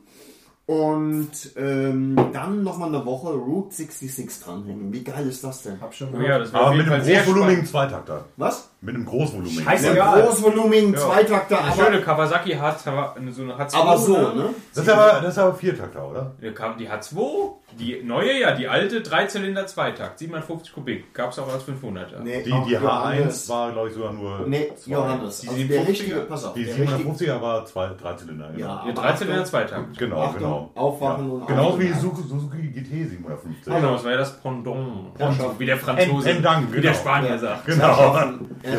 und ähm, dann nochmal eine Woche Route 66 dranhängen. Wie geil ist das denn? Hab schon Oh ja, das war Aber auf mit jeden einem Fall sehr großvolumigen spannend. Zweitakter. Was? Mit einem Großvolumen. Scheißegal. Großvolumen, Zweitakter, Eine aber- schöne Kawasaki H2, so eine H2. Aber so, ne? Das ist aber, das ist aber Viertakter, oder? Ja, kam die H2, die neue, ja, die alte, Dreizylinder Zweitakt, 750 Kubik, gab es auch als 500er. die die H1 war, glaube ich, sogar nur. zwei. Die Die Also 750er. 750er Die 750er war zwei, Dreizylinder. Ja, aber 13er Zweitakt. Genau, Achtung, genau. aufwachen ja. und Genauso wie aufwachen. Suzuki Suzuki GT 750. Genau, das war ja das Pendant. Ja, Pendant, schon. wie der Franzose, En- en dank, wie der genau. Spanier Ja. sagt. Genau. Ja.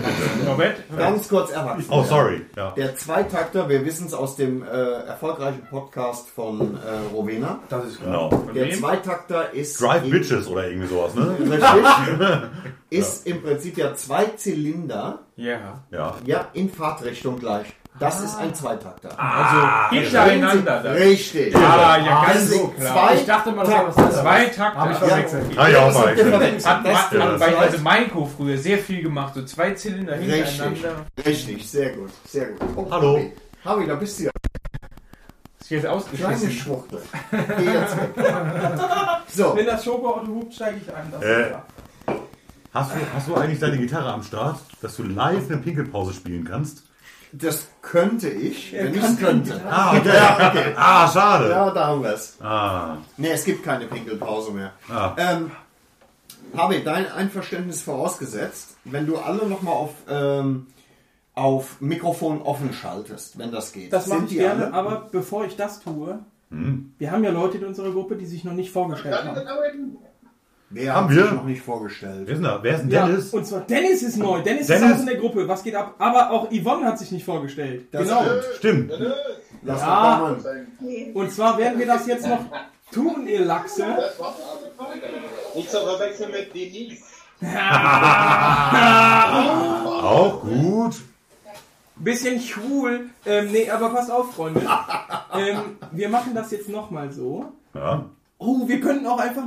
Norbert? Ganz kurz erwachsen. Oh, sorry. Ja. Der Zweitakter, wir wissen es aus dem äh, erfolgreichen Podcast von äh, Rowena. Das ist Genau. Von Der wem? Zweitakter ist. Drive im- Bitches oder irgendwie sowas, ne? Richtig. ist im Prinzip ja zwei Zylinder. Ja. Ja. Ja, in Fahrtrichtung gleich. Das ist ein Zweitakter. Ah, Also, hintereinander dann. Richtig. Ah, ja, ganz Das sind also, so klar. Zwei Ich dachte mal, das Takter. war was anderes. Zwei Takter. Hab ich verwechselt. Hab ich auch das habt ihr verwechselt. verwechselt. Hat- Das hat- stimmt. hat bei- also Meinko früher sehr viel gemacht, so zwei Zylinder Richtig. hintereinander. Richtig, sehr gut, sehr gut. Oh, Hallo. Harvey. Harvey, da bist du ja. Ist jetzt ausgeschissen. Kleine Schwuchtel. Geh jetzt weg. So. Wenn das Schokoauto hupt, steige ich ein. Das Äh, hast, du, hast du eigentlich deine Gitarre am Start, dass du live eine Pinkelpause spielen kannst? Das könnte ich, Er wenn ich kann es könnte. nicht. Ah, okay. Ah, schade. Ja, da haben wir es. Ah. Ne, es gibt keine Pinkelpause mehr. Ah. Ähm, Harvey, dein Einverständnis vorausgesetzt, wenn du alle nochmal auf, ähm, auf Mikrofon offen schaltest, wenn das geht. Das mache Sind ich die gerne, alle? aber bevor ich das tue, wir haben ja Leute in unserer Gruppe, die sich noch nicht vorgestellt haben. Wer Haben hat wir? sich noch nicht vorgestellt? Wer ist denn da? Wer ist denn Ja, Dennis? und zwar Dennis ist neu. Dennis, ist Dennis? auch in der Gruppe. Was geht ab? Aber auch Yvonne hat sich nicht vorgestellt. Das stimmt. Stimmt. Lass ja. doch Und zwar werden wir das jetzt noch tun, ihr Lachse. Nicht zu verwechseln mit Denise. Auch gut. Bisschen schwul. Ähm, nee, aber passt auf, Freunde. Ähm, wir machen das jetzt nochmal so. Ja. Oh, wir könnten auch einfach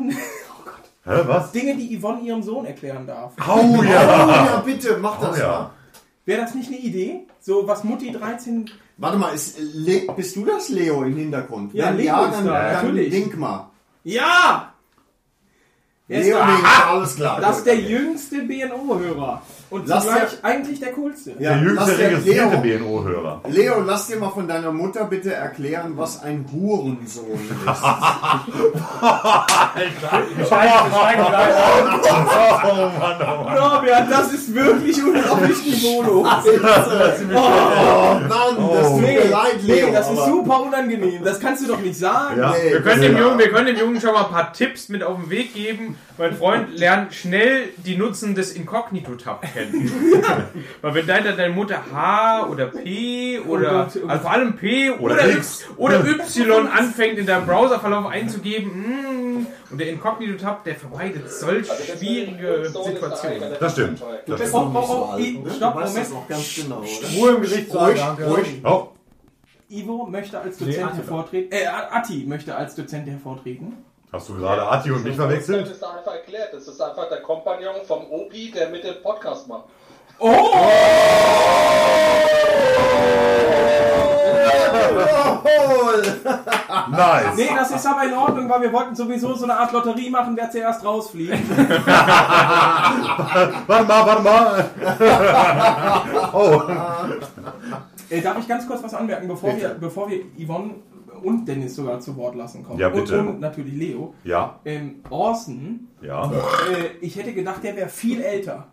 Hä, was? Dinge, die Yvonne ihrem Sohn erklären darf. Au ja. Oh ja, bitte, mach das Au ja. mal. Wäre das nicht eine Idee? So, was Mutti 13. Warte mal, ist, äh, Le bist du das, Leo, im Hintergrund? Ja, Wenn Leo ja, ist dann, da, dann natürlich. link mal. Ja! Er Leo, ist- Leo, Aha! alles klar. Das ist Gut. der jüngste BNO-Hörer. Und Lass zugleich eigentlich der coolste. Ja, der lass jüngste der registrierte Leo- BNO-Hörer. Leo, lass dir mal von deiner Mutter bitte erklären, was ein Hurensohn ist. Oh Mann, oh Mann. Norbert, das ist wirklich unglaublich Niveau. Das ist, äh, oh, Mann, das tut mir leid, Leo, Nee, das ist aber- super unangenehm. Das kannst du doch nicht sagen. Ja, wir, können dem Jungen, wir können dem Jungen schon mal ein paar Tipps mit auf den Weg geben. Mein Freund lernt schnell die Nutzen des Inkognito-Tab kennen. Weil wenn deine, deine Mutter H oder P oder also vor allem P oder, Oder Y- X. oder Y anfängt in deinem Browserverlauf einzugeben mm, und der Inkognito-Tab, der vermeidet solch Also Also schwierige Situationen. Das stimmt. Das bist stimmt. noch nicht so alt, ne? Oh, Stopp, Du weißt Moment. das noch ganz genau, oder? Ruhe im Gericht Ruhig, ruhig. Oh. Ivo möchte als Nee, Dozent Attila. hervortreten. Äh, Atti möchte als Dozent hervortreten. Hast du gerade Ati und mich Das verwechselt? ist einfach erklärt. Das ist einfach der Kompagnon vom Opi, der mit dem Podcast macht. Nice. Nee, das ist aber in Ordnung, weil wir wollten sowieso so eine Art Lotterie machen, wer zuerst rausfliegt. warte mal, Oh. warte mal. Äh, darf ich ganz kurz was anmerken, bevor, Bitte. wir, bevor wir Yvonne und Dennis sogar zu Wort lassen kommen? Ja, bitte. Und, und natürlich Leo. Ja. Ähm, Orson. Ja. Äh, ich hätte gedacht, der wäre viel älter.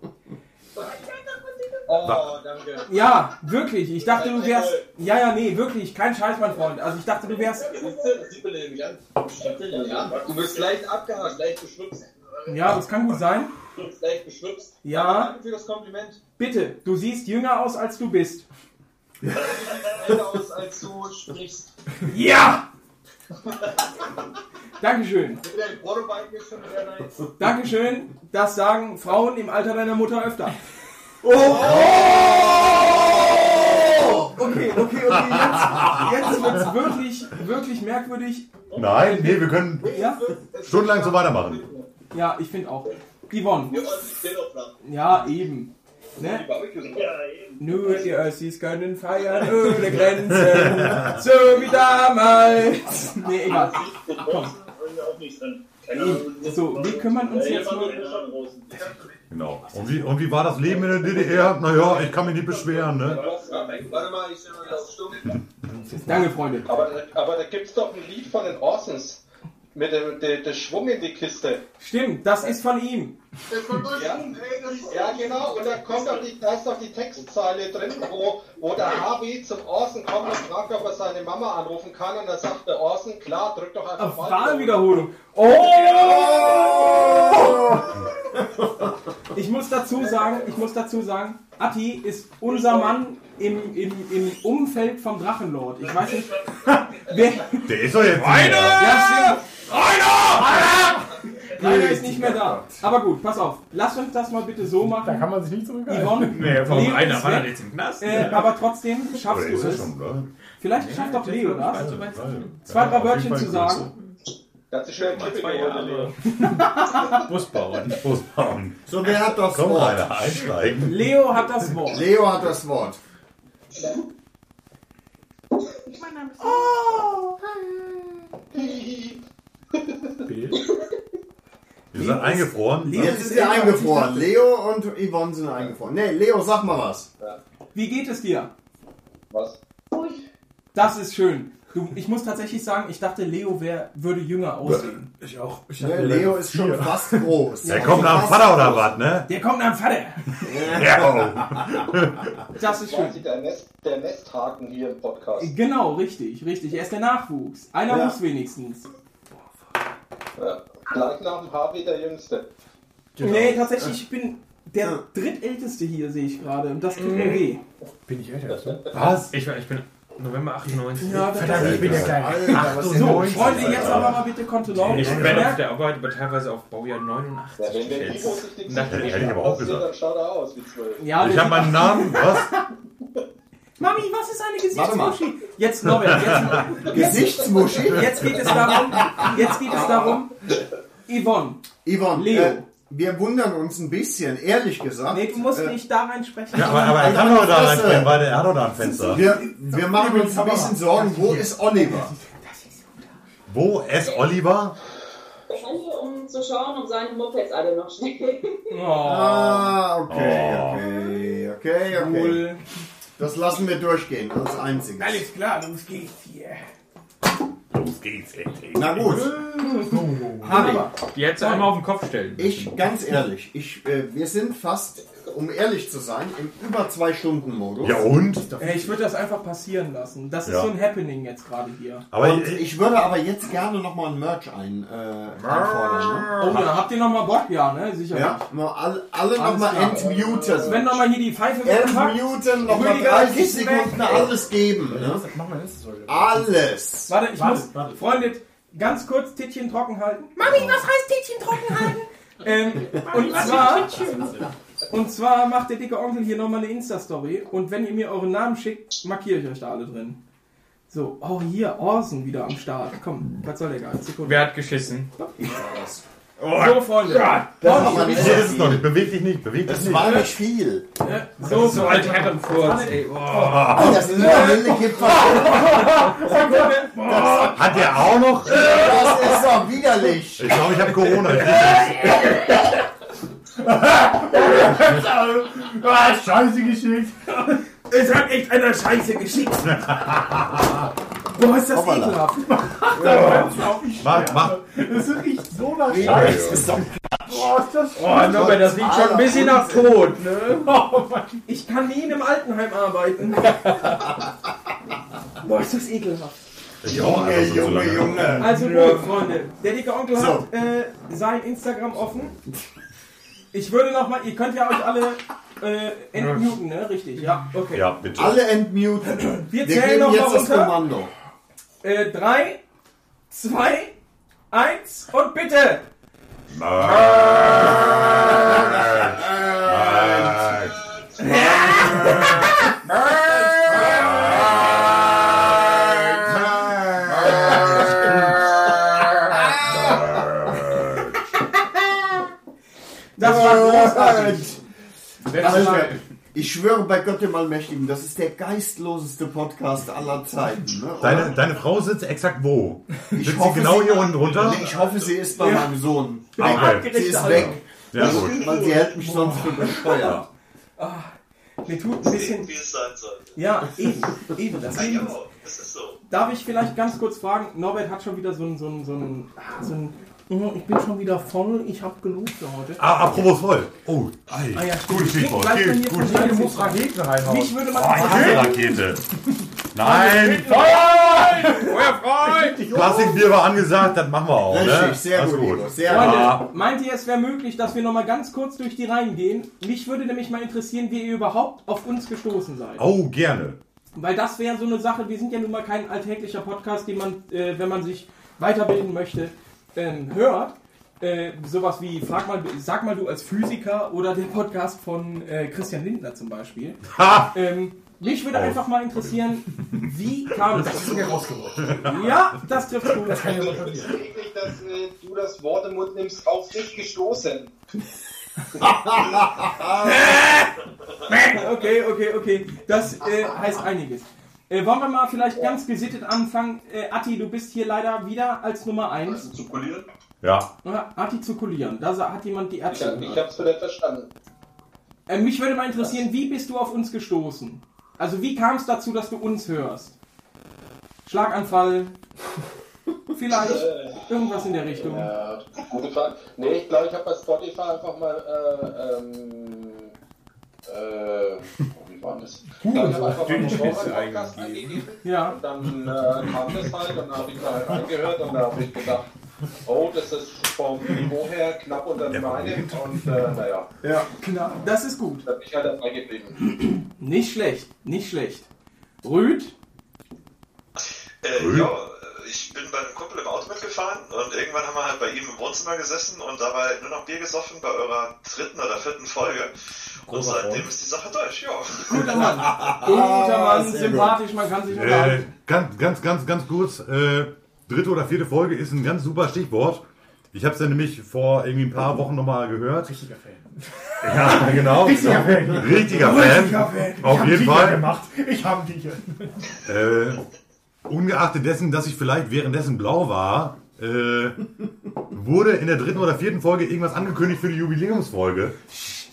Oh, danke. Ja, wirklich. Ich dachte, du wärst. Ja, ja, nee, wirklich. Kein Scheiß, mein Freund. Also, ich dachte, du wärst. Sie beleben mich an. Ja, du wirst leicht abgehakt, leicht beschwipst. Ja, das kann gut sein. Du wirst leicht beschwipst. Ja. Danke für das Kompliment. Bitte, du siehst jünger aus, als du bist. Älter aus, als du sprichst. Ja! Dankeschön. Dein Portobike ist schon sehr nice. Dankeschön. Das sagen Frauen im Alter deiner Mutter öfter. Oh! Okay, okay, okay. Jetzt, jetzt wird es wirklich, wirklich merkwürdig. Nein, nee, wir können Ja, stundenlang so weitermachen. ja ich finde auch. Yvonne. Ja, eben. Ne? Nur die Ossis können feiern ohne Grenzen. So wie damals. Nee, egal. Und Komm. auch nicht drin. So, wir kümmern uns jetzt mal. Genau. Und wie, und wie war das Leben in der DDR? Naja, ich kann mich nicht beschweren, ne? Warte mal, ich stelle mal das auf stumm. Danke, Freunde. Aber, da- aber da gibt's doch ein Lied von den Orsons. Mit dem der, der Schwung in die Kiste. Stimmt, das ist von ihm. Ja, ja genau, und da kommt doch die, da ist doch die Textzeile drin, wo, wo der Harvey zum Orson kommt und fragt, ob er seine Mama anrufen kann. Und dann sagt der Orson, klar, drück doch einfach mal. Wahlwiederholung. Oh! Ich muss dazu sagen, ich muss dazu sagen, Atti ist unser Mann im, im, im Umfeld vom Drachenlord. Ich weiß nicht, wer... Der ist doch jetzt. Ja, stimmt. Rainer! Rainer ist nicht mehr da. Aber gut, pass auf. Lass uns das mal bitte so machen. Da kann man sich nicht zurückhalten. Yvonne, Nee, vom Leo Rainer ist war weg. doch jetzt im Knast. Äh, aber trotzdem schaffst Oder du ist er es. schon, oder? Vielleicht schafft auch Leo das. weiß, weiß, weiß. Zwei, Ja, drei auf jeden Wörtchen Fall zu kurz. sagen. Das ist schön, Busbauern. Busbauern. So, wer hat das Komm, Wort? Rainer, einsteigen. Leo hat das Wort. Leo hat das Wort. Oh! Ihr seid eingefroren. Jetzt ist er eingefroren. Leo und Yvonne sind eingefroren. Nee, Leo, sag mal was. Wie geht es dir? Was? Das ist schön. Du, ich muss tatsächlich sagen, ich dachte, Leo wär, würde jünger aussehen. Ich auch. Nee, Ne, Leo ist schon fast groß. Der kommt nach dem Vater oder was, ne? Der kommt am Vater. Ja. Das ist schön. Quasi Der, Nest, der Nesthaken hier im Podcast. Genau, richtig, richtig. Er ist der Nachwuchs. Einer Ja. muss wenigstens. Ja. Gleich nach dem Harvey der Jüngste. Nee, tatsächlich, ich bin der drittälteste hier, sehe ich gerade. Und das tut mir weh. Bin ich älter als du? Was? Ich, war- ich bin November 98. Ja, das Verdammt, ist- ich bin ja klein. Alter, was So, Freunde, jetzt aber mal bitte Kontenance. Ich bin auf der Arbeit aber teilweise auf Baujahr 89 gestellt. Und dachte, Hätte ich aber auch gesagt. Dann schaut er aus wie zwölf. oh. Ja, Ich habe meinen Namen. Was? Mami, was ist eine Warte mal. Gesichtsmuschi? Jetzt, Norbert, jetzt, jetzt, Gesichtsmuschi? Jetzt geht es darum, jetzt geht es darum, Yvonne. Yvonne, Leo. Äh, wir wundern uns ein bisschen, ehrlich gesagt. Nee, du musst nicht da reinsprechen. Ja, aber, aber er kann doch da reinspringen, weil er hat doch da ein Fenster. Wir, wir machen uns ein bisschen Sorgen, wo ist Oliver? Wo ist Oliver? Wahrscheinlich, um zu schauen, ob seine Mopeds alle noch stehen. Oh. Ah, okay, okay, okay, okay. Cool. Das lassen wir durchgehen, das Einzige. Alles klar, los geht's hier. Los geht's, endlich. Na gut. Harry, Aber Die hättest du einmal auf den Kopf stellen. ich, ganz ehrlich, ich, äh, wir sind fast, um ehrlich zu sein, im über zwei Stunden Modus. Ja, und? Ey, ich würde das einfach passieren lassen. Das ist Ja. so ein Happening jetzt gerade hier. Aber und ich, würde aber jetzt gerne nochmal ein Merch ein, äh, einfordern. ne? Oh, da habt ihr nochmal Bock, ja, ne? Sicher. Ja, mal alle, alle nochmal entmuten. Wenn nochmal hier die Pfeife mitgepackt. Entmuten, nochmal Rüdiger, 30 Kissen weg. Sekunden alles geben. Ne? Alles. Warte, ich muss, Freunde, ganz kurz Tittchen trocken halten. Mami, was heißt Tittchen trocken halten? Ähm, und, zwar, und zwar macht der dicke Onkel hier nochmal eine Insta-Story und wenn ihr mir euren Namen schickt, markiere ich euch da alle drin. So, oh hier, Orson wieder am Start. Komm, was soll der Geiz? Sekunde. Wer hat geschissen? So, Freunde. Ja, Orson, das bitte. ist aber nicht Hier ist es noch nicht. Beweg dich nicht, beweg dich Es nicht. war nicht viel. Ja, So, so alt Herrenfurz, ey. boah. Oh, das Äh. Lille gibt Sekunde. Hat der auch noch? Das ist doch widerlich. Ich glaube, ich habe Corona. ah, Scheiße geschickt. Es hat echt einer Scheiße geschickt. Boah, ist das Hoppala. ekelhaft. Mach, mach. Das riecht so nach Nee, Scheiße. das ist Boah, ist das Oh, Norbert, das riecht schon ein bisschen nach Tod, ne? Ich kann nie in einem Altenheim arbeiten. Boah, ist das ekelhaft. Junge, Junge, Junge. Also Ja. gut, Freunde. Der dicke Onkel So. hat äh, sein Instagram offen. Ich würde nochmal, ihr könnt ja euch alle äh, entmuten, ne? Richtig, ja. Okay. Ja, bitte. Alle entmuten. Wir Wir, zählen geben noch mal jetzt das runter. Kommando. Äh, drei, zwei, eins und bitte! Das war großartig. Das war, Ich schwöre bei Gott dem Allmächtigen, das ist der geistloseste Podcast aller Zeiten. Ne? Deine, Oder? deine Frau sitzt exakt wo? Ich sitzt hoffe, sie genau sie- hier unten runter? Nee, ich hoffe, sie ist bei Ja. meinem Sohn. Ah, okay. Aber sie ist weg. Ja, Also, gut. Weil sie hält mich sonst für bescheuert. Ah, mir tut ein bisschen. Wie es sein sollte. Ja, eben, eben. Das Ja, eben. genau. Das ist so. Darf ich vielleicht ganz kurz fragen? Norbert hat schon wieder so ein. So ein, so ein, ah, so ein oh, ich bin schon wieder voll, ich hab genug für heute. Ah, apropos voll. Oh, ei. Ah ja, stimmt. gutes Stichwort. Gleich Gut, von hier gut. von hier Du muss musst Raketen reinhauen. Mich würde man. Oh, ich hasse Rakete. Nein! Feuer frei! Plastikbier war angesagt, das machen wir auch. ne? Richtig, sehr Das ist gut, Igor, sehr Ja. Freunde, meint ihr, es wäre möglich, dass wir nochmal ganz kurz durch die Reihen gehen? Mich würde nämlich mal interessieren, wie ihr überhaupt auf uns gestoßen seid. Oh, gerne. Weil das wäre so eine Sache, wir sind ja nun mal kein alltäglicher Podcast, den man, äh, wenn man sich weiterbilden möchte, ähm, hört. Äh, sowas wie Frag mal, Sag mal du als Physiker oder der Podcast von äh, Christian Lindner zum Beispiel. Ähm, mich würde Oh. einfach mal interessieren, wie kam es dazu? Ja, das trifft gut. Wirklich, dass äh, du das Wort im Mund nimmst, auf dich gestoßen. okay, okay, okay. Das äh, heißt einiges. Äh, wollen wir mal vielleicht ganz gesittet anfangen? Äh, Atti, du bist hier leider wieder als Nummer 1. Zirkulieren? Ja. Atti zirkulieren. Da sa- hat jemand die Ich, Ärzte. hab, ich gehört. hab's wieder verstanden. Äh, mich würde mal interessieren, wie bist du auf uns gestoßen? Also, wie kam es dazu, dass du uns hörst? Schlaganfall? Vielleicht irgendwas in der Richtung. Ja, gute Frage. Nee, ich glaube, ich habe bei Spotify einfach mal, äh, ähm, äh, wie war das? Ich glaub, ich hab einfach mal einen Genre-Podcast eingegeben. Ja. Und dann äh, kam das halt und dann habe ich da halt angehört und da habe ich gedacht, oh, das ist vom Niveau her knapp unter meinem und äh, naja. Ja, genau. Das ist gut. Da bin ich halt dabei geblieben. Nicht schlecht, nicht schlecht. Rüd? Äh, ja, äh, ich bin bei einem Kumpel im Auto mitgefahren und irgendwann haben wir halt bei ihm im Wohnzimmer gesessen und dabei nur noch Bier gesoffen bei eurer dritten oder vierten Folge. Und seitdem ist die Sache deutsch, ja. Guter Mann. Guter Mann, sehr sympathisch, man kann sich Äh, unterhalten. ganz, ganz, ganz, ganz kurz. Äh, dritte oder vierte Folge ist ein ganz super Stichwort. Ich habe es ja nämlich vor irgendwie ein paar Wochen nochmal gehört. Richtiger Fan. Ja, genau. Richtiger Fan. Richtiger Fan. Richtiger Fan. Ich Auf hab jeden Viecher Fall. gemacht. Ich habe Viecher. Äh, ungeachtet dessen, dass ich vielleicht währenddessen blau war, äh, wurde in der dritten oder vierten Folge irgendwas angekündigt für die Jubiläumsfolge.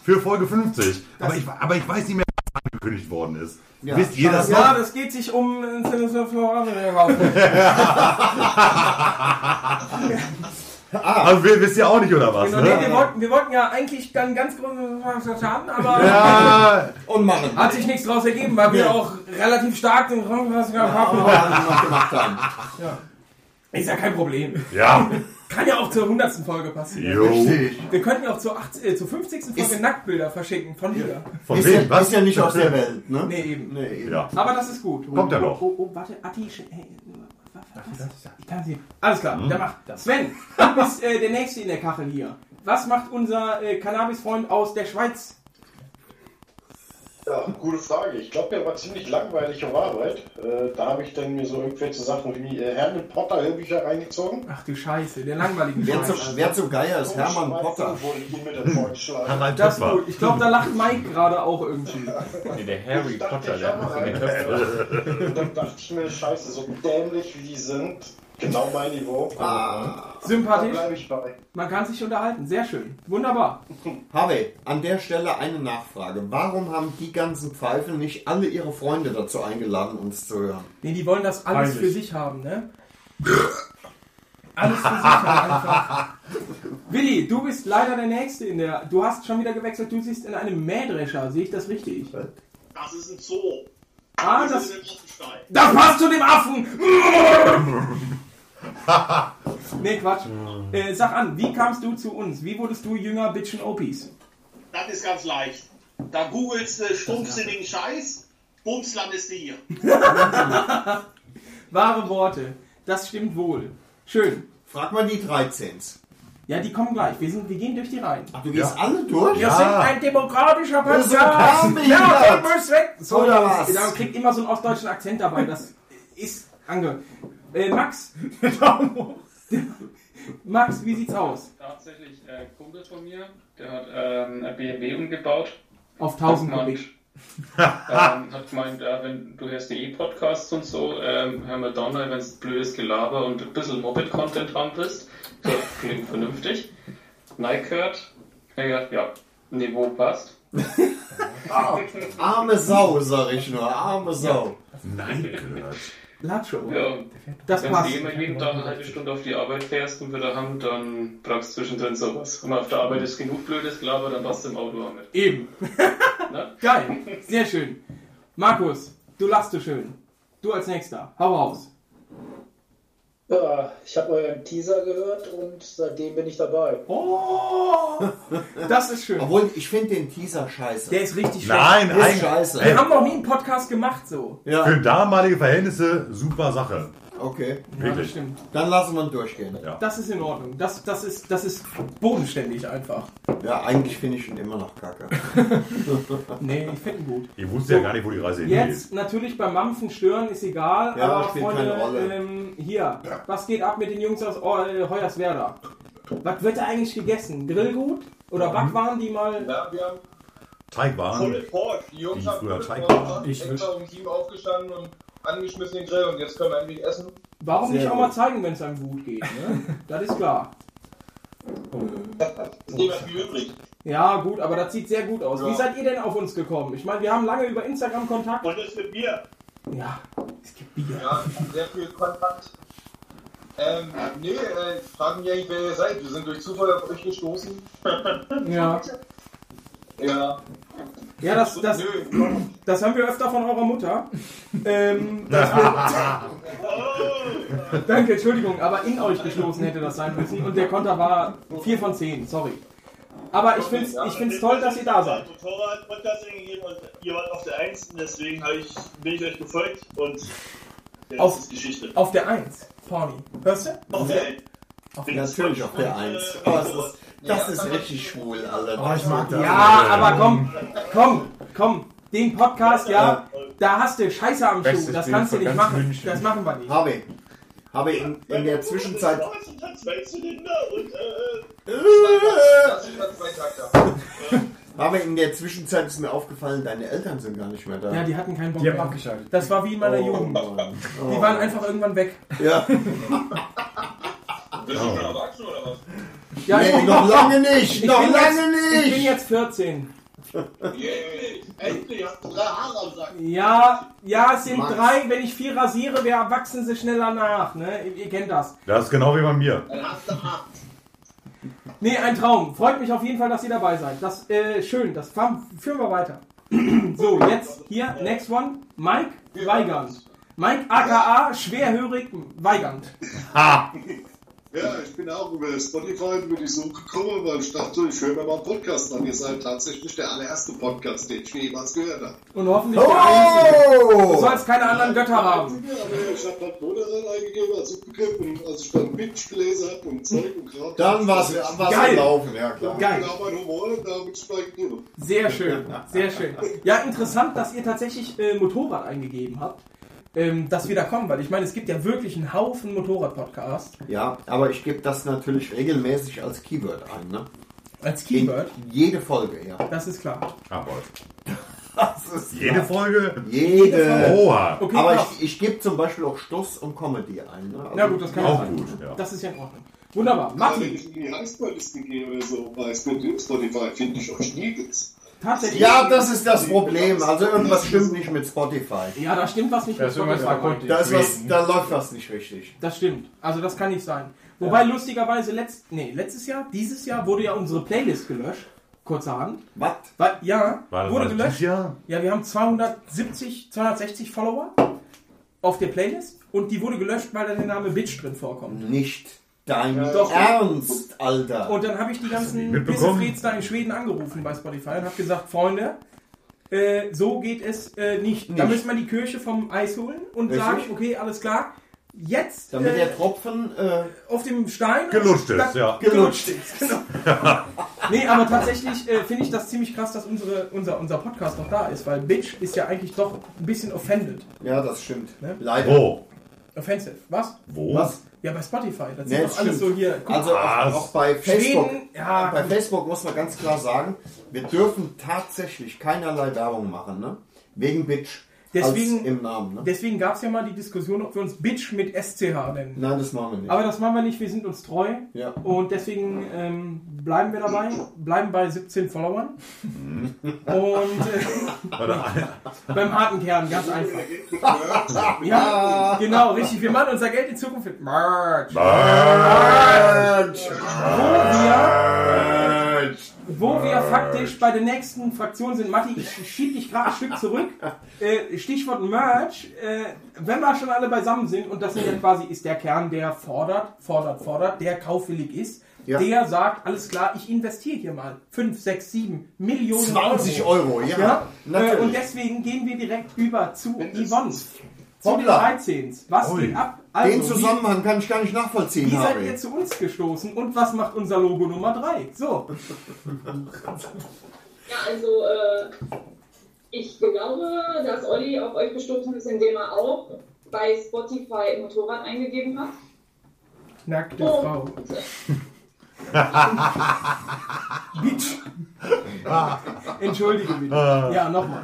Für Folge 50. Aber ich, aber ich weiß nicht mehr, was angekündigt worden ist. Wisst ihr das Ja, noch? das geht sich um äh, Sinister Florian. Aber wir, wisst ihr auch nicht, oder was? Genau, ne? nee, wir, wollten, wir wollten ja eigentlich dann ganz großes haben, aber Ja. Und machen. hat sich nichts draus ergeben, weil wir auch relativ stark den Krankenhaus gemacht haben. Ist ja kein Problem. Ja. Kann ja auch zur 100. Folge passieren. Jo. Richtig. Wir könnten ja auch zur, 80, äh, zur 50. Folge Nacktbilder verschicken von mir. Von ist, wem? ja, Was? ist ja nicht aus der Welt, ne? Nee, eben. Nee, eben. Ja. Aber das ist gut. Kommt ja Oh, noch. Oh, oh, warte, Atti. sch- Hey, äh, was? Ich kann sie. Alles klar, Mhm. Hm. der macht. Sven, du bist äh, der Nächste in der Kachel hier. Was macht unser äh, Cannabis-Freund aus der Schweiz? Ja, gute Frage. Ich glaube, der war ziemlich langweilig auf Arbeit. Äh, da habe ich dann mir so irgendwelche Sachen wie äh, Hermann Potter Hörbücher reingezogen. Ach du Scheiße, der langweiligen Wer Scheiße. zum, wer zum Geier ist Hermann Schweizer Potter? Wurde ihn mit der Freund geschlagen. Das ist gut. Ich glaube, da lacht Mike gerade auch irgendwie. Nee, der Harry Potter, Ich der hab muss mal in den Töpfen. einen. Und dann dachte ich mir, scheiße, so dämlich wie die sind, genau mein Niveau. Ah, da Sympathisch. bleibe ich bei. Man kann sich unterhalten. Sehr schön. Wunderbar. Harvey, an der Stelle eine Nachfrage. Warum haben die ganzen Pfeifen nicht alle ihre Freunde dazu eingeladen, uns zu hören? Nee, die wollen das alles Peinlich. für sich haben, ne? Alles für sich haben einfach. Willi, du bist leider der Nächste in der. Du hast schon wieder gewechselt. Du siehst in einem Mähdrescher. Sehe ich das richtig? Das ist ein Zoo. Ah, Das das, ist ein Pottenstein. das passt zu dem Affen! nee, Quatsch. Äh, sag an, wie kamst du zu uns? Wie wurdest du jünger Bitchen Opis? Das ist ganz leicht. Da googelst du stumpfsinnigen Scheiß, bums landest du hier. Wahre Worte. Das stimmt wohl. Schön. Frag mal die 13s. Ja, die kommen gleich. Wir, sind, wir gehen durch die Reihen. Ach, du gehst alle durch? Wir sind ein demokratischer Wir sind Podcast. armbehindert. Ja, ihr müsst weg. So, Oder das- was? Da kriegt immer so einen ostdeutschen Akzent dabei. Das ist ange. Äh, Max. Max, wie sieht's aus? Tatsächlich, äh, Kumpel von mir, der hat ähm, ein BMW umgebaut. Auf 1000 Auf Markt. Kubik. ähm, hat gemeint, ja, wenn du hörst die E-Podcasts und so, ähm, hör mal Donner, wenn es blödes Gelaber und ein bisschen Moped-Content dran bist. Das klingt vernünftig. Nike hört, er gesagt, ja, Niveau passt. Ah, arme Sau, sag ich nur. Arme Sau. Nein, gehört. Lacho. Ja, Das wenn passt. du immer jeden Tag eine halbe Stunde auf die Arbeit fährst und wieder haben, dann brauchst du zwischendrin sowas. Wenn man auf der Arbeit ist genug blödes Gelaber, dann passt du im Auto auch mit. Eben. Ne? Geil, sehr schön. Markus, du lachst so schön. Du als Nächster, hau raus. Ja, ich habe euren Teaser gehört und seitdem bin ich dabei. Oh, das ist schön. Obwohl, ich finde den Teaser scheiße. Der ist richtig Nein, schlecht. Der ist eigentlich- scheiße. Ey. Wir haben noch nie einen Podcast gemacht so. Für damalige Verhältnisse super Sache. Okay. Ja, das Wirklich. stimmt. Dann lassen wir ihn durchgehen. Das ist in Ordnung. Das, das, ist, das ist bodenständig einfach. Ja, eigentlich finde ich ihn immer noch kacke. nee, ich finde ihn gut. Ihr wusstet ja gar nicht, wo die Reise hingeht. Jetzt natürlich beim Mampfen stören ist egal, Ja, aber spielt Freunde, keine Rolle. Ähm, hier, was geht ab mit den Jungs aus oh, äh, Hoyerswerda? Was wird da eigentlich gegessen? Grillgut oder Backwaren, die mal? Ja, wir haben Teigwaren. Pulled Pork. Die Jungs Die haben früher Pulled Teig Pork waren. gemacht. Ich extra um sieben aufgestanden und angeschmissen den Grill und jetzt können wir endlich essen. Warum nicht auch mal zeigen, wenn es einem gut geht? Ne? das ist klar. Ist nicht mehr viel übrig. Ja, gut, aber das sieht sehr gut aus. Ja. Wie seid ihr denn auf uns gekommen? Ich meine, wir haben lange über Instagram Kontakt. Und es mit Bier. Ja, Ja, sehr viel Kontakt. Ähm, nee, äh, fragen wir eigentlich, wer ihr seid. Wir sind durch Zufall auf euch gestoßen. Ja. Ja. Ja, das, das, das haben wir öfter von eurer Mutter. Ähm, dass wir, danke, Entschuldigung, aber in euch gestoßen hätte das sein müssen und der Konter war 4 von 10, sorry. Aber ich finde es ich find's toll, dass ihr da seid. Motorrad Podcast eingegeben und ihr wart auf der 1 und deswegen hab ich, bin ich euch gefolgt und der Rest Auf, ist Geschichte. auf der 1, Pauli. Hörst du? Auf der Eins. Auf Natürlich auf der 1. das ist, das ist richtig schwul, Alter. Oh, ich mag das. Ja, aber komm, komm, komm. Den Podcast, ja, da hast du Scheiße am Schuh. Bestes Das Bild kannst du von nicht ganz machen. Das machen wir nicht. Habe habe in, in der Zwischenzeit. Das sind halt zwei Zylinder und äh, Das sind halt zwei Takter. Aber in der Zwischenzeit ist mir aufgefallen, deine Eltern sind gar nicht mehr da. Ja, die hatten keinen Bock Die haben mehr. abgeschaltet. Das war wie in meiner Oh, Jugend. Mann. Die Oh. waren einfach irgendwann weg. Ja. Bist du schon erwachsen oder was? Nee, bin- noch lange nicht, Ich noch bin lange jetzt, nicht. Ich bin jetzt 14. Endlich, hast du drei Haare am Sack. Ja, ja, es sind Max. drei. Wenn ich vier rasiere, wer wachsen sie schneller nach. Ne? Ihr, ihr kennt das. Das ist genau wie bei mir. Nee, ein Traum. Freut mich auf jeden Fall, dass ihr dabei seid. Das äh, schön. Das fahren, führen wir weiter. so, jetzt hier, next one. Mike Weigand. Mike aka schwerhörig Weigand. Ha! Ja, ich bin auch über Spotify über die Suche gekommen, weil ich dachte, ich höre mir mal einen Podcast an. Ihr seid tatsächlich der allererste Podcast, den ich jemals gehört habe. Und hoffentlich der Oh! Einzige. Du sollst keine anderen Götter haben. also, äh, Aber ich habe halt Moderat eingegeben als Suchbegriff und als ich dann Pitch gelesen habe und Zeug und Kram. Dann war's- war's Geil. am Laufen, ja, klar. Geil. Genau mein Humor und da bin ich bei Guru. Sehr schön, sehr schön. Ja, interessant, dass ihr tatsächlich äh, Motorrad eingegeben habt, ähm, dass wir da kommen, weil ich meine, es gibt ja wirklich einen Haufen Motorrad-Podcasts. Ja, aber ich gebe das natürlich regelmäßig als Keyword ein, ne? Als Keyword? In jede Folge, ja. Das ist klar. Aber Das ist Ah, Jede Folge? Jede Jede. Folge. Oha. Okay, aber krass. ich, ich gebe zum Beispiel auch Stoß und Comedy ein. Ne? Also- Na gut, das kann sein. Das ist ja in Ordnung. Wunderbar. Martin. Wenn ich in die Highschool-Liste gehe oder so bei Spotify, finde ich euch nirgends. Tatsächlich. Ja, das ist das Problem. Also irgendwas stimmt nicht mit Spotify. Ja, da stimmt was nicht Da mit ist irgendwas Spotify. kaputt. Da ist was- da läuft was nicht richtig. Das stimmt. Also das kann nicht sein. Wobei lustigerweise letzt, nee, letztes Jahr, dieses Jahr wurde ja unsere Playlist gelöscht. Kurzerhand. Was? Ja, War das- wurde war das gelöscht. dieses Jahr? Ja, wir haben 270, 260 Follower auf der Playlist und die wurde gelöscht, weil da der Name Bitch drin vorkommt. Nicht dein Doch. Oh, Ernst, Alter. Und dann habe ich die ganzen mitbekommen? Pissefreds da in Schweden angerufen bei Spotify und habe gesagt, Freunde, äh, so geht es äh, nicht. Da Nicht. müssen wir die Kirche vom Eis holen und Richtig. sagen, okay, alles klar, jetzt Damit äh, der Tropfen äh, auf dem Stein Gelutscht ist, Da- ja. Gelutscht ist, genau. nee, aber tatsächlich äh, finde ich das ziemlich krass, dass unsere, unser, unser Podcast noch da ist, weil Bitch ist ja eigentlich doch ein bisschen offended. Ja, das stimmt. Oh. Ne? Leider. Wo? Offensive. Was? Wo? Was? Ja, bei Spotify. Das Nee, sind doch alles stimmt. so hier. guck, also auch, auch bei Facebook. Schweden, ja, bei Facebook muss man ganz klar sagen, wir dürfen tatsächlich keinerlei Werbung machen, ne? Wegen Bitch. Deswegen- als im Namen, ne? Deswegen gab es ja mal die Diskussion, ob wir uns Bitch mit SCH nennen. Nein, das machen wir nicht. Aber das machen wir nicht, wir sind uns treu. Ja. Und deswegen ähm, bleiben wir dabei, bleiben bei 17 Followern. Und äh, beim harten Kern, ganz einfach. ja, genau, richtig. Wir machen unser Geld in Zukunft mit Merch. Merch. Wo wir, wo wir faktisch bei der nächsten Fraktion sind. Matti, ich schieb dich gerade ein Stück zurück. Äh, Stichwort Merch. Äh, wenn wir schon alle beisammen sind, und das sind ja quasi, ist der Kern, der fordert, fordert, fordert, der kaufwillig ist, Ja. der sagt, alles klar, ich investiere hier mal 5, 6, 7 Millionen 20 Euro. Euro, ja, Äh, natürlich. und deswegen gehen wir direkt über zu Yvonne. Zu den Hoppla. 13. Was Ui. geht ab? Also, Den wie- Zusammenhang kann ich gar nicht nachvollziehen, wie seid Harry. ihr zu uns gestoßen und was macht unser Logo Nummer 3? So. Ja, also äh, ich glaube, dass Olli auf euch gestoßen ist, indem er auch bei Spotify Motorrad eingegeben hat. Nackte Frau. Bitch. Entschuldige bitte. Ah. Ja, nochmal.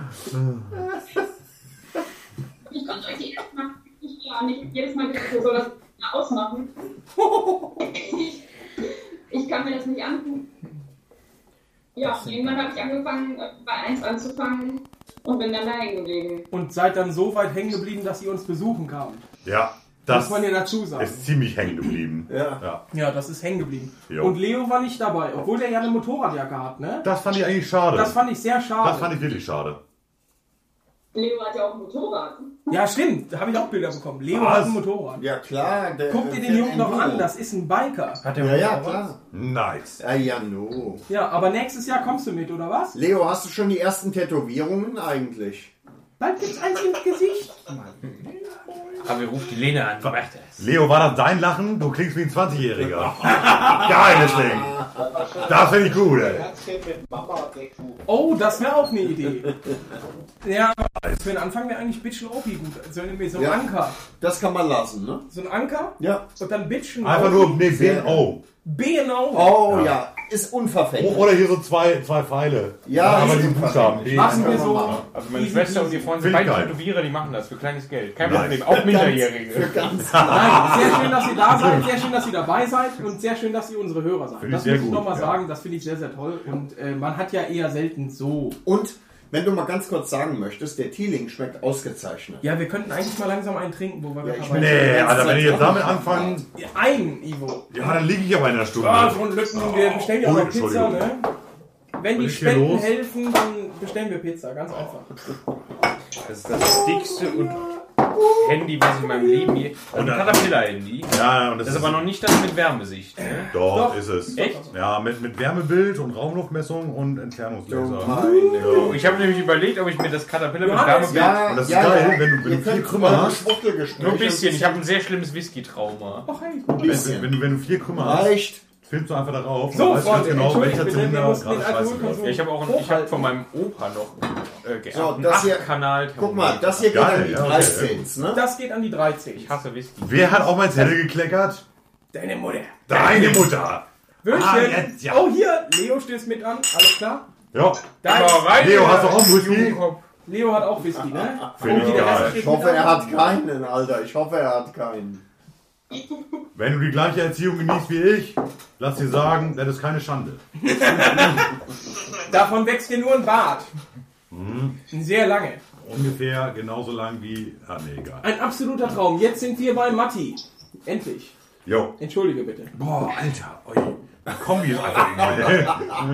Ich konnte euch die erste Mal nicht hören. Ich hab jedes Mal gedacht, ihr sollt das mal ausmachen. ich, ich kann mir das nicht angucken. Ja, irgendwann habe ich angefangen, äh, bei 1 anzufangen und bin dann da hängen geblieben. Und seid dann so weit hängen geblieben, dass ihr uns besuchen kamt. Ja, das Muss man ja dazu sagen. ist ziemlich hängen geblieben. Ja. Ja, das ist hängen geblieben. Jo. Und Leo war nicht dabei, obwohl der ja eine Motorradjacke hat, ne? Das fand ich eigentlich schade. Das fand ich sehr schade. Das fand ich wirklich schade. Leo hat ja auch ein Motorrad. ja, stimmt. Da habe ich auch Bilder bekommen. Leo Was? hat ein Motorrad. Ja, klar. Der, Guck dir der den Jungen noch Enduro. an. Das ist ein Biker. Hat der Ja, ja, Motorrad? klar. Nice. Ja, ja, no. Ja, aber nächstes Jahr kommst du mit, oder was? Leo, hast du schon die ersten Tätowierungen eigentlich? Bald gibt's eins ins Gesicht. Aber wir rufen die Lena an. Leo, war das dein Lachen? Du klingst wie ein 20-Jähriger. Geiles Ding. Das finde ich gut, ey. Oh, das wäre auch eine Idee. ja, aber für den Anfang wäre eigentlich Bitchen OP gut. So ein so ein Ja. Anker. Das kann man lassen, ne? So ein Anker? Ja. Und dann Bitchen Einfach nur, nee, BNO. BNO. Oh ja. ist unverfänglich. Oder hier so zwei, zwei Pfeile. Ja, aber ist die Buchstaben. unverfänglich. Machen wir so. Also meine Easy, Schwester und ihr Freund sind Finde ich beide geil. Tätowierer, die machen das für kleines Geld. Kein Nice. Problem, auch Für Minderjährige. ganz- für ganz- Nein, sehr schön, dass ihr da seid, sehr schön, dass ihr dabei seid und sehr schön, dass ihr unsere Hörer seid. Finde ich das sehr muss ich gut, nochmal ja. sagen, das finde ich sehr, sehr toll und äh, man hat ja eher selten so. Und wenn du mal ganz kurz sagen möchtest, der Teeling schmeckt ausgezeichnet. Ja, wir könnten eigentlich mal langsam einen trinken, wo wir ja, ich Nee, Alter, wenn ich jetzt damit anfange. Ein, Ivo. Ja, dann liege ich aber in der Stunde. Ah, so ein Lücken, wir bestellen ja Oh, auch noch Pizza, Entschuldigung. ne? Wenn die Was ist hier Spenden los? helfen, dann bestellen wir Pizza, ganz einfach. Das ist das dickste und Handy, was ich in meinem Leben je. Also ein Caterpillar-Handy. Ja, und das das, ist ist- aber noch nicht das mit Wärmesicht. Ne? Doch, ist es. Echt? Ja, mit, mit Wärmebild und Raumluftmessung und Entfernungslaser. Oh, Ja. Ich habe nämlich überlegt, ob ich mir das Caterpillar mit Johannes, Wärmebild. ja, Und das ist ja, geil, ja. wenn du- wenn Ihr du viel könnt Krümmer über hast. Schwuchtelgespräche Nur ein bisschen, ich zwischen- habe ein sehr schlimmes Whisky-Trauma. Oh, Ach, hey. Wenn, wenn, wenn, du, wenn du vier Krümmer hast, Leicht. filmst du einfach darauf So, und Freunde, genau, entschuldigt welcher bitte, wir Zylinder mussten gerade den scheiße Alkoholkonsum läuft. Ja, ich habe auch ich hab von meinem Opa noch äh, geerbt. das hier- einen kanal guck mal, das hier geht Geil, an die ja, okay. 13s, ne? Das geht an die 13. Ich hasse Whisky. Wer hat auch mal ins Helle gekleckert? Deine Mutter. Deine Mutter! Würstchen. Ah, jetzt, ja. Oh, hier, Leo stößt mit an, alles klar? Ja. Dein- Leo, hast du auch einen Whisky? Leo hat auch Whisky, ne? Finde ich Oh, der geil. Rest steht Ich hoffe, mit er an. hat keinen, Alter. Ich hoffe, er hat keinen. Wenn du die gleiche Erziehung genießt wie ich, lass dir sagen, das ist keine Schande. Davon wächst dir nur ein Bart. Hm. Sehr lange. Ungefähr genauso lang wie. Ah, nee, egal. Ein absoluter Traum. Jetzt sind wir bei Matti. Endlich. Jo. Entschuldige bitte. Boah, Alter. Ui. Kombi ist einfach hab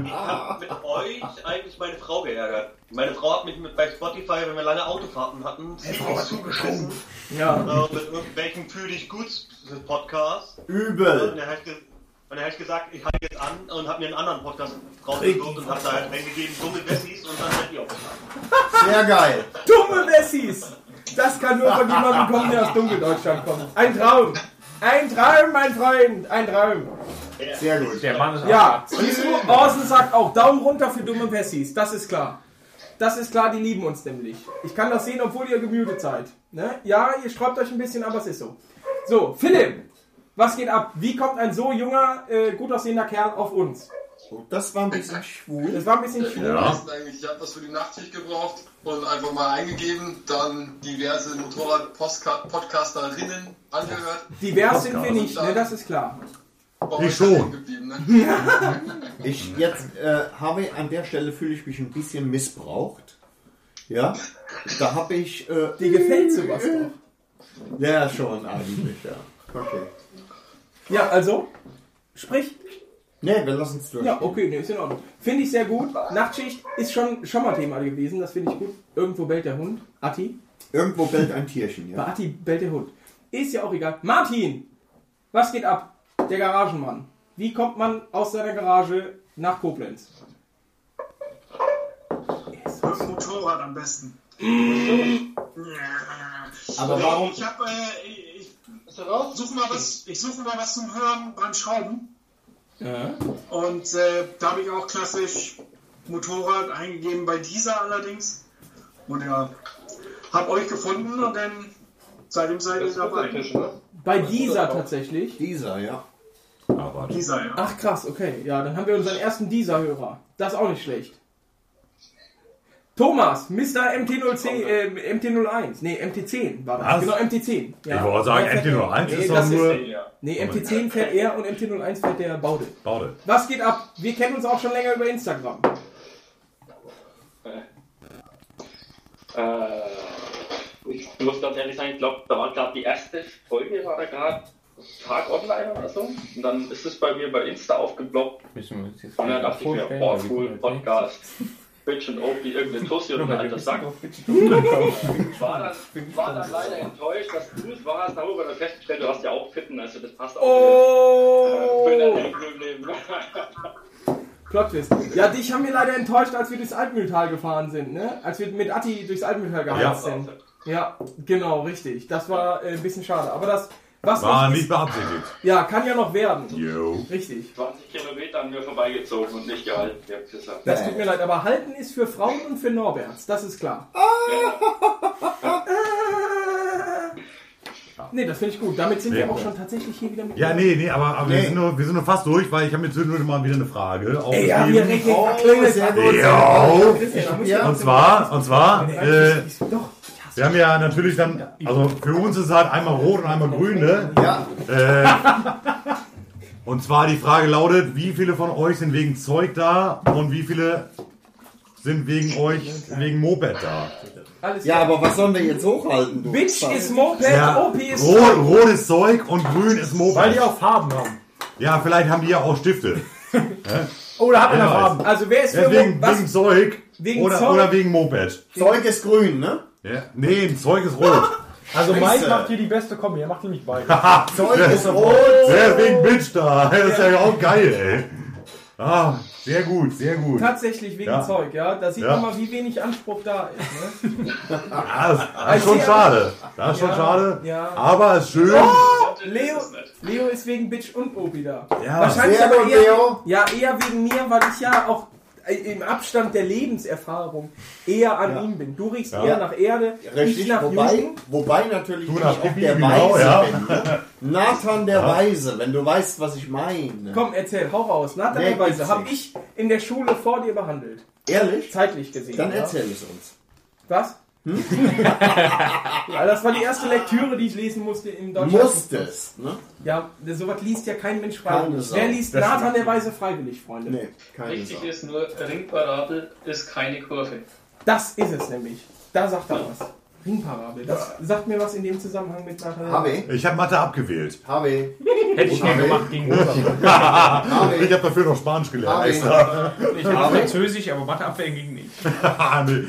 mit euch eigentlich meine Frau geärgert. Meine Frau hat mich mit bei Spotify, wenn wir lange Autofahrten hatten, ziemlich zugeschissen. Ja. Äh, mit irgendwelchen fühl dich gut Podcast. Übel. Und er hat, ge und er hat gesagt, ich halte jetzt an und hab mir einen anderen Podcast rausgesucht und hab da halt eingegeben, dumme Bessis und dann halt seid ihr aufgeschlagen. Sehr geil. Dumme Wessis. Das kann nur von jemandem kommen, der aus Dunkeldeutschland kommt. Ein Traum. Ein Traum, mein Freund. Ein Traum. Sehr gut. Der Mann ist Ja, siehst du, Orson sagt auch Daumen runter für dumme Wessis. Das ist klar. Das ist klar, die lieben uns nämlich. Ich kann das sehen, obwohl ihr gemütet seid. Ne? Ja, ihr schreibt euch ein bisschen, aber es ist so. So, Philipp. Was geht ab? Wie kommt ein so junger, äh, gut aussehender Kerl auf uns? Das war ein bisschen schwul. Das war ein bisschen schwul. Ja. Ich habe was für die Nachtschicht gebraucht und einfach mal eingegeben, dann diverse Motorrad-Podcasterinnen angehört. Divers sind wir nicht, ne? das ist klar. Ich schon. Ich jetzt äh, habe an der Stelle fühle ich mich ein bisschen missbraucht. Ja, da habe ich. Äh, Dir gefällt sowas doch. Ja, schon eigentlich, ja. Okay. Ja, also, sprich. Nee, wir lassen es durch. Ja, okay, nee, ist in Ordnung. Finde ich sehr gut. Nachtschicht ist schon, schon mal Thema gewesen, das finde ich gut. Irgendwo bellt der Hund. Atti? Irgendwo bellt ein Tierchen, Bei ja. Atti bellt der Hund. Ist ja auch egal. Martin! Was geht ab? Der Garagenmann. Wie kommt man aus seiner Garage nach Koblenz? Mit dem Motorrad am besten. Aber warum- Ich habe, äh, ich, ich suche mal was, ich suche mal was zum Hören beim Schrauben. Und äh, da habe ich auch klassisch Motorrad eingegeben bei dieser allerdings. Und ja, habe euch gefunden und dann seitdem seid ihr dabei. Bei dieser tatsächlich. Dieser, ja. Dieser, ja. Ach krass, okay. Ja, dann haben wir unseren ersten Dieser-Hörer. Das ist auch nicht schlecht. Thomas, Mr. MT0C, äh, MT01. Nee, MT10 war das. Was? Genau, MT10. Ich wollte sagen, Der fährt MT01 er. ist doch das nur- Nee, MT10 fährt er und MT01 fährt der Baude. Baude. Was geht ab? Wir kennen uns auch schon länger über Instagram. Äh, ich muss ganz ehrlich sagen, ich glaube, da war gerade die erste Folge, war da gerade Tag online oder so. Und dann ist es bei mir bei Insta aufgeploppt. Müssen wir uns jetzt Und dann wieder dachte ich mir, vorstellen, boah, weil wir cool, kommen Podcast. Bitch und Opie, irgendein Tussi und ein alter Sack. War dann, war dann leider enttäuscht, dass du es warst, darüber dann festgestellt, du hast ja auch Fitten, also das passt auch. Oh! Nicht. Äh, bin ein Hängengeblieben. Plot Twist. Ja, dich haben wir leider enttäuscht, als wir durchs Altmühltal gefahren sind, ne? Als wir mit Atti durchs Altmühltal geheizt Ja. sind. Also, Ja, genau, richtig. Das war äh, ein bisschen schade. Aber das, was War noch nicht beabsichtigt. Ja, kann ja noch werden. Yo. Richtig. 20 Kilometer an mir vorbeigezogen und nicht gehalten, ihr Pisser. Das tut mir leid, aber halten ist für Frauen und für Norberts, das ist klar. Nee, das finde ich gut. Damit sind Sehr wir auch gut. schon tatsächlich hier wieder mit. Ja, nee, nee, aber, aber Wir, Nee. sind nur, wir sind nur fast durch, weil ich habe mir zwischendurch mal wieder eine Frage Ey, ja, wir richtig verklingelt. ja, Ja. Christian, ja. Und zwar, und zwar, äh, Doch. wir haben ja natürlich dann, also für uns ist halt einmal rot und einmal grün, ne? Ja. Äh, und zwar die Frage lautet, wie viele von euch sind wegen Zeug da und wie viele sind wegen euch, wegen Moped da? Alles Ja, aber was sollen wir jetzt hochhalten? Du Bitch Spaß? ist Moped, Ja, OP Äh, ist rot, rot ist Zeug und grün ist Moped. Weil die auch Farben haben. Ja, vielleicht haben die ja auch Stifte. Oh, da hat Wer einer weiß. Farben. Also wer ist für Deswegen, was- wegen Zeug, Wegen oder, Zeug? oder wegen Moped. Zeug ist grün, ne? Ja. Nee, ein Zeug ist rot. Also Mike Scheiße. macht hier die beste Kombi, er macht nämlich beide. Zeug ist rot. Sehr wegen Bitch da. Das ist ja auch geil, ey. Ah, sehr gut, sehr gut. Tatsächlich wegen Ja. Zeug, ja. Da sieht Ja. man mal, wie wenig Anspruch da ist. Ne? Ja, Ah, das, das Ah, Ich ist schon sehe- schade. Das ist schon Ja, schade. ja. Aber es ist schön. Oh, Leo, Leo ist wegen Bitch und Opi da. Ja. Wahrscheinlich Sehr aber gut, eher, Leo. Ja, eher wegen mir, weil ich ja auch äh, im Abstand der Lebenserfahrung eher an ihm bin. Du riechst Ja. eher nach Erde, ich Richtig, nach wobei, Jugend. wobei natürlich Du ich nach auch Pipi, der genau, Weise ja. bin. Ne? Nathan der Ja. Weise, wenn du weißt, was ich meine. Komm, erzähl, hau raus. Nee, Nachteilweise gibt's habe ich in der Schule vor dir behandelt. Ehrlich? Zeitlich gesehen. Dann ja. erzähl Hm? es uns. Was? ja, das war die erste Lektüre, die ich lesen musste im Deutschen. Musstest, ne? Ja, sowas liest ja kein Mensch Keine freiwillig. Sau. Wer liest Das- Nathan der Weise freiwillig, Freunde? Nee, keine Wichtig Sau. ist nur, Ringparabel ist keine Kurve. Das ist es nämlich. Da sagt er was. Ringparabel. Das sagt mir was in dem Zusammenhang mit Nathan. Ich habe Mathe abgewählt. Habe. Hätte ich Habe. gern gemacht gegen Habe. Ich habe dafür noch Spanisch gelernt. Habe. Extra. Ich hab Französisch, aber Mathe abwehren ging nicht. Ah, nee.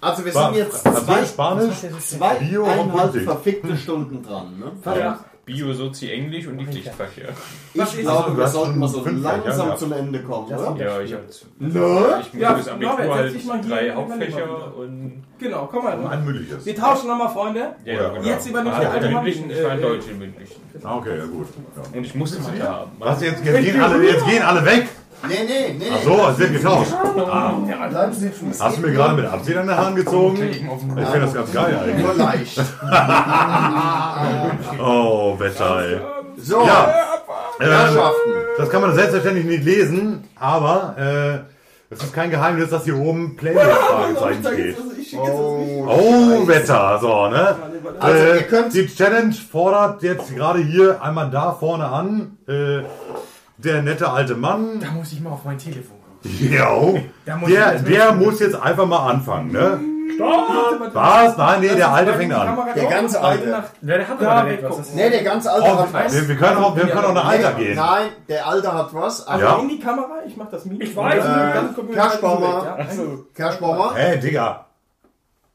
Also wir War- sind jetzt Französisch, zwei, Spanisch, zwei Bio und eineinhalb Politik. verfickte Stunden dran. Ne? Ja. Bio, Sozi, Englisch und die Pflichtfächer. Ich glaube, wir sollten mal so Fünf Fächer, langsam ja. zum Ende kommen, oder? Ja, ich habe Ne? ich muss Ja, bis Abitur Norbert, setz dich mal halt hier drei und dann übernehmen wir Hauptfächer und Genau, komm mal. Ein mündliches. Wir tauschen nochmal, Freunde. Ja, ja, genau. Jetzt übernimmt der Also alte in Mann. äh, München, ich war in Deutsch in München. Ah, okay, ja gut. Ja. Und ich musste Mathe haben. Was, jetzt, jetzt, gehen alle, jetzt gehen alle weg? Nee, nee, nee. Ach so, es wird getauscht. Ah. Bleiben Sie schon. Hast du mir gerade mit Absicht an der Hand gezogen? Ich finde das ganz geil eigentlich. Nur leicht. oh, Wetter, ey. So. ja. Herrschaften. Ähm, das kann man selbstverständlich nicht lesen, aber äh, es ist kein Geheimnis, dass hier oben Playlist-Fragezeichen steht. Also, Oh, Wetter, so, ne? Also, äh, ihr könnt- die Challenge fordert jetzt gerade hier einmal da vorne an, äh, der nette alte Mann. Da muss ich mal auf mein Telefon gucken. Ja, Da muss ich der, jetzt der mit- muss jetzt einfach mal anfangen, ne? Stopp! Was? Nein, nee, der alte fängt an. Der ganze Alte. Ja, der hat aber direkt was. Das ist- Nee, der ganze Alte Oh, hat was. wir- wir können auch- wir können auch nach Alter Nee, gehen. Nein, der Alte hat was. Also aber- in die Kamera, ich mach das Mikro. Ich weiß, äh, äh, dann kommt mir Kerschbaumer. das alles weg, ja? Kerschbaumer. Hey, Digga,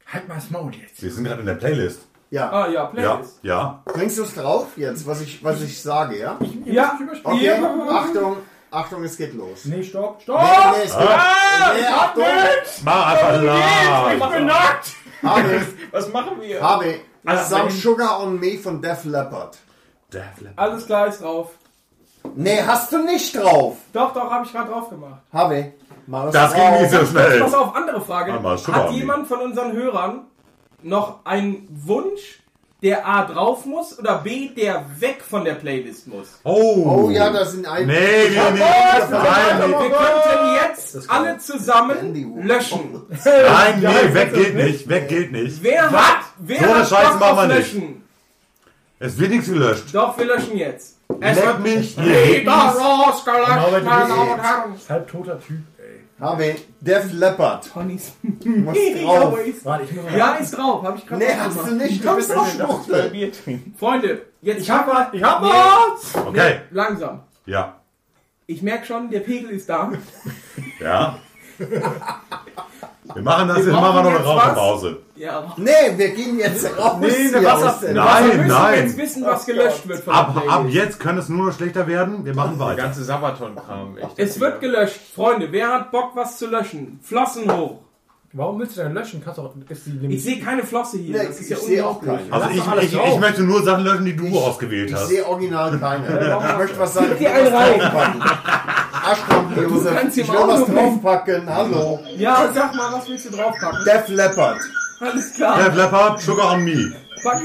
Halt mal das Maul jetzt. wir sind gerade in der Playlist. Ja. Ah, ja, Playlist. Ja, Bringst du es drauf jetzt, was ich, was ich sage, ja? Ja. Okay, Ja. Achtung, Achtung, es geht los. Nee, stopp, stopp. Nee, nee, es geht. Ah, nee, ich hab Achtung. nichts. Mach Oh, einfach Warum laut. geht's? Ich bin nackt. Habe, Was machen wir? habe, Alles Some dahin. Sugar on Me von Def Leppard. Def Leppard. Alles klar, ist drauf. Nee, hast du nicht drauf. Doch, doch, habe ich gerade drauf gemacht. Habe, mach es Das ging drauf. nicht so schnell. Pass auf, andere Frage. Einmal Sugar Hat Mommy. jemand von unseren Hörern noch einen Wunsch, der A drauf muss oder B, der weg von der Playlist muss? Oh. Oh ja, da sind ein- Nee, nee, Ich nee. hab Nein, was, verdammt, nee. Also, Wir könnten jetzt alle zusammen löschen. Nein, nee, weg geht nicht. Weg geht nicht. Wer hat, wer So eine hat Scheiße Bock machen auf wir nicht. löschen? Es wird nichts gelöscht. Doch, wir löschen jetzt. Leck mich Hey, hier. da raus, gelöscht, meine Damen und Herren. Halbtoter Typ, ey. Habe, Def Leppard. Ponys. Muss drauf. Warte, ich muss mal- Ja, ist drauf, habe ich gerade Nee, auch hast gemacht. du nicht, du Komm bist doch. eine Schwuchtel. Freunde, jetzt ich hab was, ich hab was! Okay. langsam. Ja. Ich merke schon, der Pegel ist da. Ja. Wir machen das, jetzt brauchen machen wir noch eine jetzt was. Raucherpause. Ja. Nee, wir gehen jetzt raus. Nee, eine Wasser- Hier aus- Nein, Also wir müssen nein. jetzt wissen, Oh was gelöscht wird von Ab, der ab Playlist. jetzt kann es nur noch schlechter werden. Wir machen weiter. Der ganze Sabaton-Kram. Es wird gelöscht. Freunde, wer hat Bock, was zu löschen? Flossen hoch. Warum willst du denn löschen? Kannst doch, ist die Ich sehe keine Flosse hier. Nee, das ist ich ja sehe auch unglaublich. keine. Also Lass ich, doch alles ich, ich drauf. möchte nur Sachen löschen, die du ausgewählt Ich hast. sehe original keine. Ich möchte was sagen. Gib dir einen rein. Aschkopf, Du kannst hier Ich mal will was aufmachen. draufpacken. Hallo. Ja, sag mal, was willst du draufpacken? Def Leppard. Alles Def klar. Leppard, Sugar on Me. Pack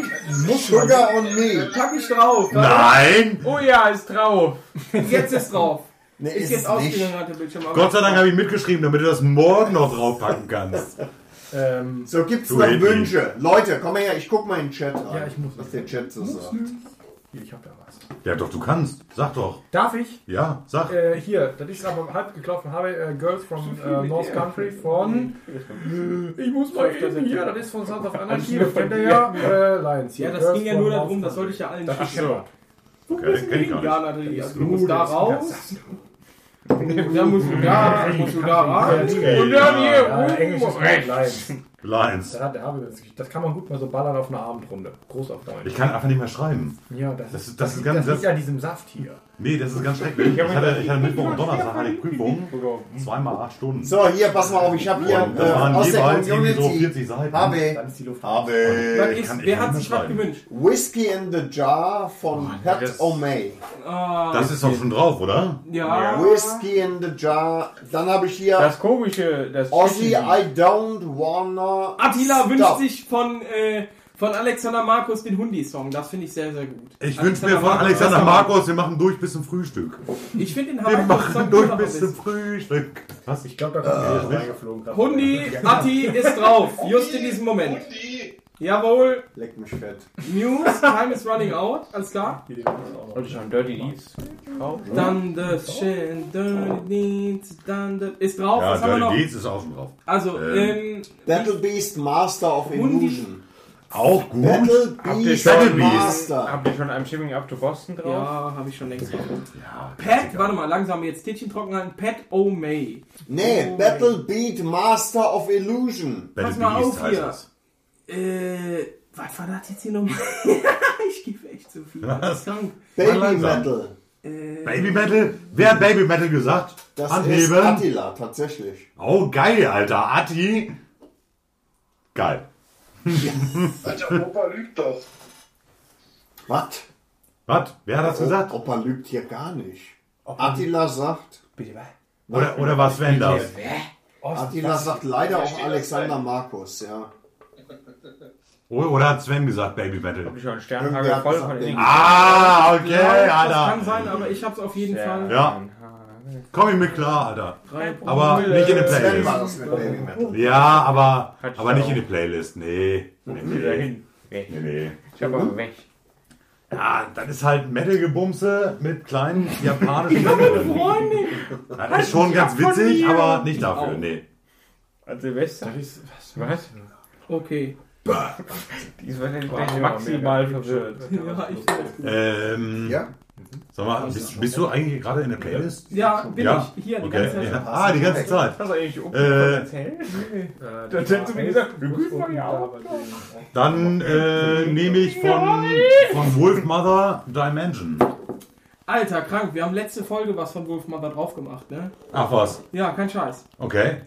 ich, Sugar on Me. pack ich drauf. Nein! Oh ja, ist drauf. Jetzt ist drauf. Nee, ist, ist jetzt nicht. ausgegangen, hat der Bildschirm. aber- Gott sei Dank habe ich mitgeschrieben, damit du das morgen noch draufpacken kannst. Ähm, So, gibt's Du noch Heli. Wünsche? Leute, komm mal her, ich guck mal in den Chat rein. Ja, ich muss- Was der Chat so sagt. Hier, ich hab da was. Ja, doch, du kannst. Sag doch. Darf ich? Ja, sag. Äh, hier, das ist aber halb geklopft von Harvey, äh, Girls from äh, North Country von. Mhm. äh, Ich muss mal eben hier, das ist von Sons of Anarchy, das kennt ihr ja. Äh, Lions hier. Ja, das Girls ging ja from nur North darum, Country. das sollte ich ja allen Das ist schicken. ja. Okay, das kenn ich gar nicht. Veganer Drilli. Also ist du musst gut, da das ist raus. Dann musst du da, dann musst du da raus. Ja, Und dann ja, hier Englisch oben ist rechts. Lions. Lions. Da hat der Harvey das, das kann man gut mal so ballern auf einer Abendrunde. Groß auf Deutsch. Ich kann einfach nicht mehr schreiben. Ja, das, Das ist- das ist ganz- das liegt an diesem Saft hier. Nee, das ist ganz schrecklich. Ich hatte, ich hatte Mittwoch und Donnerstag eine Prüfung. Zweimal acht Stunden. So, hier, pass mal auf, ich habe hier äh, Und das waren aus der jeweils irgendwie so Community. 40 Seiten. Habe, Dann ist die Luft. habe Was Ich kann ist, echt wer hat nicht sich mehr was gewünscht? Whiskey in the Jar von Pat O'May. Ah, Das ist doch schon drauf, oder? ja. Whiskey in the Jar. Dann habe ich hier Das komische, das Ozzy, Chicken- I don't wanna. Attila stop. wünscht sich von, äh, von Alexander Markus den Hundi-Song. Das finde ich sehr, sehr gut. Ich wünsche Alexander mir von Markus- Alexander Markus, wir machen durch bis zum Frühstück. Ich finde den Wir Hawaii machen durch bis zum Frühstück. Was? Ich glaube, da kommt äh, reingeflogen. gerade. Hundi, Atti ist drauf. Just in diesem Moment. Jawohl. Leck mich fett. News, time is running out. Alles klar. Hier, die kommt auch noch. Wollte ich schon Dirty Leaves. Dann das Shin, Dirty Deeds, dann das. Ist drauf, Ja, was haben wir noch? Dirty Deeds ist auch schon drauf. Also, ähm, Battle Beast Master of Illusion. Auch gut. Battle Habt ihr Beast schon, Master. habt ihr schon I'm Shipping Up to Boston drauf? ja, habe ich schon längst drauf. Pat, warte mal, langsam jetzt Tittchen trocken halten. Pat O'May. Nee, Battle Beat Master of Illusion. Battle Pass mal Beast auf heißt hier. das. Äh, was war das jetzt hier nochmal? ich gebe echt zu viel. Das ist krank. Baby langsam. Metal. äh, Baby Metal? Wer hat Baby Metal gesagt? Das ist Anheben. Attila, tatsächlich. Oh, geil, Alter. Atti. Geil. Alter, Opa lügt doch. Was? Was? Wer hat Oh, das gesagt? Opa lügt hier gar nicht. Attila sagt. Oder, oder war Sven das? Attila sagt leider auch Alexander Markus, ja. Oh, Oder hat Sven gesagt Baby Metal? Hab ich schon einen Sternhagel voll von Engeln. Ah, okay, ja, Alter. Das kann sein, aber ich hab's auf jeden Fall. Ja. Komm ich mit klar, Alter. Drei Aber Promille. äh, nicht in die Sven war das mit Baby Metal. Playlist. Ja, aber, Hat ich aber nicht auch. in die Playlist. Nee. Nee, nee. Dahin. nee, nee. Ich hab aber weg. Ja, dann ist halt Metal-Gebumse mit kleinen japanischen Ja, Das ist schon ganz witzig, aber nicht dafür, nee. An Silvester? Was? Was? Okay. Die war natürlich maximal verwirrt. Ja, ich Ähm, ja? Sag mal, Also, bist, bist du eigentlich gerade in der Playlist? Ja, bin Ja? ich. Hier, die Okay, ganze Zeit. ja. Ah, die ganze Zeit. Hast du eigentlich auch Äh, Äh, erzählt? Dann hättest du mir gesagt, du bist doch ja auch. Dann äh, nehme ich von, von Wolfmother Dimension. Alter, krank. Wir haben letzte Folge was von Wolf Mother drauf gemacht, ne? Ach was, Ja, kein Scheiß. okay.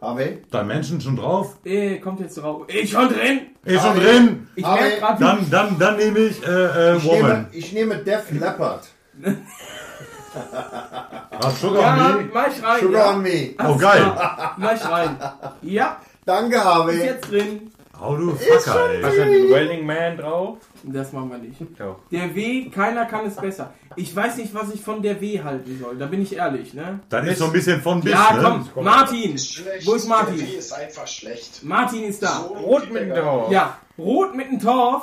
Harvey? Dimension schon drauf? Ey, kommt jetzt drauf. Ey, schon drin! Ist schon drin! Ich merk grad, wie- Dann, dann, dann nehme ich äh, äh, Ich nehme, Woman. ich nehme Def Leppard. Was, Sugar Ja, on Me? mach ich rein, Sugar ja. on Me. Oh, geil. Mach ich rein. Ja. Danke, Harvey. Ist jetzt drin. Hau du Fucker, ey. Was hat Dwelling Man drauf? Das machen wir nicht. Der W, keiner kann es besser. Ich weiß nicht, was ich von der W halten soll. Da bin ich ehrlich, ne? Dann ist so ein bisschen von bis, Ja, ne? komm, Komm. Martin. Wo ist Der Martin? Tee ist einfach schlecht. Martin ist da. So Rot mit dem Torf. Ja, rot mit dem Torf.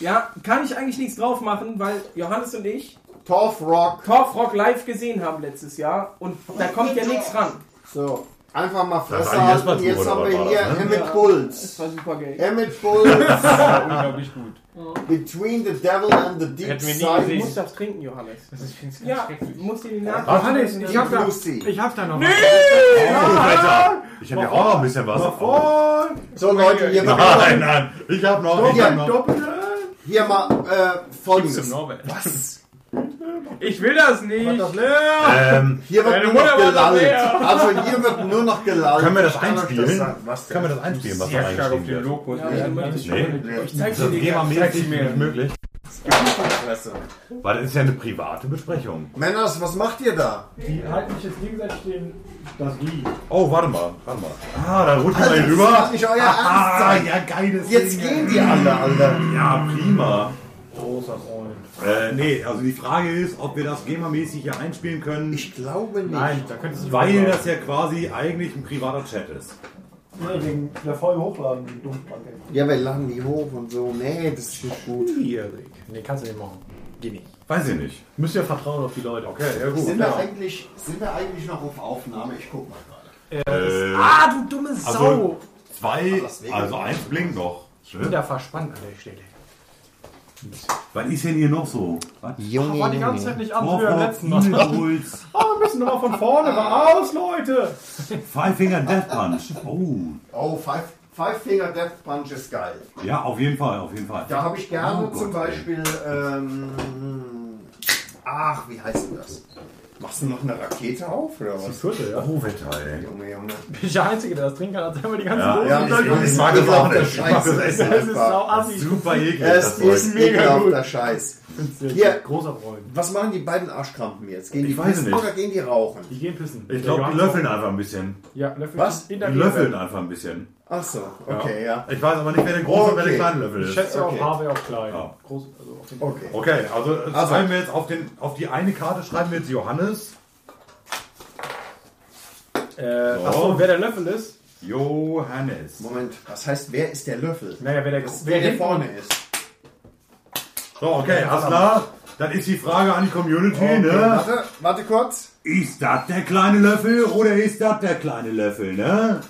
Ja, kann ich eigentlich nichts drauf machen, weil Johannes und ich Torfrock Torfrock live gesehen haben letztes Jahr und da kommt ja nichts ran. So, einfach mal Das Fresse war eigentlich halten. erstmal Jetzt so, haben oder wir was hier war das, ne? Emmett Ja. Bulls. Das war super geil. Emmett Bulls. Das war unglaublich gut. Between the Devil and the Deep Hätten wir nie Silence. gesehen. Du musst das trinken, Johannes. Das ist ja, du musst dir die Nase. Was? Johannes, ich hab da- Lucy. ich hab da noch nee! was. Ja! Oh, Alter, ich habe ja auch noch ein bisschen was. So Leute, ihr Nein, nein, ich habe noch. Ich hab noch. Hier mal äh, folgendes. Gib's dem Was? Ich will das nicht. Ähm, hier wird Meine nur Mutter noch war das gelallt. leer. Also hier wird nur noch gelallt. Können wir das Ich kann euch einspielen? sagen. Was Können wir das einspielen, was da Sehr stark auf eingeschrieben den wird? Lokus. Ja, ja, das ist Nee. schon- Ich Das zeig's ist dir, Digga, ich zeig's GEMA-mäßig dir. nicht möglich. Weil das ist ja eine private Besprechung. Männers, was macht ihr da? Die halten sich jetzt gegenseitig den, das Glied. Oh, warte mal, warte mal. Ah, da rutscht mal Alter, rüber. das kann nicht euer Ernst ah, sein. ja, geiles Ding. Jetzt gehen die alle, Alter. Ja, prima. Großer Freund. Äh, nee, also die Frage ist, ob wir das GEMA-mäßig hier einspielen können. Ich glaube nicht. Nein, da könntest du weil das ja quasi eigentlich ein privater Chat ist. Nee, wegen der Folge hochladen, die Dunkelbank. Ja, wir laden die hoch und so. Nee, das ist nicht gut. Schwierig. Nee, kannst du nicht machen. Geh nicht. Weiß ich nicht. Müsst ihr vertrauen auf die Leute. Okay, ja Sind, wir eigentlich, sind wir eigentlich noch auf Aufnahme? Ich guck mal gerade. Äh, Ah, du dumme Sau. Also zwei, deswegen. also eins blinkt noch. Schön. Wieder verspannt an der Stelle. Was ist denn hier noch so? Was? Junge, War die ganze Junge. Zeit nicht an, wie beim letzten Mal. Mal. Ah, wir müssen nochmal von vorne raus, Leute! Five Finger Death Punch. Oh, Oh, Five, Five Finger Death Punch ist geil. ja, auf jeden Fall, auf jeden Fall. Da habe ich gerne Oh Gott, zum ey. Beispiel. Ähm, ach, wie heißt denn das? Machst du noch eine Rakete auf oder was? Vierte, ja. Oh, Wetter, ey. Junge, Junge. Ich bin der Einzige, der das trinken kann, als hätten wir die ganze Ja, Dose ja, voll. ich- ich mag das auch nicht. Ich mag das echt nicht. Das ist sauassi. Super eklig. Es das Zeug. ist ekelhafter Scheiß. Hier, großer Freund. Was machen die beiden Arschkrampen jetzt? Gehen die Ich weiß pissen nicht. oder gehen die rauchen? Die gehen pissen. Ich glaube, die löffeln einfach ein bisschen. Ja, Löffel. Was? In Die der löffeln einfach ein bisschen. Ach so, okay, ja. Ich weiß aber nicht, wer der große und wer der Okay. kleine Löffel ist. Ich schätze Okay. auch Harvey auf klein. Ja. Groß, also auf jeden Fall. Okay. Okay, also, äh, Also. schreiben wir jetzt auf, den, auf die eine Karte schreiben wir jetzt Johannes. Äh, achso, wer der Löffel ist? Johannes. Moment, was heißt, wer ist der Löffel? Naja, wer der, Das ist wer der hinten- vorne ist. So, okay, alles klar. Dann ist die Frage an die Community, ne? Warte, Äh, warte kurz. Ist das der kleine Löffel oder ist das der kleine Löffel, ne?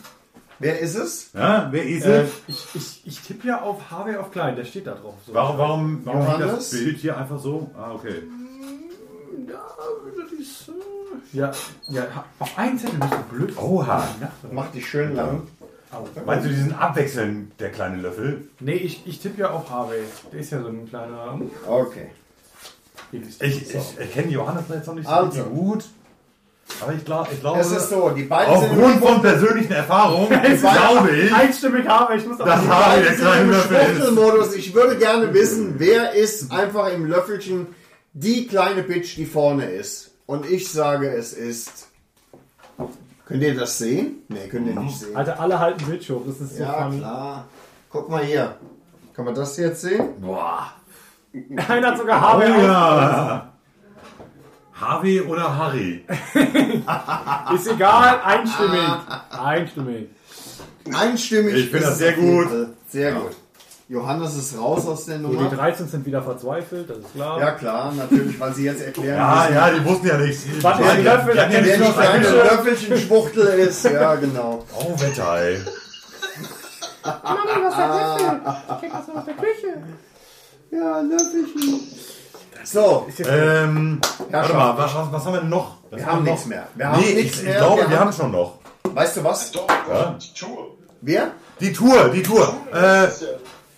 Wer ist es? Ja, wer ist Äh, es? ich ich, ich tippe ja auf Harvey auf klein, der steht da drauf. So. Warum, warum, warum sieht das Johannes? Bild hier einfach so? Ah, okay. Ja, ja, auf einen Zettel bist du blöd. Oha. Mach dich schön lang. Meinst du diesen abwechselnd, der kleine Löffel? Nee, ich, ich tippe ja auf Harvey. Der ist ja so ein kleiner. Okay. Ich, ich, ich kenne Johannes jetzt noch nicht so Also. richtig gut. Aber ich, glaub, ich glaube, Es ist so, die beiden sind aufgrund von persönlichen Erfahrungen glaube ich, Einstimmig Harvey, ich muss dass auch- Harvey der beiden sind kleine im Löffel ist. Schwuchtelmodus. Ich würde gerne wissen, wer ist einfach im Löffelchen die kleine Bitch, die vorne ist. Und ich sage, es ist. Könnt ihr das sehen? Nee, könnt ihr nicht sehen. Alter, alle halten Bildschirm, das ist so Ja, funny. klar. Guck mal hier. Kann man das jetzt sehen? Boah. Einer hat sogar Harvey Oh ja. Harvey oder Harry? Ist egal, einstimmig. Einstimmig. Einstimmig. Ich finde ist das es sehr auf jeden gut. Fall. Sehr gut. Johannes ist raus aus der So, die Nummer. 13 sind wieder verzweifelt, das ist klar. Ja klar, natürlich, weil sie jetzt erklären Ja, müssen. ja, die wussten ja nichts. Was ist ein Löffel? Ja, Da kenn wer ich nicht noch eine Löffel. Löffelchen-Schwuchtel ist, ja genau. Oh, Wetter, ey. Mami, was hat Löffel? aus der Küche. Ja, Löffelchen. So. Ähm, warte Herrschaft. mal, was, was, was haben wir denn noch? Was Wir haben noch? nichts mehr. Wir haben nee, nichts ich, mehr. ich glaube, Wir wir, haben- haben schon noch. Weißt du was? Ja? Wer? Die Tour, die Tour. Äh,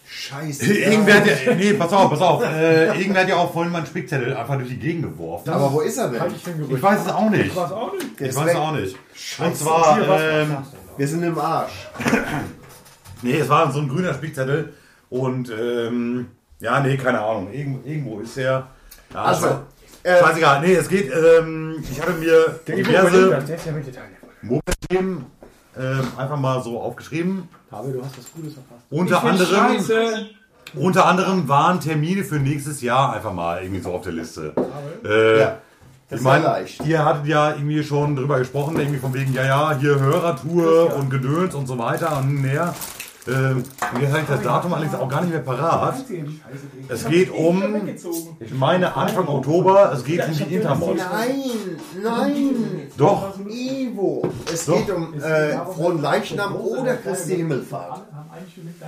Scheiße. irgendwer hat ja, nee, pass auf, pass auf. Äh, irgendwer hat ja auch vorhin mal einen Spickzettel einfach durch die Gegend geworfen. Das Aber wo ist er denn? Ich, weiß es auch nicht. Ich weiß auch nicht. Der Ich ist weiß weg. es auch nicht. Und Scheiße. zwar, Hier, was- ähm, wir sind im Arsch. Nee, es war so ein grüner Spickzettel. Und ähm, ja, nee, keine Ahnung. Irgendwo, irgendwo ist er. Ja, Also, schei- Scheißegal, nee, es geht. Ähm, ich hatte mir Äh, Der überlegt das, diverse der ist ja mit Italien. Moped-Themen ähm, einfach mal so aufgeschrieben. Habe, du hast was Gutes verpasst. Unter Ich find anderem, Scheiße. unter anderem waren Termine für nächstes Jahr einfach mal irgendwie so auf der Liste. Äh, Ja, das ich war meine, leicht. ihr hattet ja irgendwie schon drüber gesprochen, irgendwie von wegen, ja, ja, hier Hörertour und Gedöns und so weiter und näher. Ähm, und jetzt habe ich das Datum allerdings auch gar nicht mehr parat. Es geht um, ich meine Anfang Oktober, es geht um die Intermod. Nein, nein. Doch. Ivo. Es Doch. geht um äh, Frohen Leichnam oder Christi Himmelfahrt.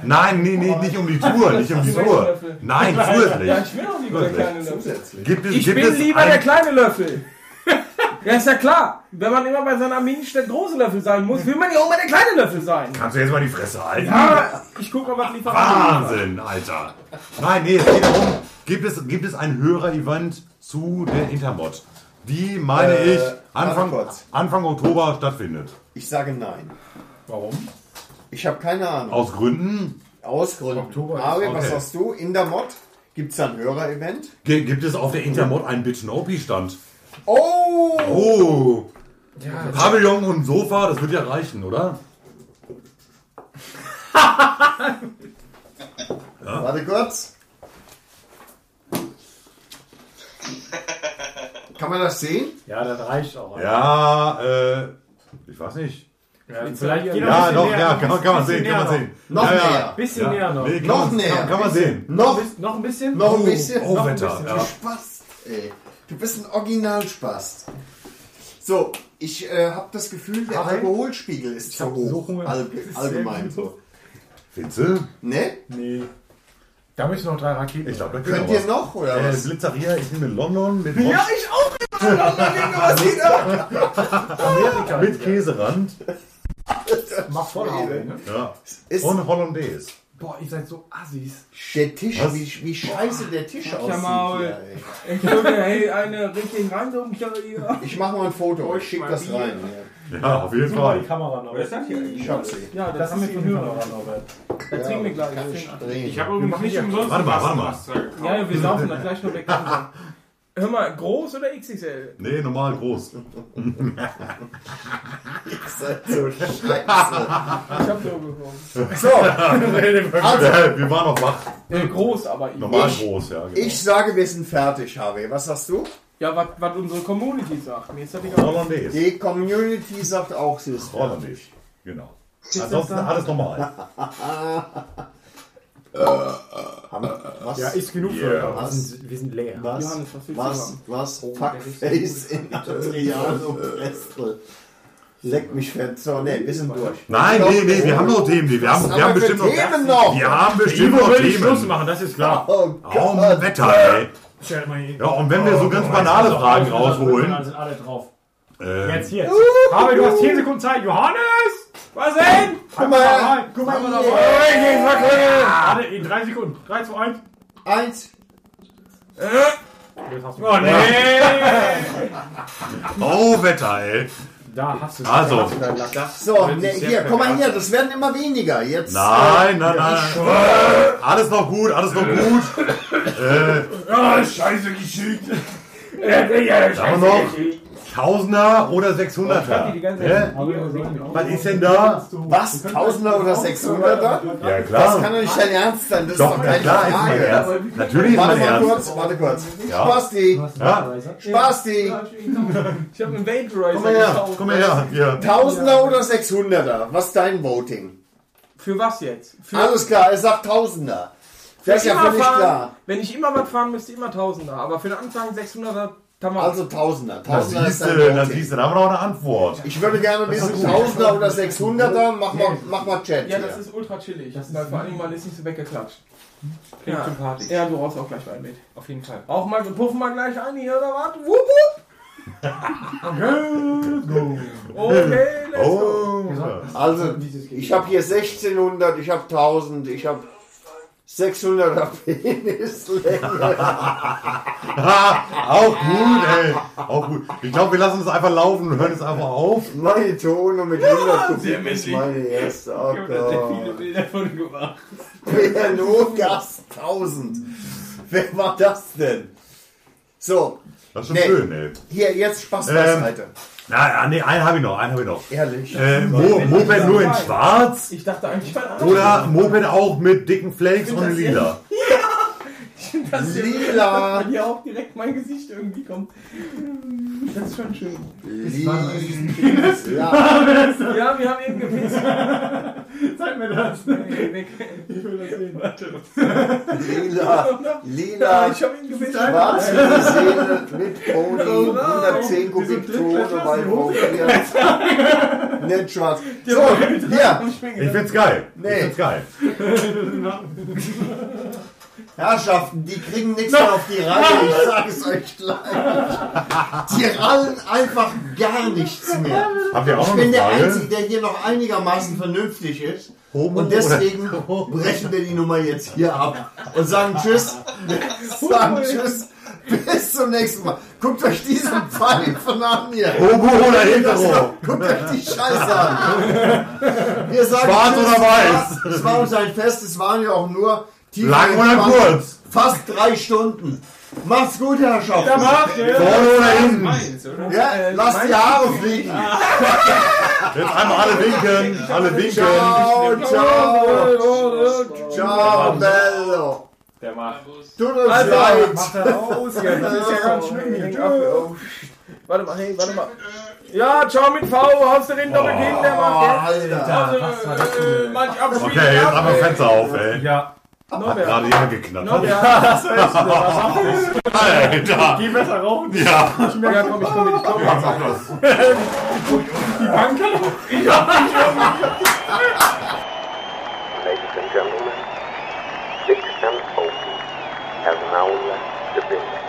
Nein, nee, nee, nicht um die Tour, nicht um die Tour. Nein, zusätzlich. Ja, ich bin auch lieber der kleine Löffel. Gibt es, Ich gibt bin es lieber ein- der kleine Löffel. Ja, ist ja klar. Wenn man immer bei seiner Minisch der große Löffel sein muss, will man ja auch mal der kleine Löffel sein. Kannst du jetzt mal die Fresse halten? Ja, ich guck mal, was liefert. Wahnsinn, Alter. Nein, nee, es geht darum, gibt es, gibt es ein Hörer-Event zu der Intermod? Die, meine Äh, ich, Anfang, warte kurz. Anfang Oktober stattfindet. Ich sage nein. Warum? Ich habe keine Ahnung. Aus Gründen? Aus Gründen. Mario, was okay. sagst du? In der Mod gibt es da ein Hörer-Event? G gibt es auf der Intermod einen Bitch OP-Stand? Oh! Oh! Pavillon und Sofa, das wird ja reichen, oder? Warte kurz. Kann man das sehen? Ja, das reicht auch. Ja, äh, ich weiß nicht. Ja, vielleicht geht noch ein ja, bisschen doch, näher, ja, kann, man- kann man bisschen sehen, kann man näher sehen. noch. ja, Noch ja. näher. Bisschen ja. näher noch. Nee, kann Noch man, näher. Kann, kann man sehen. Noch, noch ein bisschen? Noch ein bisschen? Oh, Noch ein Wetter, bisschen. ja. Du Spast, ey. Du bist ein Originalspast. So, ich äh, habe das Gefühl, der Alkoholspiegel ist zu hoch. All, allgemein. So. Witze? Ne? Nee. Da müssen noch drei Raketen. Ich glaube, da Könnt ihr noch, oder äh, was? Blitzeria, ich bin in London mit Ja, ich auch. Mann, Mann, Junge, Was geht ab? Amerika mit Käserand. Mach voll Harvey, ne? Ja. Ist- Und Hollandaise. Boah, ihr seid so Assis. Der Tisch, Was? wie, wie scheiße der Tisch Ach, ja, aussieht. Maul. hier, ey. Ich würde, hey, eine richtig reindrücken. hier. Ich mache mal ein Foto, ich schicke das rein. Ja, auf jeden Fall. Kamera noch. Wer ist das hier eigentlich? Ich hab sie. Ja, das, Das haben wir ist die von Hörer. Kamera noch. Da trinken wir gleich. Ich habe übrigens nicht umsonst Warte mal, warte mal. mal. Ja, ja, wir saufen da gleich noch weg. Hör mal, groß oder XXL? Nee, normal groß. Seid so scheiße. Ich hab so gekommen. So, Ja, wir waren noch wach. Äh, groß, aber ich. Normal groß, ja. Genau. ich sage, wir sind fertig, Harvey. Was sagst du? Ja, was was unsere Community sagt. Mir ist das egal. Hollandaise. Die Community sagt auch, sie ist fertig. Hollandaise. Genau. Ansonsten alles normal. Was? Ja, ist genug Yeah. für heute. Wir Was? sind, wir sind leer. Was? Johannes, was willst du was? haben? Was? Oh, der Fuckface ist so in Adriano Pestel. Leck mich fett. So, ne, wir sind durch. Nein, nee, nee, wir haben noch Themen. die- Wir haben, Was wir haben haben wir bestimmt für Themen noch? Wir haben bestimmt Ivo noch will ich Themen. Schluss machen, das ist klar. Oh Oh, Gott. Wetter, ey. Stell mal hier. Ja, und wenn wir so ganz banale Fragen rausholen. Dann sind alle drauf. Ähm, Jetzt, jetzt. Harvey, du hast 10 Sekunden Zeit. Johannes! Was denn? Guck mal her. Guck mal her. Warte, in 3 Sekunden. 3, 2, 1. Eins. Oh, nee! Oh, Wetter, ey. Da hast du Also. So, ne, hier, komm mal hier. Das werden immer weniger. Jetzt. Nein, nein, nein. Alles noch gut, alles noch gut. äh, Ah, Oh, scheiße Geschichte. da haben wir noch Tausender oder 600er? Hä? Was ist denn da? Was? Tausender oder 600er? Ja, klar. Das kann doch nicht dein Ernst sein. Das Doch, ist doch na keine klar, ist Frage. mein Ernst. Natürlich ist warte mein mal Ernst. kurz, warte kurz. Ja. Spasti. Ja. Spasti. Ich habe einen Wade Komm mal her. gekauft. Komm mal her. Ja. Tausender oder 600er? Was ist dein Voting? Für was jetzt? Für Alles klar, er sagt Tausender. Das ist ja immer völlig fahren, klar. Wenn ich immer was fahren müsste, immer Tausender. Aber für den Anfang 600er Tamar. Also Tausender. Da Tausender siehst ist dein du, da Voting. siehst du, da haben wir noch eine Antwort. Ich würde gerne Das ist wissen, gut. Tausender oder 600er. Mach mal, mach mal Chat. Ja, hier. das ist ultra chillig. Weil vor allem mal ist nicht so weggeklatscht. Klingt ja. sympathisch. Ja, du rauchst auch gleich mal mit. Auf jeden Fall. Auch mal, wir puffen mal gleich ein hier, oder was? Wupp, wupp. Okay, ne. let's Oh. go. Also, ich habe hier 1600, ich habe 1000, ich habe 600er Penislänge. Ha, auch gut, ey. Auch gut. Ich glaube, wir lassen es einfach laufen und hören es einfach auf. Meine Tone mit 100 Kubik ist männlich. meine erste. Oh Ich hab da sehr viele Gott. Bilder von gemacht. Gas 1000. Wer war das denn? So. Das ist schon schön, ey. Hier, jetzt Spaß beiseite. Na, ja, nee, einen habe ich noch, einen habe ich noch. Ehrlich? Äh, Mo Moped nur in schwarz Ich dachte eigentlich mal anders. oder Moped auch mit dicken Flakes Sind und das lila? Das ist Lila. Ja, hier auch direkt mein Gesicht irgendwie kommt. Das ist schon schön. Lila. Ja, wir haben eben gepisst. Zeig mir das. Nee, weg. Ich will das sehen. Lila, Ja, lila, ich hab ihn gesehen. schwarz für die Seele mit Pony, Genau. 110 Kubik Tone bei Vampir. Nicht schwarz. Der So, war mit ja. Ich find's geil. Ich find's geil. Herrschaften, die kriegen nichts mehr auf die Reihe, ich sage es euch gleich. Die rallen einfach gar nichts mehr. Habt ihr auch ich noch bin eine der Frage? Einzige, der hier noch einigermaßen vernünftig ist. Homo und deswegen brechen wir die Nummer jetzt hier ab und sagen Tschüss. sagen Tschüss. Bis zum nächsten Mal. Guckt euch diesen Pfeil von an hier. Homo oder Hetero? Guckt euch die Scheiße an. Wir sagen Schwarz Tschüss. oder weiß? Es war- Es war uns ein Fest, es waren ja auch nur tief Lang oder entspannt. kurz? Fast drei Stunden. Macht's gut, Herr Schaff. Ja, macht, ja. Vorne oder hinten? Ja, Äh, lass die meins? Haare fliegen. Jetzt einmal alle winken, alle winken. Ciao, Oh, ciao. Ciao, Bello. Der macht. Tut uns Also, Alter, leid. macht er aus, ja, das ist ja ganz schlimm hier. Tschüss. Oh, Warte mal, hey, warte mal. Ja, ciao mit V, haust du den doppelt hin, der macht äh, Alter. Also, äh, manch abspielen. Okay, jetzt einmal Fenster auf, ey. Ja. Hat gerade jemand geknackt. Norbert. Was heißt denn? Was macht Alter. Geh besser rauchen. Ja. Ich merke, ja, komm, ich komme mit. Komm, mach das. Die Bank hat auch. Ich hab mich Ladies and gentlemen, Dick and Opie has now left the building.